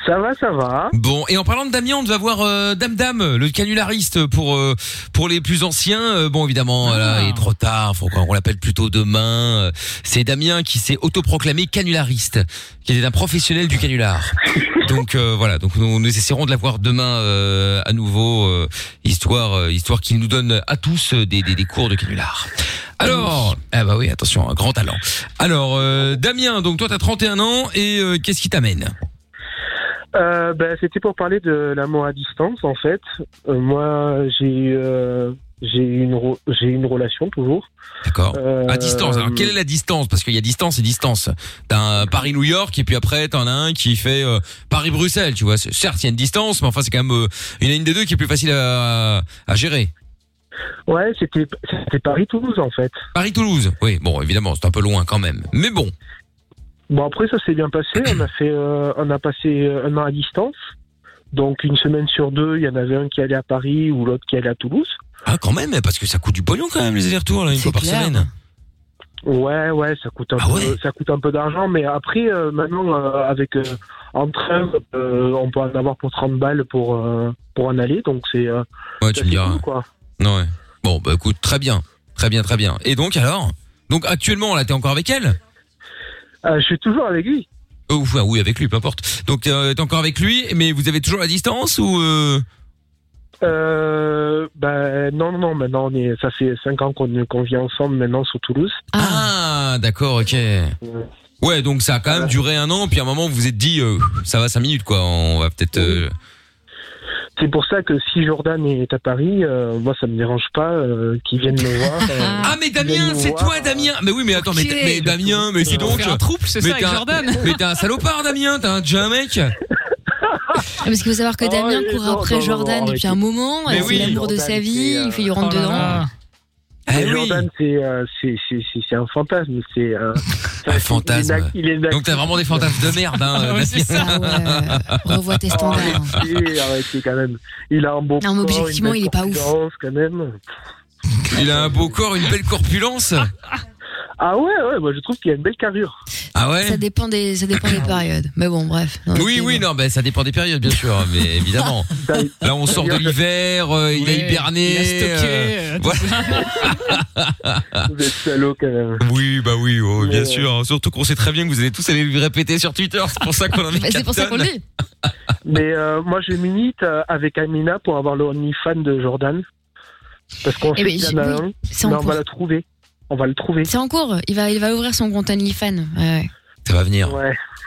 Ça va, ça va.
Bon, et en parlant de Damien, on devait voir euh, Dame Dame, le canulariste pour euh, pour les plus anciens. Euh, bon, évidemment, là, il est trop tard. Faut qu'on on l'appelle plutôt demain. Euh, C'est Damien qui s'est autoproclamé canulariste, qui était un professionnel du canular. Donc euh, voilà, donc nous, nous essaierons de l'avoir demain euh, à nouveau, euh, histoire euh, histoire qu'il nous donne à tous euh, des, des, des cours de canular. Alors, ah bah oui, attention, un grand talent. Alors, euh, Damien, donc toi, t'as 31 ans et euh, qu'est-ce qui t'amène
Euh, ben, C'était pour parler de l'amour à distance en fait. Euh, moi j'ai eu euh,
J'ai eu une, re- j'ai eu une relation toujours.
D'accord.
Euh,
À distance. Alors, quelle est la distance Parce qu'il y a distance et distance. T'as un Paris-New York et puis après, t'en as un qui fait euh, Paris-Bruxelles, tu vois. C'est- Certes, il y a une distance, mais enfin, c'est quand même euh, une ligne des deux qui est plus facile à, à gérer.
Ouais, c'était, c'était Paris-Toulouse en fait.
Paris-Toulouse. Oui, bon, évidemment, c'est un peu loin quand même. Mais bon.
Bon après ça s'est bien passé, on a fait, euh, on a passé euh, un an à distance. Donc une semaine sur deux, il y en avait un qui allait à Paris ou l'autre qui allait à Toulouse.
Ah, quand même, parce que ça coûte du pognon quand même, les allers-retours, là, une fois par semaine.
Ouais, ouais, ça coûte
Ah
un peu, ça coûte un peu d'argent, mais après euh, maintenant euh, avec euh, en train, euh, on peut en avoir pour 30 balles pour euh, pour en aller, donc c'est euh,
Ouais, tu me diras.
cool, quoi.
Non, ouais. Bon, bah écoute, très bien. Très bien, très bien. Et donc, alors Donc, actuellement, là, t'es encore avec elle
Euh,
Euh, ah
Je suis toujours avec lui.
oui, avec lui, peu importe. Donc, euh, t'es encore avec lui, mais vous avez toujours la distance ou. euh,
Euh, ben non, non, non, maintenant on est, ça fait 5 ans qu'on qu'on vit ensemble maintenant sur Toulouse.
Ah, d'accord, ok. Ouais, donc ça a quand même duré un an, puis à un moment, vous vous êtes dit, euh, ça va 5 minutes, quoi, on va peut-être. euh,
C'est pour ça que si Jordan est à Paris, euh, moi ça me dérange pas euh, qu'il vienne me voir. euh,
Ah mais Damien, c'est toi Damien. Mais oui, mais attends, mais, mais Damien, mais dis
On
donc.
fait un trouble, c'est
mais
ça, avec
t'es un-
Jordan.
Mais t'es un salopard, Damien. T'es un déjà un mec.
Ah, Parce qu'il faut savoir que Damien court
non,
après
non, non,
Jordan
arrêtez.
depuis un moment.
Mais
et
oui.
c'est l'amour de
Jordan,
sa vie.
c'est, euh,
Il fait, il rentre
oh là
dedans.
là. Mais Jordan, c'est, euh, c'est, c'est, c'est, c'est un fantasme. C'est, euh, c'est un
fantasme.
Il est
Donc t'as vraiment des fantasmes de merde, hein.
Ouais,
Damien.
c'est ça,
Revois tes standards.
arrêtez, arrêtez quand même. Il a un beau
Non, mais objectivement, il est pas ouf.
quand même.
Il a un beau corps, une belle corpulence.
Ah ouais, ouais, moi je trouve qu'il a une belle carrure.
Ah ouais. Ah,
Ça dépend des, ça dépend des périodes. Mais bon, bref.
Oui, oui, non, ben ça dépend des périodes, bien sûr, mais évidemment. Là, on sort de l'hiver, euh, il a
Ouais,
hiberné.
il a stocké, hein,
euh, voilà.
Vous êtes salaud quand même.
Oui, bah oui, oh, bien
Mais-
sûr. hein. Surtout qu'on sait très bien que vous allez tous aller le répéter sur Twitter. C'est pour ça qu'on en est
Bah, c'est pour ça qu'on le dit.
Mais euh, moi je milite euh, avec Amina pour avoir le OnlyFans de Jordan. Parce qu'on
Eh
sait
ben,
qu'il y
j'ai-
en a
oui,
un.
c'est en
Mais on
cours.
va la trouver. On va le trouver.
C'est en cours. Il va, il va ouvrir son compte OnlyFans. Ouais.
Ça va venir.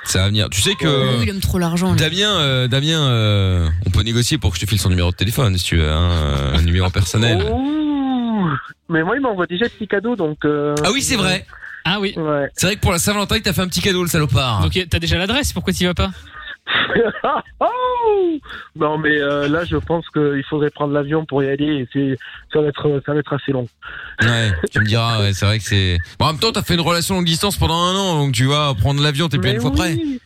Ça va venir. Tu sais que.
Oui, il aime trop l'argent. lui.
Damien, euh, Damien, euh, on peut négocier pour que je te file son numéro de téléphone si tu veux, hein, euh, un numéro personnel.
Ouh. Mais moi il m'envoie déjà des petits cadeaux donc. euh,
Ah oui, c'est vrai.
Ah oui.
C'est vrai que pour la Saint-Valentin, il t'a fait un petit cadeau, le salopard.
Donc t'as déjà l'adresse, pourquoi t'y vas pas
Oh non mais euh, là je pense qu'il faudrait prendre l'avion pour y aller et c'est- ça va être ça va être assez long.
Ouais, tu me diras, ouais, c'est vrai que c'est. Bon, en même temps, t'as fait une relation longue distance pendant un an, donc tu vas prendre l'avion, t'es plus à
Mais
Eh ben, une fois
oui.
prêt.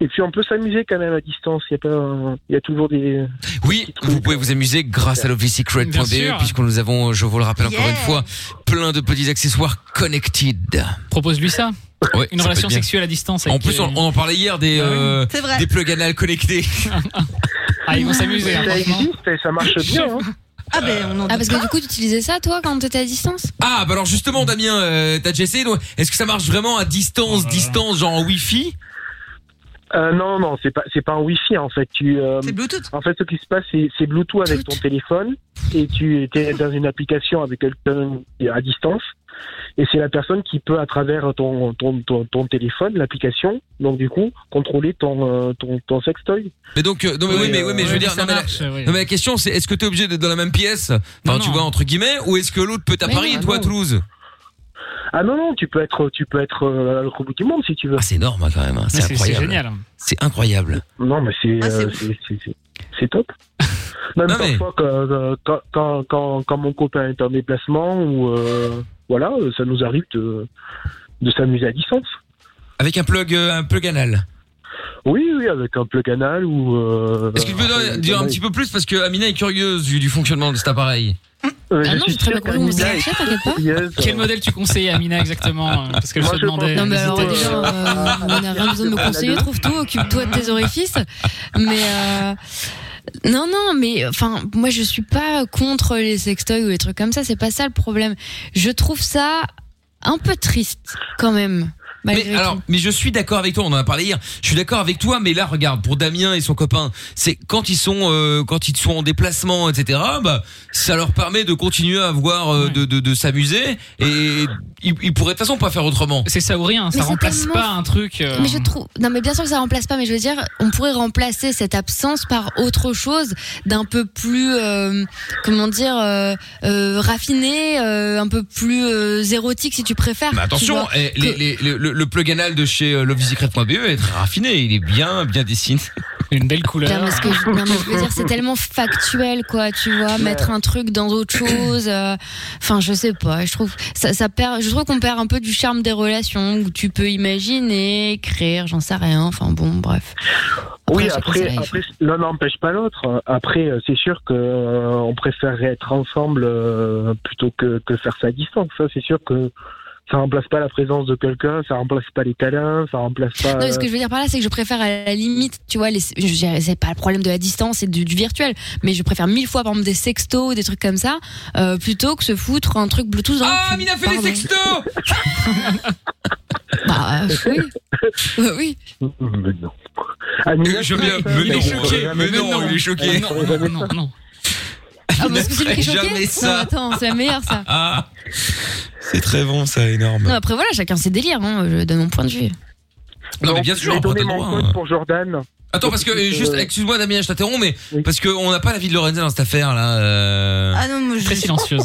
Et puis on peut s'amuser quand même à distance. Il y a pas un- il y a toujours des
Oui, vous pouvez vous amuser grâce à
Bien
lovesecret.be
sûr.
puisque E, nous avons, je vous le rappelle encore
Yeah.
une fois, plein de petits accessoires connected.
Propose-lui ça.
Ouais,
Une
ça peut
relation
être bien.
sexuelle à distance.
En
avec
plus,
les- Bah
on, on en parlait hier des, euh,
C'est vrai.
des plugs anal connectés.
Ah, ils vont s'amuser. hein,
ça
franchement.
existe et ça marche bien. hein.
Ah,
ben,
parce que du coup, tu utilisais ça, toi, quand t'étais à distance
Ah, bah alors justement, Damien, euh, t'as déjà essayé donc, Est-ce que ça marche vraiment à
Oh
distance, distance, genre en Wi-Fi
Euh, non, non, c'est pas, c'est pas un Wi-Fi en fait. Tu, c'est Bluetooth. En fait, ce qui se passe, c'est, c'est Bluetooth avec ton téléphone et tu es dans une application avec quelqu'un qui est à distance et c'est la personne qui peut à travers ton ton, ton, ton téléphone, l'application, donc du coup contrôler ton euh, ton, ton sextoy.
Mais donc, euh, non mais oui,
Oui,
mais, oui, mais
euh,
je veux
oui,
dire,
ça
non, mais
marche,
la,
oui.
non, mais la question c'est est-ce que t'es obligé d'être dans la même pièce Enfin, tu vois, entre guillemets, ou est-ce que l'autre peut à
Mais
Paris
non,
et toi à
non.
Toulouse
Ah non non, tu peux être tu peux être euh, à l'autre bout du monde si tu veux.
Ah, c'est énorme hein, quand même, c'est Mais c'est- incroyable. c'est génial. C'est incroyable.
Non mais c'est euh, c'est, c'est, c'est- c'est top. Même
Non, mais-
parfois quand, euh, quand, quand, quand, quand mon copain est en déplacement ou euh, voilà, euh, ça nous arrive de, de s'amuser à distance.
Avec un plug, euh, un plug anal.
Oui, oui, avec un plug anal ou. euh,
Est-ce que tu peux
euh,
dire un
ouais.
petit peu plus parce que Amina est curieuse du, du fonctionnement de cet appareil
Euh,
Ah
je
non,
suis
j'ai très
sûr
bien compris mon
qu'Amina est
sujet, t'inquiète pas.
curieuse.
Quel modèle tu conseilles, Amina, exactement euh, Parce qu'elle
Moi,
se
je
demandait.
pense- Non, mais alors,
hésitait.
déjà,
Euh, on n'a rien besoin de me conseiller, trouve tout, occupe-toi de tes orifices. Mais euh, non, non, mais enfin, moi je suis pas contre les sextoys ou les trucs comme ça, c'est pas ça le problème. Je trouve ça un peu triste quand même.
Mais alors, mais je suis d'accord avec toi. On en a parlé hier. Je suis d'accord avec toi, mais là, regarde, pour Damien et son copain, c'est quand ils sont, euh, quand ils sont en déplacement, etc. Bah, ça leur permet de continuer à voir, euh, de, de, de s'amuser, et ils, ils pourraient de toute façon pas faire autrement.
C'est ça ou rien.
Mais
Ça
c'est
remplace
tellement-
pas un truc. euh,
Mais je trouve. Non, mais bien sûr que ça remplace pas, mais je veux dire, on pourrait remplacer cette absence par autre chose d'un peu plus, euh, comment dire, euh, euh, raffiné, euh, un peu plus euh, érotique si tu préfères.
Mais attention,
tu vois.
eh, les- les- le- le, le plug anal de chez euh, lovesecret.be est très raffiné. Il est bien, bien dessiné.
Une belle couleur.
Non, mais ce que je, non, mais je veux dire, c'est tellement factuel, quoi, tu vois, mettre un truc dans autre chose. euh, Enfin, je sais pas, je trouve, ça, ça perd, je trouve qu'on perd un peu du charme des relations où tu peux imaginer, créer, j'en sais rien, enfin bon, bref.
Oui,
chacun ses
après,
rêves.
après l'un n'empêche pas l'autre. Après, euh, c'est sûr que euh, on préférerait être ensemble euh, plutôt que, que faire ça à distance. Ça, c'est sûr que ça remplace pas la présence de quelqu'un, ça remplace pas les câlins, ça remplace pas.
Non, mais ce que je veux dire par là, c'est que je préfère à la limite, tu vois, les, je dirais, c'est pas le problème de la distance et du, du virtuel, mais je préfère mille fois, par exemple, des sextos, des trucs comme ça, euh, plutôt que se foutre un truc Bluetooth dans Ah,
Mina fait des sextos
Bah, euh, oui. Bah, oui.
Mais euh, non. Ah, mais là,
Je viens-
ça,
mais non, euh,
ça, ça, jamais
mais
ça.
non, il est choqué.
Non, non, non,
non.
Ah, parce que c'est lui qui est choqué
Jamais
Non,
ça.
attends, c'est la meilleure, ça.
Ah, c'est très bon, ça, énorme.
Non, après, voilà, chacun ses délires, hein, je donne mon point de vue.
Non, mais bien sûr,
Je vais
après,
donner
t'as le
mon
droit,
code
hein.
pour Jordan.
Attends, parce que euh, juste,
Euh,
excuse-moi Damien, je t'interromps, mais parce que on n'a pas la vie de Lorenza dans cette affaire là. euh.
Ah non, moi, je,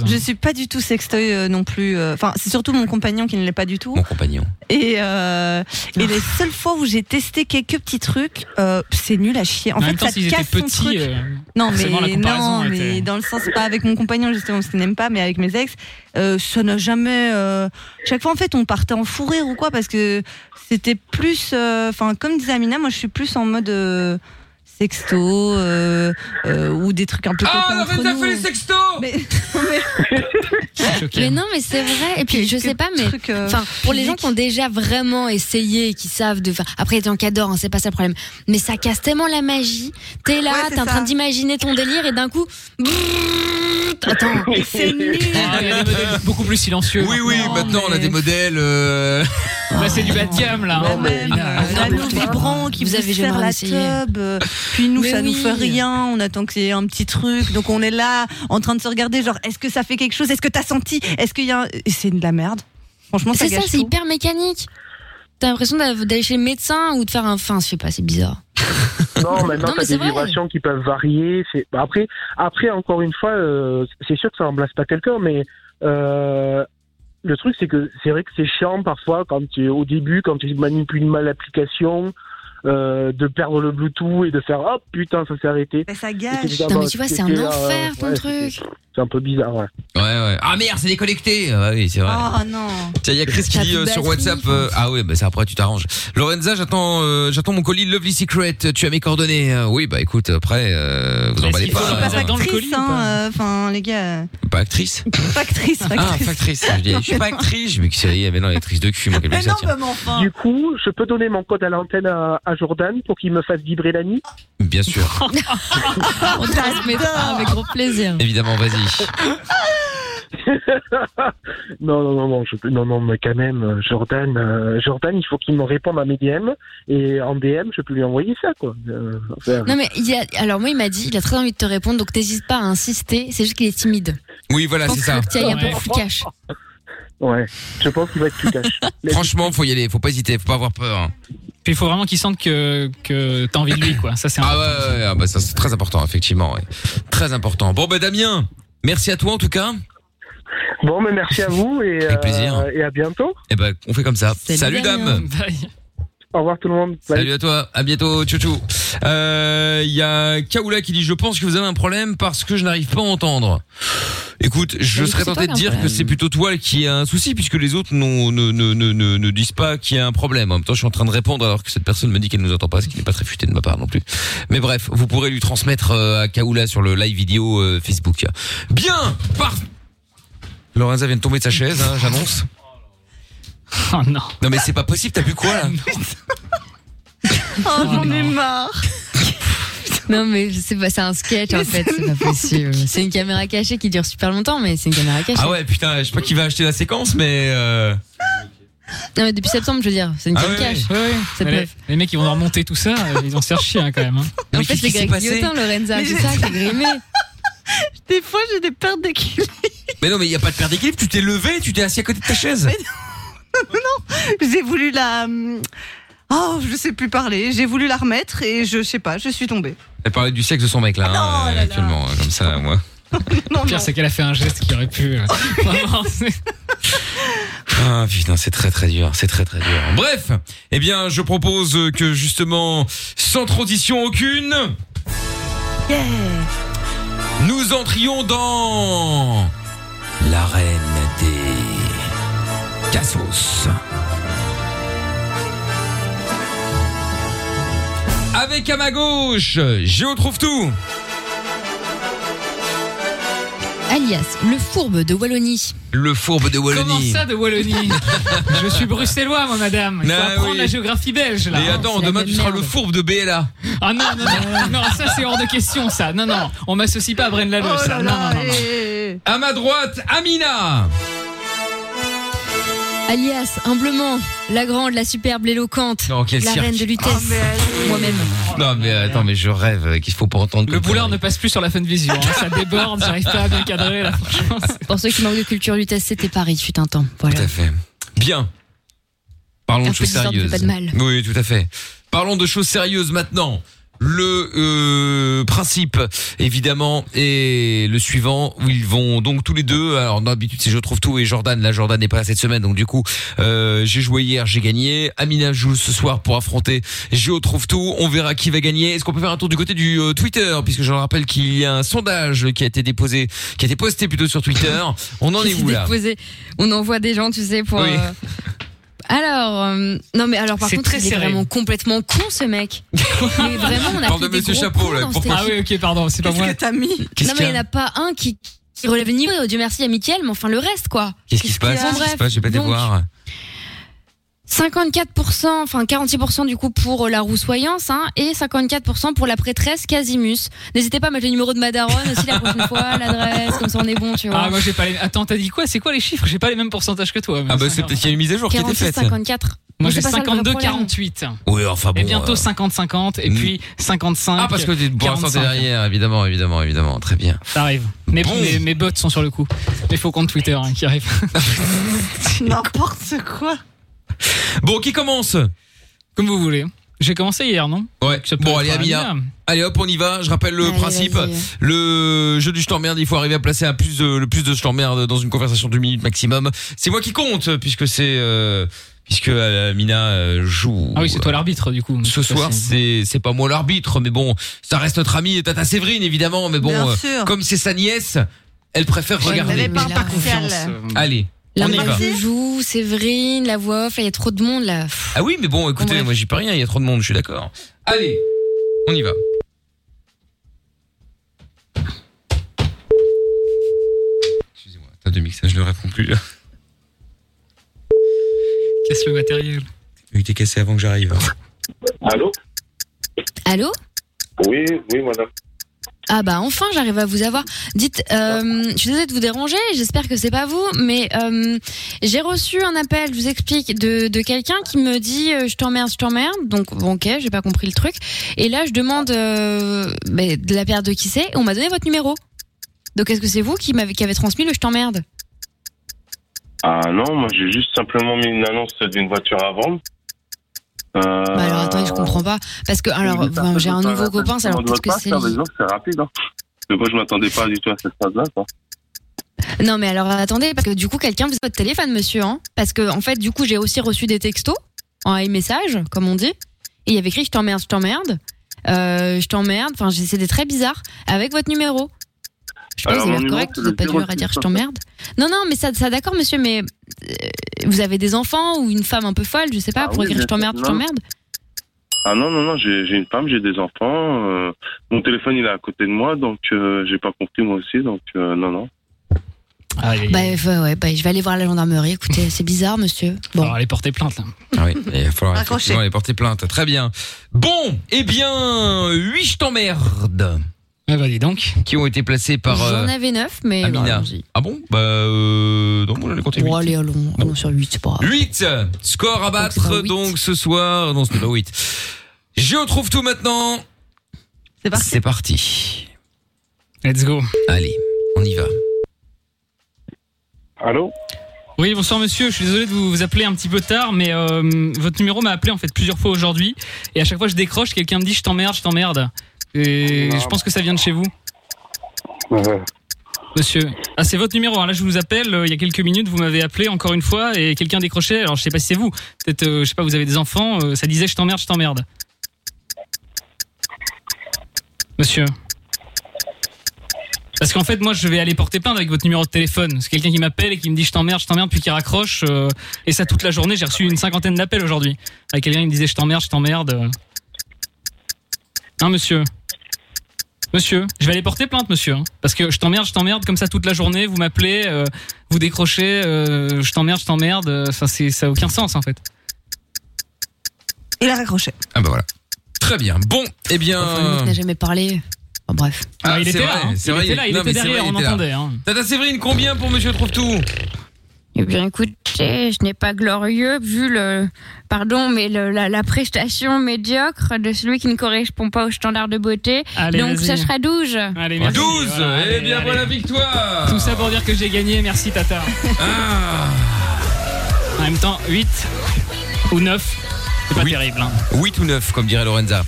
Je suis pas du tout sextoy euh, non plus. euh, Enfin, c'est surtout mon compagnon qui ne l'est pas du tout. Mon
compagnon.
Et, euh, et les seules fois où j'ai testé quelques petits trucs, euh, c'est nul à chier. En
Mais en
fait,
même temps,
ça
s'ils
te casse
étaient
ton
petits,
truc.
euh,
non, mais
forcément, la comparaison
non,
était-
mais dans le sens pas avec mon compagnon justement, parce qu'il n'aime pas, mais avec mes ex, euh, ça n'a jamais. euh, chaque fois, en fait, on partait en fou rire ou quoi, parce que c'était plus. euh, Enfin, comme disait Amina, moi, je suis plus en mode. euh, sexto euh, euh, ou des trucs un peu
Ah,
copains
la reine
entre
a
nous.
fait les sextos
mais,
Mais non, mais c'est vrai. Et puis, je sais pas, mais
euh,
enfin, pour les gens qui ont déjà vraiment essayé, et qui savent de. Enfin, après, il y a des gens qui adorent, hein, c'est pas ça le problème. Mais ça casse tellement la magie. T'es là, t'es en train d'imaginer ton délire, et d'un coup. brrrr, Attends, c'est nul.
Ah, il y a des modèles beaucoup plus silencieux.
Oui, oui, maintenant on a des modèles. euh,
Là, c'est du bas de gamme, là. hein.
l'anneau vibrant qui
Vous
vous,
avez
avez
jamais
faire la
essayé.
teub, euh, puis nous
Mais
ça nous
oui.
fait rien, on attend que c'est un petit truc, donc on est là en train de se regarder genre est-ce que ça fait quelque chose, est-ce que t'as senti, est-ce qu'il y a, un- Et c'est de la merde. Franchement ça
C'est ça,
gâche
c'est
tout.
hyper mécanique. T'as l'impression d'av- d'aller chez le médecin ou de faire un. Enfin, je sais pas, c'est bizarre.
Non, maintenant,
Non,
t'as
mais c'est
des
vrai.
vibrations qui peuvent varier. C'est... bah, Après, après, encore une fois, euh, c'est sûr que ça remplace pas quelqu'un, mais euh, le truc, c'est que c'est vrai que c'est chiant parfois quand tu, au début, quand tu manipules mal l'application, euh, de perdre le Bluetooth et de faire hop, putain, ça s'est arrêté.
ça
gâche.
Non, mais tu vois, c'est un enfer, ton truc.
C'est un peu bizarre, ouais.
Ouais, ouais. Ah merde, c'est déconnecté. Ah oui, c'est vrai.
Oh non.
Tiens, il y a Chris qui
T'as
dit
plus
euh,
de
sur
batterie,
WhatsApp. euh, ah ouais, bah ça après tu t'arranges. Lorenza, j'attends, euh, j'attends mon colis Lovely Secret. Tu as mes coordonnées. Euh, Oui, bah écoute, après, euh, vous emballez
Il faut
pas.
pas
euh,
factrice, hein, euh, enfin les gars, euh,
Pas actrice.
factrice,
Ah,
factrice.
factrice. Je, dis, je suis pas actrice. Je me dis, c'est- il y avait non, actrice de cul, mon
Mais non,
tiens.
mais enfin.
Du coup, je peux donner mon code à l'antenne à, à Jordan pour qu'il me fasse vibrer la nuit
Bien sûr.
On te transmettra avec gros plaisir.
Évidemment, vas-y.
non, non, non, non, je, non, non, mais quand même, euh, Jordan, euh, Jordan, il faut qu'il me réponde à mes DM et en DM, je peux lui envoyer ça, quoi. Euh,
Ah
enfin,
Non, mais il y a. Alors, moi, il m'a dit, il a très envie de te répondre, donc t'hésites pas à insister, c'est juste qu'il est timide.
Oui, voilà, c'est ça.
Tiens, il y a pas de flou cash.
Ouais, je pense qu'il va être plus cash.
Franchement, faut y aller. Faut pas hésiter. Faut pas avoir peur. hein.
Puis il faut vraiment qu'ils sentent que, que t'as envie de lui, quoi. Ça, c'est
Ah ouais, ouais, ouais, ah bah ça c'est très important, effectivement. ouais. Très important. Bon, bah Damien, merci à toi en tout cas.
Bon, mais merci à vous et, euh,
Avec plaisir.
et à bientôt.
Et ben, on fait comme ça. Salut, dame.
Au revoir tout le monde. Bye.
Salut à toi, à bientôt, tchou tchou. Euh, Il y a Kaoula qui dit je pense que vous avez un problème parce que je n'arrive pas à entendre. Écoute, je
Mais
serais
c'est toi
tenté
qui
de
as un
dire que
problème.
c'est plutôt toi qui a un souci puisque les autres n'ont- ne, ne, ne, ne, ne disent pas qu'il y a un problème. En même temps, je suis en train de répondre alors que cette personne me dit qu'elle ne nous entend pas, ce qui n'est pas très futé de ma part non plus. Mais bref, vous pourrez lui transmettre euh, à Kaoula sur le live vidéo euh, Facebook. Bien, par. Lorenza vient de tomber de sa chaise, hein, j'annonce.
Oh non.
Non mais c'est pas possible, t'as vu quoi là
Oh, j'en ai marre.
Non, mais c'est pas, c'est un sketch, en fait, c'est pas possible. C'est une caméra cachée qui dure super longtemps, mais c'est une caméra cachée.
Ah ouais, putain, je sais pas qui va acheter la séquence, mais. euh,
Non, mais depuis septembre, je veux dire, c'est une
Ah
petite
ouais,
cache.
ouais, ouais.
Cette
Mais les-
meuf.
Les mecs, ils vont leur monter tout ça, euh, ils vont se faire chier hein, quand même. hein.
En fait, c'est Greg Guillotin, Lorenza,
Mais
c'est
j'ai-
ça, c'est grimé.
Des fois, j'ai des pertes d'équilibre.
Mais non, mais il y a pas de perte d'équilibre. Tu t'es levé, tu t'es assis à côté de ta chaise.
J'ai voulu la. euh, Oh, je sais plus parler. J'ai voulu la remettre et je sais pas, je suis tombée.
Elle parlait du sexe de son mec là, hein, euh, actuellement, euh, comme ça, moi.
Le pire, c'est qu'elle a fait un geste qui aurait pu. euh, vraiment, c'est-
Ah putain, c'est très très dur, c'est très très dur. Bref, eh bien, je propose que justement, sans transition aucune, nous entrions dans l'arène des cassos. Avec à ma gauche, Géo trouve tout.
Alias, le fourbe de Wallonie.
Le fourbe de
Comment
Wallonie.
ça de Wallonie Je suis bruxellois, moi, madame. Il faut
Ah
apprendre
oui.
la géographie belge, là.
Et
hein.
attends, demain tu seras le fourbe de BLA.
Ah non, non, non, non, ça c'est hors de question, ça. Non, non, on m'associe pas à Bren
Oh
Oh
Lalo, ça. non, non, non, non.
À ma droite, Amina.
Alias, humblement, la grande, la superbe, l'éloquente,
Non, Oh, quel
la
cirque.
reine de
Oh,
l'utesse. Moi-même.
Non mais attends, mais je rêve qu'il faut pas entendre.
Le boulard ne passe plus sur la fin de vision. hein. Ça déborde, j'arrive pas à bien cadrer, là.
Pour ceux qui manquent de culture l'utesse, c'était Paris, fut un temps. Voilà.
Tout à fait. Bien. Parlons
Un
de choses
peu désordre,
sérieuses.
pas de mal.
Oui, tout à fait. Parlons de choses sérieuses maintenant. Le euh, principe, évidemment, est le suivant où ils vont donc tous les deux. Alors d'habitude, c'est je trouve tout et Jordan. Là, Jordan n'est pas là cette semaine, donc du coup, euh, j'ai joué hier, j'ai gagné. Amina joue ce soir pour affronter Géo trouve tout. On verra qui va gagner. Est-ce qu'on peut faire un tour du côté du euh, Twitter, puisque je rappelle qu'il y a un sondage qui a été déposé, qui a été posté plutôt sur Twitter. On en est où là
Déposé. On envoie des gens, tu sais, pour.
Oui.
euh, Alors, euh, non mais alors par
C'est
contre,
très
il est
serré.
vraiment complètement con ce mec. mais vraiment, on a
Parle
pris
de
des
Monsieur
gros
Chapeau,
cons
là,
dans
pourquoi-
cette
Ah oui, ok, pardon, c'est pas moi.
t'as mis
Qu'est-ce
Non
qu'il y
mais il
a
n'y en a pas un qui, qui relève le niveau. Dieu merci à Mickaël, mais enfin le reste quoi.
Qu'est-ce qui se passe Qu'est-ce qui se passe J'ai pas été
Donc,
voir.
54%, enfin 46% du coup pour euh, la roussoyance hein, et 54% pour la prêtresse Casimus. N'hésitez pas à mettre le numéro de Madaronne aussi la prochaine fois, l'adresse, comme ça on est bon, tu vois.
Ah, moi j'ai pas les. Attends, t'as dit quoi C'est quoi les chiffres J'ai pas les mêmes pourcentages que toi. mais
Ah bah
ça
c'est
va.
peut-être qu'il y a une mise à jour qui a été
46,
faite.
54.
Moi
Mais
j'ai
c'est pas ça le vrai
52,
problème.
48.
Oui, enfin bon.
Et bientôt
euh,
50-50, et puis 55.
Ah parce que t'es- pour l'instant t'es
45.
derrière, évidemment, évidemment, évidemment. Très bien.
Ça arrive. Mes, mes, mes bots sont sur le coup. Mes faux comptes Twitter hein, qui arrivent.
N'importe quoi.
Bon, qui commence
Comme vous voulez. J'ai commencé hier, non
Ouais. Bon, allez,
être
Amina.
Amina.
Allez, hop, on y va. Je rappelle le
Allez,
principe.
vas-y.
Le jeu du je t'emmerde, il faut arriver à placer un plus de- le plus de je t'emmerde dans une conversation d'une minute maximum. C'est moi qui compte, puisque c'est... euh, puisque euh, Amina euh, joue...
Ah oui, c'est toi l'arbitre du coup.
Ce soir, c'est c'est pas moi l'arbitre, mais bon, ça reste notre amie Tata Séverine, évidemment, mais bon,
Bien
euh,
sûr.
comme c'est sa nièce, elle préfère
Ouais,
regarder.
mais elle est pas
Mais
impartiale.
confiance, euh, Allez,
La
on y va.
mère de Joux, Séverine, la voix off, là, il y a trop de monde là. Pff,
Ah oui, mais bon, écoutez, moi j'y peux rien, il y a trop de monde, je suis d'accord. Allez, on y va. Excusez-moi, tas de mixage, je ne réponds plus.
Casse le matériel.
Il était cassé avant que j'arrive. hein.
Allô
Allô
Oui, oui, madame.
Ah bah enfin, j'arrive à vous avoir. Dites, euh, je suis désolée de vous déranger, j'espère que c'est pas vous, mais euh, j'ai reçu un appel, je vous explique, de, de quelqu'un qui me dit euh, je t'emmerde, je t'emmerde. Donc bon, ok, j'ai pas compris le truc. Et là, je demande euh, bah, de la paire de qui c'est, et on m'a donné votre numéro. Donc est-ce que c'est vous qui m'avez qui avez transmis le je t'emmerde
Ah non, moi j'ai juste simplement mis une annonce d'une voiture à vendre. Euh...
Bah alors attendez, je comprends pas parce que alors bon, j'ai un nouveau copain, ça, alors peut-être que c'est
Ah,
lui.
mais non, C'est rapide, hein. De quoi je m'attendais pas du tout à cette phrase-là, quoi.
Non, mais alors attendez, parce que du coup, quelqu'un vous a votre téléphone, monsieur. Hein parce que, en fait, du coup, j'ai aussi reçu des textos en iMessage, comme on dit. Et il y avait écrit Je t'emmerde, je t'emmerde. Euh, je t'emmerde. Enfin, j'ai- c'était très bizarre. Avec votre numéro. Je pense
Alors,
que
mon
c'est
numéro,
correct,
c'est
vous n'êtes
le
pas du genre à
06.
dire Je t'emmerde. Non, non, mais ça, ça d'accord, monsieur, mais euh, vous avez des enfants ou une femme un peu folle, je sais pas,
Ah
pour
oui,
écrire
bien
Je t'emmerde,
sûr,
je
non.
t'emmerde.
Ah non, non, non, j'ai j'ai une femme, j'ai des enfants. euh, mon téléphone, il est à côté de moi, donc euh, j'ai pas compris moi aussi, donc euh, non, non.
Ah,
Bah, ouais, ouais, bah, je vais aller voir la gendarmerie. Écoutez, c'est bizarre, monsieur.
Bon. Alors, allez porter plainte là.
Ah oui, il va falloir
Raccrocher.
effectivement aller porter plainte. Très bien. Bon, eh bien, 8 je t'emmerde.
Ah bah dis donc.
Qui ont été placés par euh,
J'en avais 9, mais. bah,
Amina.
allons-y.
Ah bon Bah euh, non, moi j'en ai compté
Bon,
8.
allez, allons,
Ah
allons sur 8, c'est pas grave.
8 Score à battre donc ce soir. Non, ce n'est pas 8. Je retrouve tout maintenant.
C'est
parti. C'est parti.
Let's go.
Allez, on y va.
Allô Oui, bonsoir monsieur, je suis désolé de vous, vous appeler un petit peu tard, mais euh, votre numéro m'a appelé en fait plusieurs fois aujourd'hui, et à chaque fois que je décroche, quelqu'un me dit je t'emmerde, je t'emmerde. Et je pense que ça vient de chez vous. Monsieur, ah, c'est votre numéro. hein. Là, je vous appelle. euh, il y a quelques minutes, vous m'avez appelé encore une fois et quelqu'un décrochait. Alors, je sais pas si c'est vous. Peut-être, euh, je sais pas, vous avez des enfants. euh, ça disait, je t'emmerde, je t'emmerde. Monsieur. Parce qu'en fait, moi, je vais aller porter plainte avec votre numéro de téléphone. C'est quelqu'un qui m'appelle et qui me dit je t'emmerde, je t'emmerde, puis qui raccroche. euh, et ça, toute la journée, j'ai reçu une cinquantaine d'appels aujourd'hui. Avec quelqu'un qui me disait je t'emmerde, je t'emmerde. euh. Hein, monsieur Monsieur, je vais aller porter plainte, monsieur. hein. Parce que je t'emmerde, je t'emmerde, comme ça toute la journée, vous m'appelez, euh, vous décrochez, euh, je t'emmerde, je t'emmerde. euh, Ça, c'est, ça a aucun sens, en fait.
Il a raccroché.
Ah bah voilà. Très bien. Bon, eh bien.
Enfin,
Ah.
le mec n'a jamais parlé. Bon, bref.
Ah,
il
c'est
était là,
vrai,
hein.
c'est
Il
vrai,
était là, il
non,
était
mais c'est
derrière,
vrai, il
on
était là.
entendait, hein.
Tata Séverine, combien pour Monsieur Trouve Tout
Eh bien, écoutez, je n'ai pas glorieux vu le, pardon, mais le- la, la prestation médiocre de celui qui ne correspond pas aux standards de beauté.
Allez,
Donc,
vas-y.
ça sera 12.
Allez, merci.
12, eh
allez,
bien,
allez.
voilà victoire. Ah.
Tout ça pour dire que j'ai gagné, merci Tata. En même temps, 8 ou 9, c'est pas terrible. hein.
8 ou 9, comme dirait Lorenza.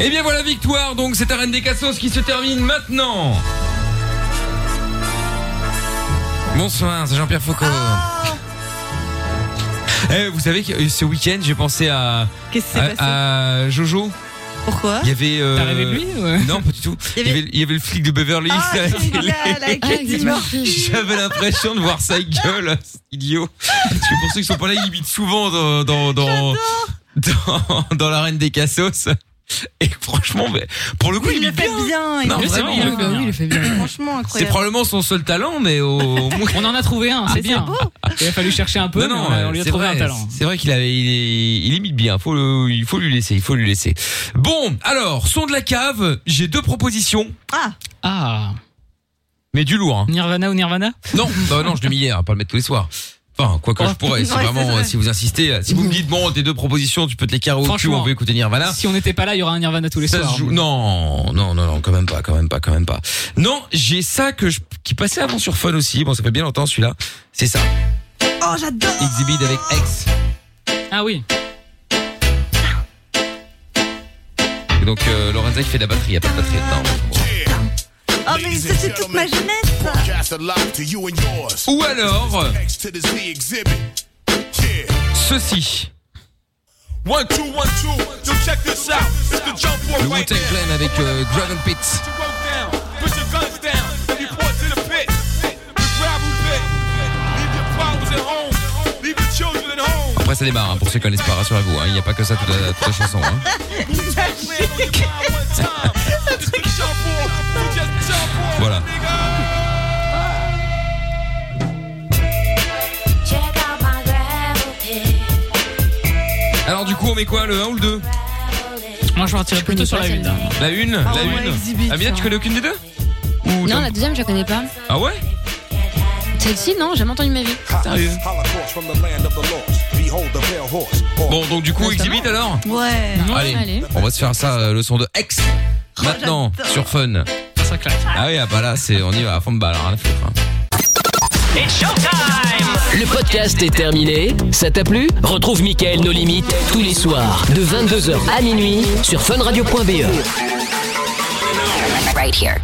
Et bien voilà, victoire. Donc, cette arène des Cassos qui se termine maintenant. Bonsoir, c'est Jean-Pierre Foucault.
Ah.
Eh, vous savez que euh, ce week-end, j'ai pensé à.
Qu'est-ce qui s'est
à-
passé
à Jojo.
Pourquoi
Il y avait. euh,
T'as rêvé de lui, ouais
Non, pas du tout. Il y avait, il y avait le flic de Beverly
Ah,
Hills à Ah, la télé.
Ah,
J'avais l'impression de voir sa gueule, c'est idiot. Parce que pour ceux qui sont pas là, ils imitent souvent dans dans dans dans, dans la reine des cassos. Et franchement, mais, pour le coup,
Oui, il le
imite
fait bien. Ah, il
Non,
le fait
vraiment,
bien.
il
Ah,
le fait bien.
Franchement,
C'est
incroyable.
probablement son seul talent, mais au
On en a trouvé un, c'est bien. Il a fallu chercher un peu,
Non, non,
mais on a- on lui a
c'est
trouvé
vrai,
un talent.
C'est vrai qu'il avait, il, est- il imite bien. Faut le- il faut lui laisser, il faut lui laisser. Bon, alors, son de la cave. J'ai deux propositions.
Ah.
Ah.
Mais du lourd. hein.
Nirvana ou Nirvana
Non, bah non, je l'ai mis hier, pas le mettre tous les soirs. Enfin, quoi que je pourrais, c'est
Oh. Ouais,
vraiment,
c'est vrai.
euh, si vous insistez, euh, si vous me dites, bon, tes deux propositions, tu peux te les carrer au cul,
Franchement.
on veut écouter Nirvana.
Si on n'était pas là, il y aurait un Nirvana tous les
Ça
soirs.
se joue- Non, non, non, non, quand même pas, quand même pas, quand même pas. Non, j'ai ça que je, qui passait avant sur Fun aussi. Bon, ça fait bien longtemps, celui-là. C'est ça.
Oh, j'adore.
Exhibit avec X.
Ah oui.
Et donc, euh, Lorenza qui fait de la batterie, il y a pas de batterie dedans.
Oh, mais ça, c'est toute ma jeunesse.
Ou alors, ceci.
One, two, one, two. Yo, check this out. It's the jump
Le
ball right
Wu-Tang
there.
Clan avec euh, Dragon Pit.
Put your rope down. Put your guns down. You point to the pit. The gravel pit. Leave your problems at home. Leave your children at home.
Après, ça démarre, hein, pour ceux qui connaissent pas, rassurez-vous, hein, il n'y a pas que ça toute la, toute la chanson. hein.
hein.
Voilà. Alors, du coup, on met quoi, le 1 ou le 2
Moi, je me retirais plutôt sur la 1.
La 1
Ah,
La
on va
1
exhibit,
Amina,
ça.
tu connais aucune des deux
Non, la deuxième, je la connais pas.
Ah ouais
Celle-ci, non, j'ai jamais entendu de ma vie.
Ah,
Bon, donc du coup, Exhibit alors
Ouais.
Allez, on va se faire ça, euh, le son de X. Maintenant, sur Fun.
Oh, Ça claque.
Ah oui, ah bah là, c'est, on y va à fond de balle, rien à foutre. hein.
Le podcast est terminé. Ça t'a plu Retrouve Mickaël nos limites tous les soirs E. de 22h à minuit sur funradio.be.
Right here.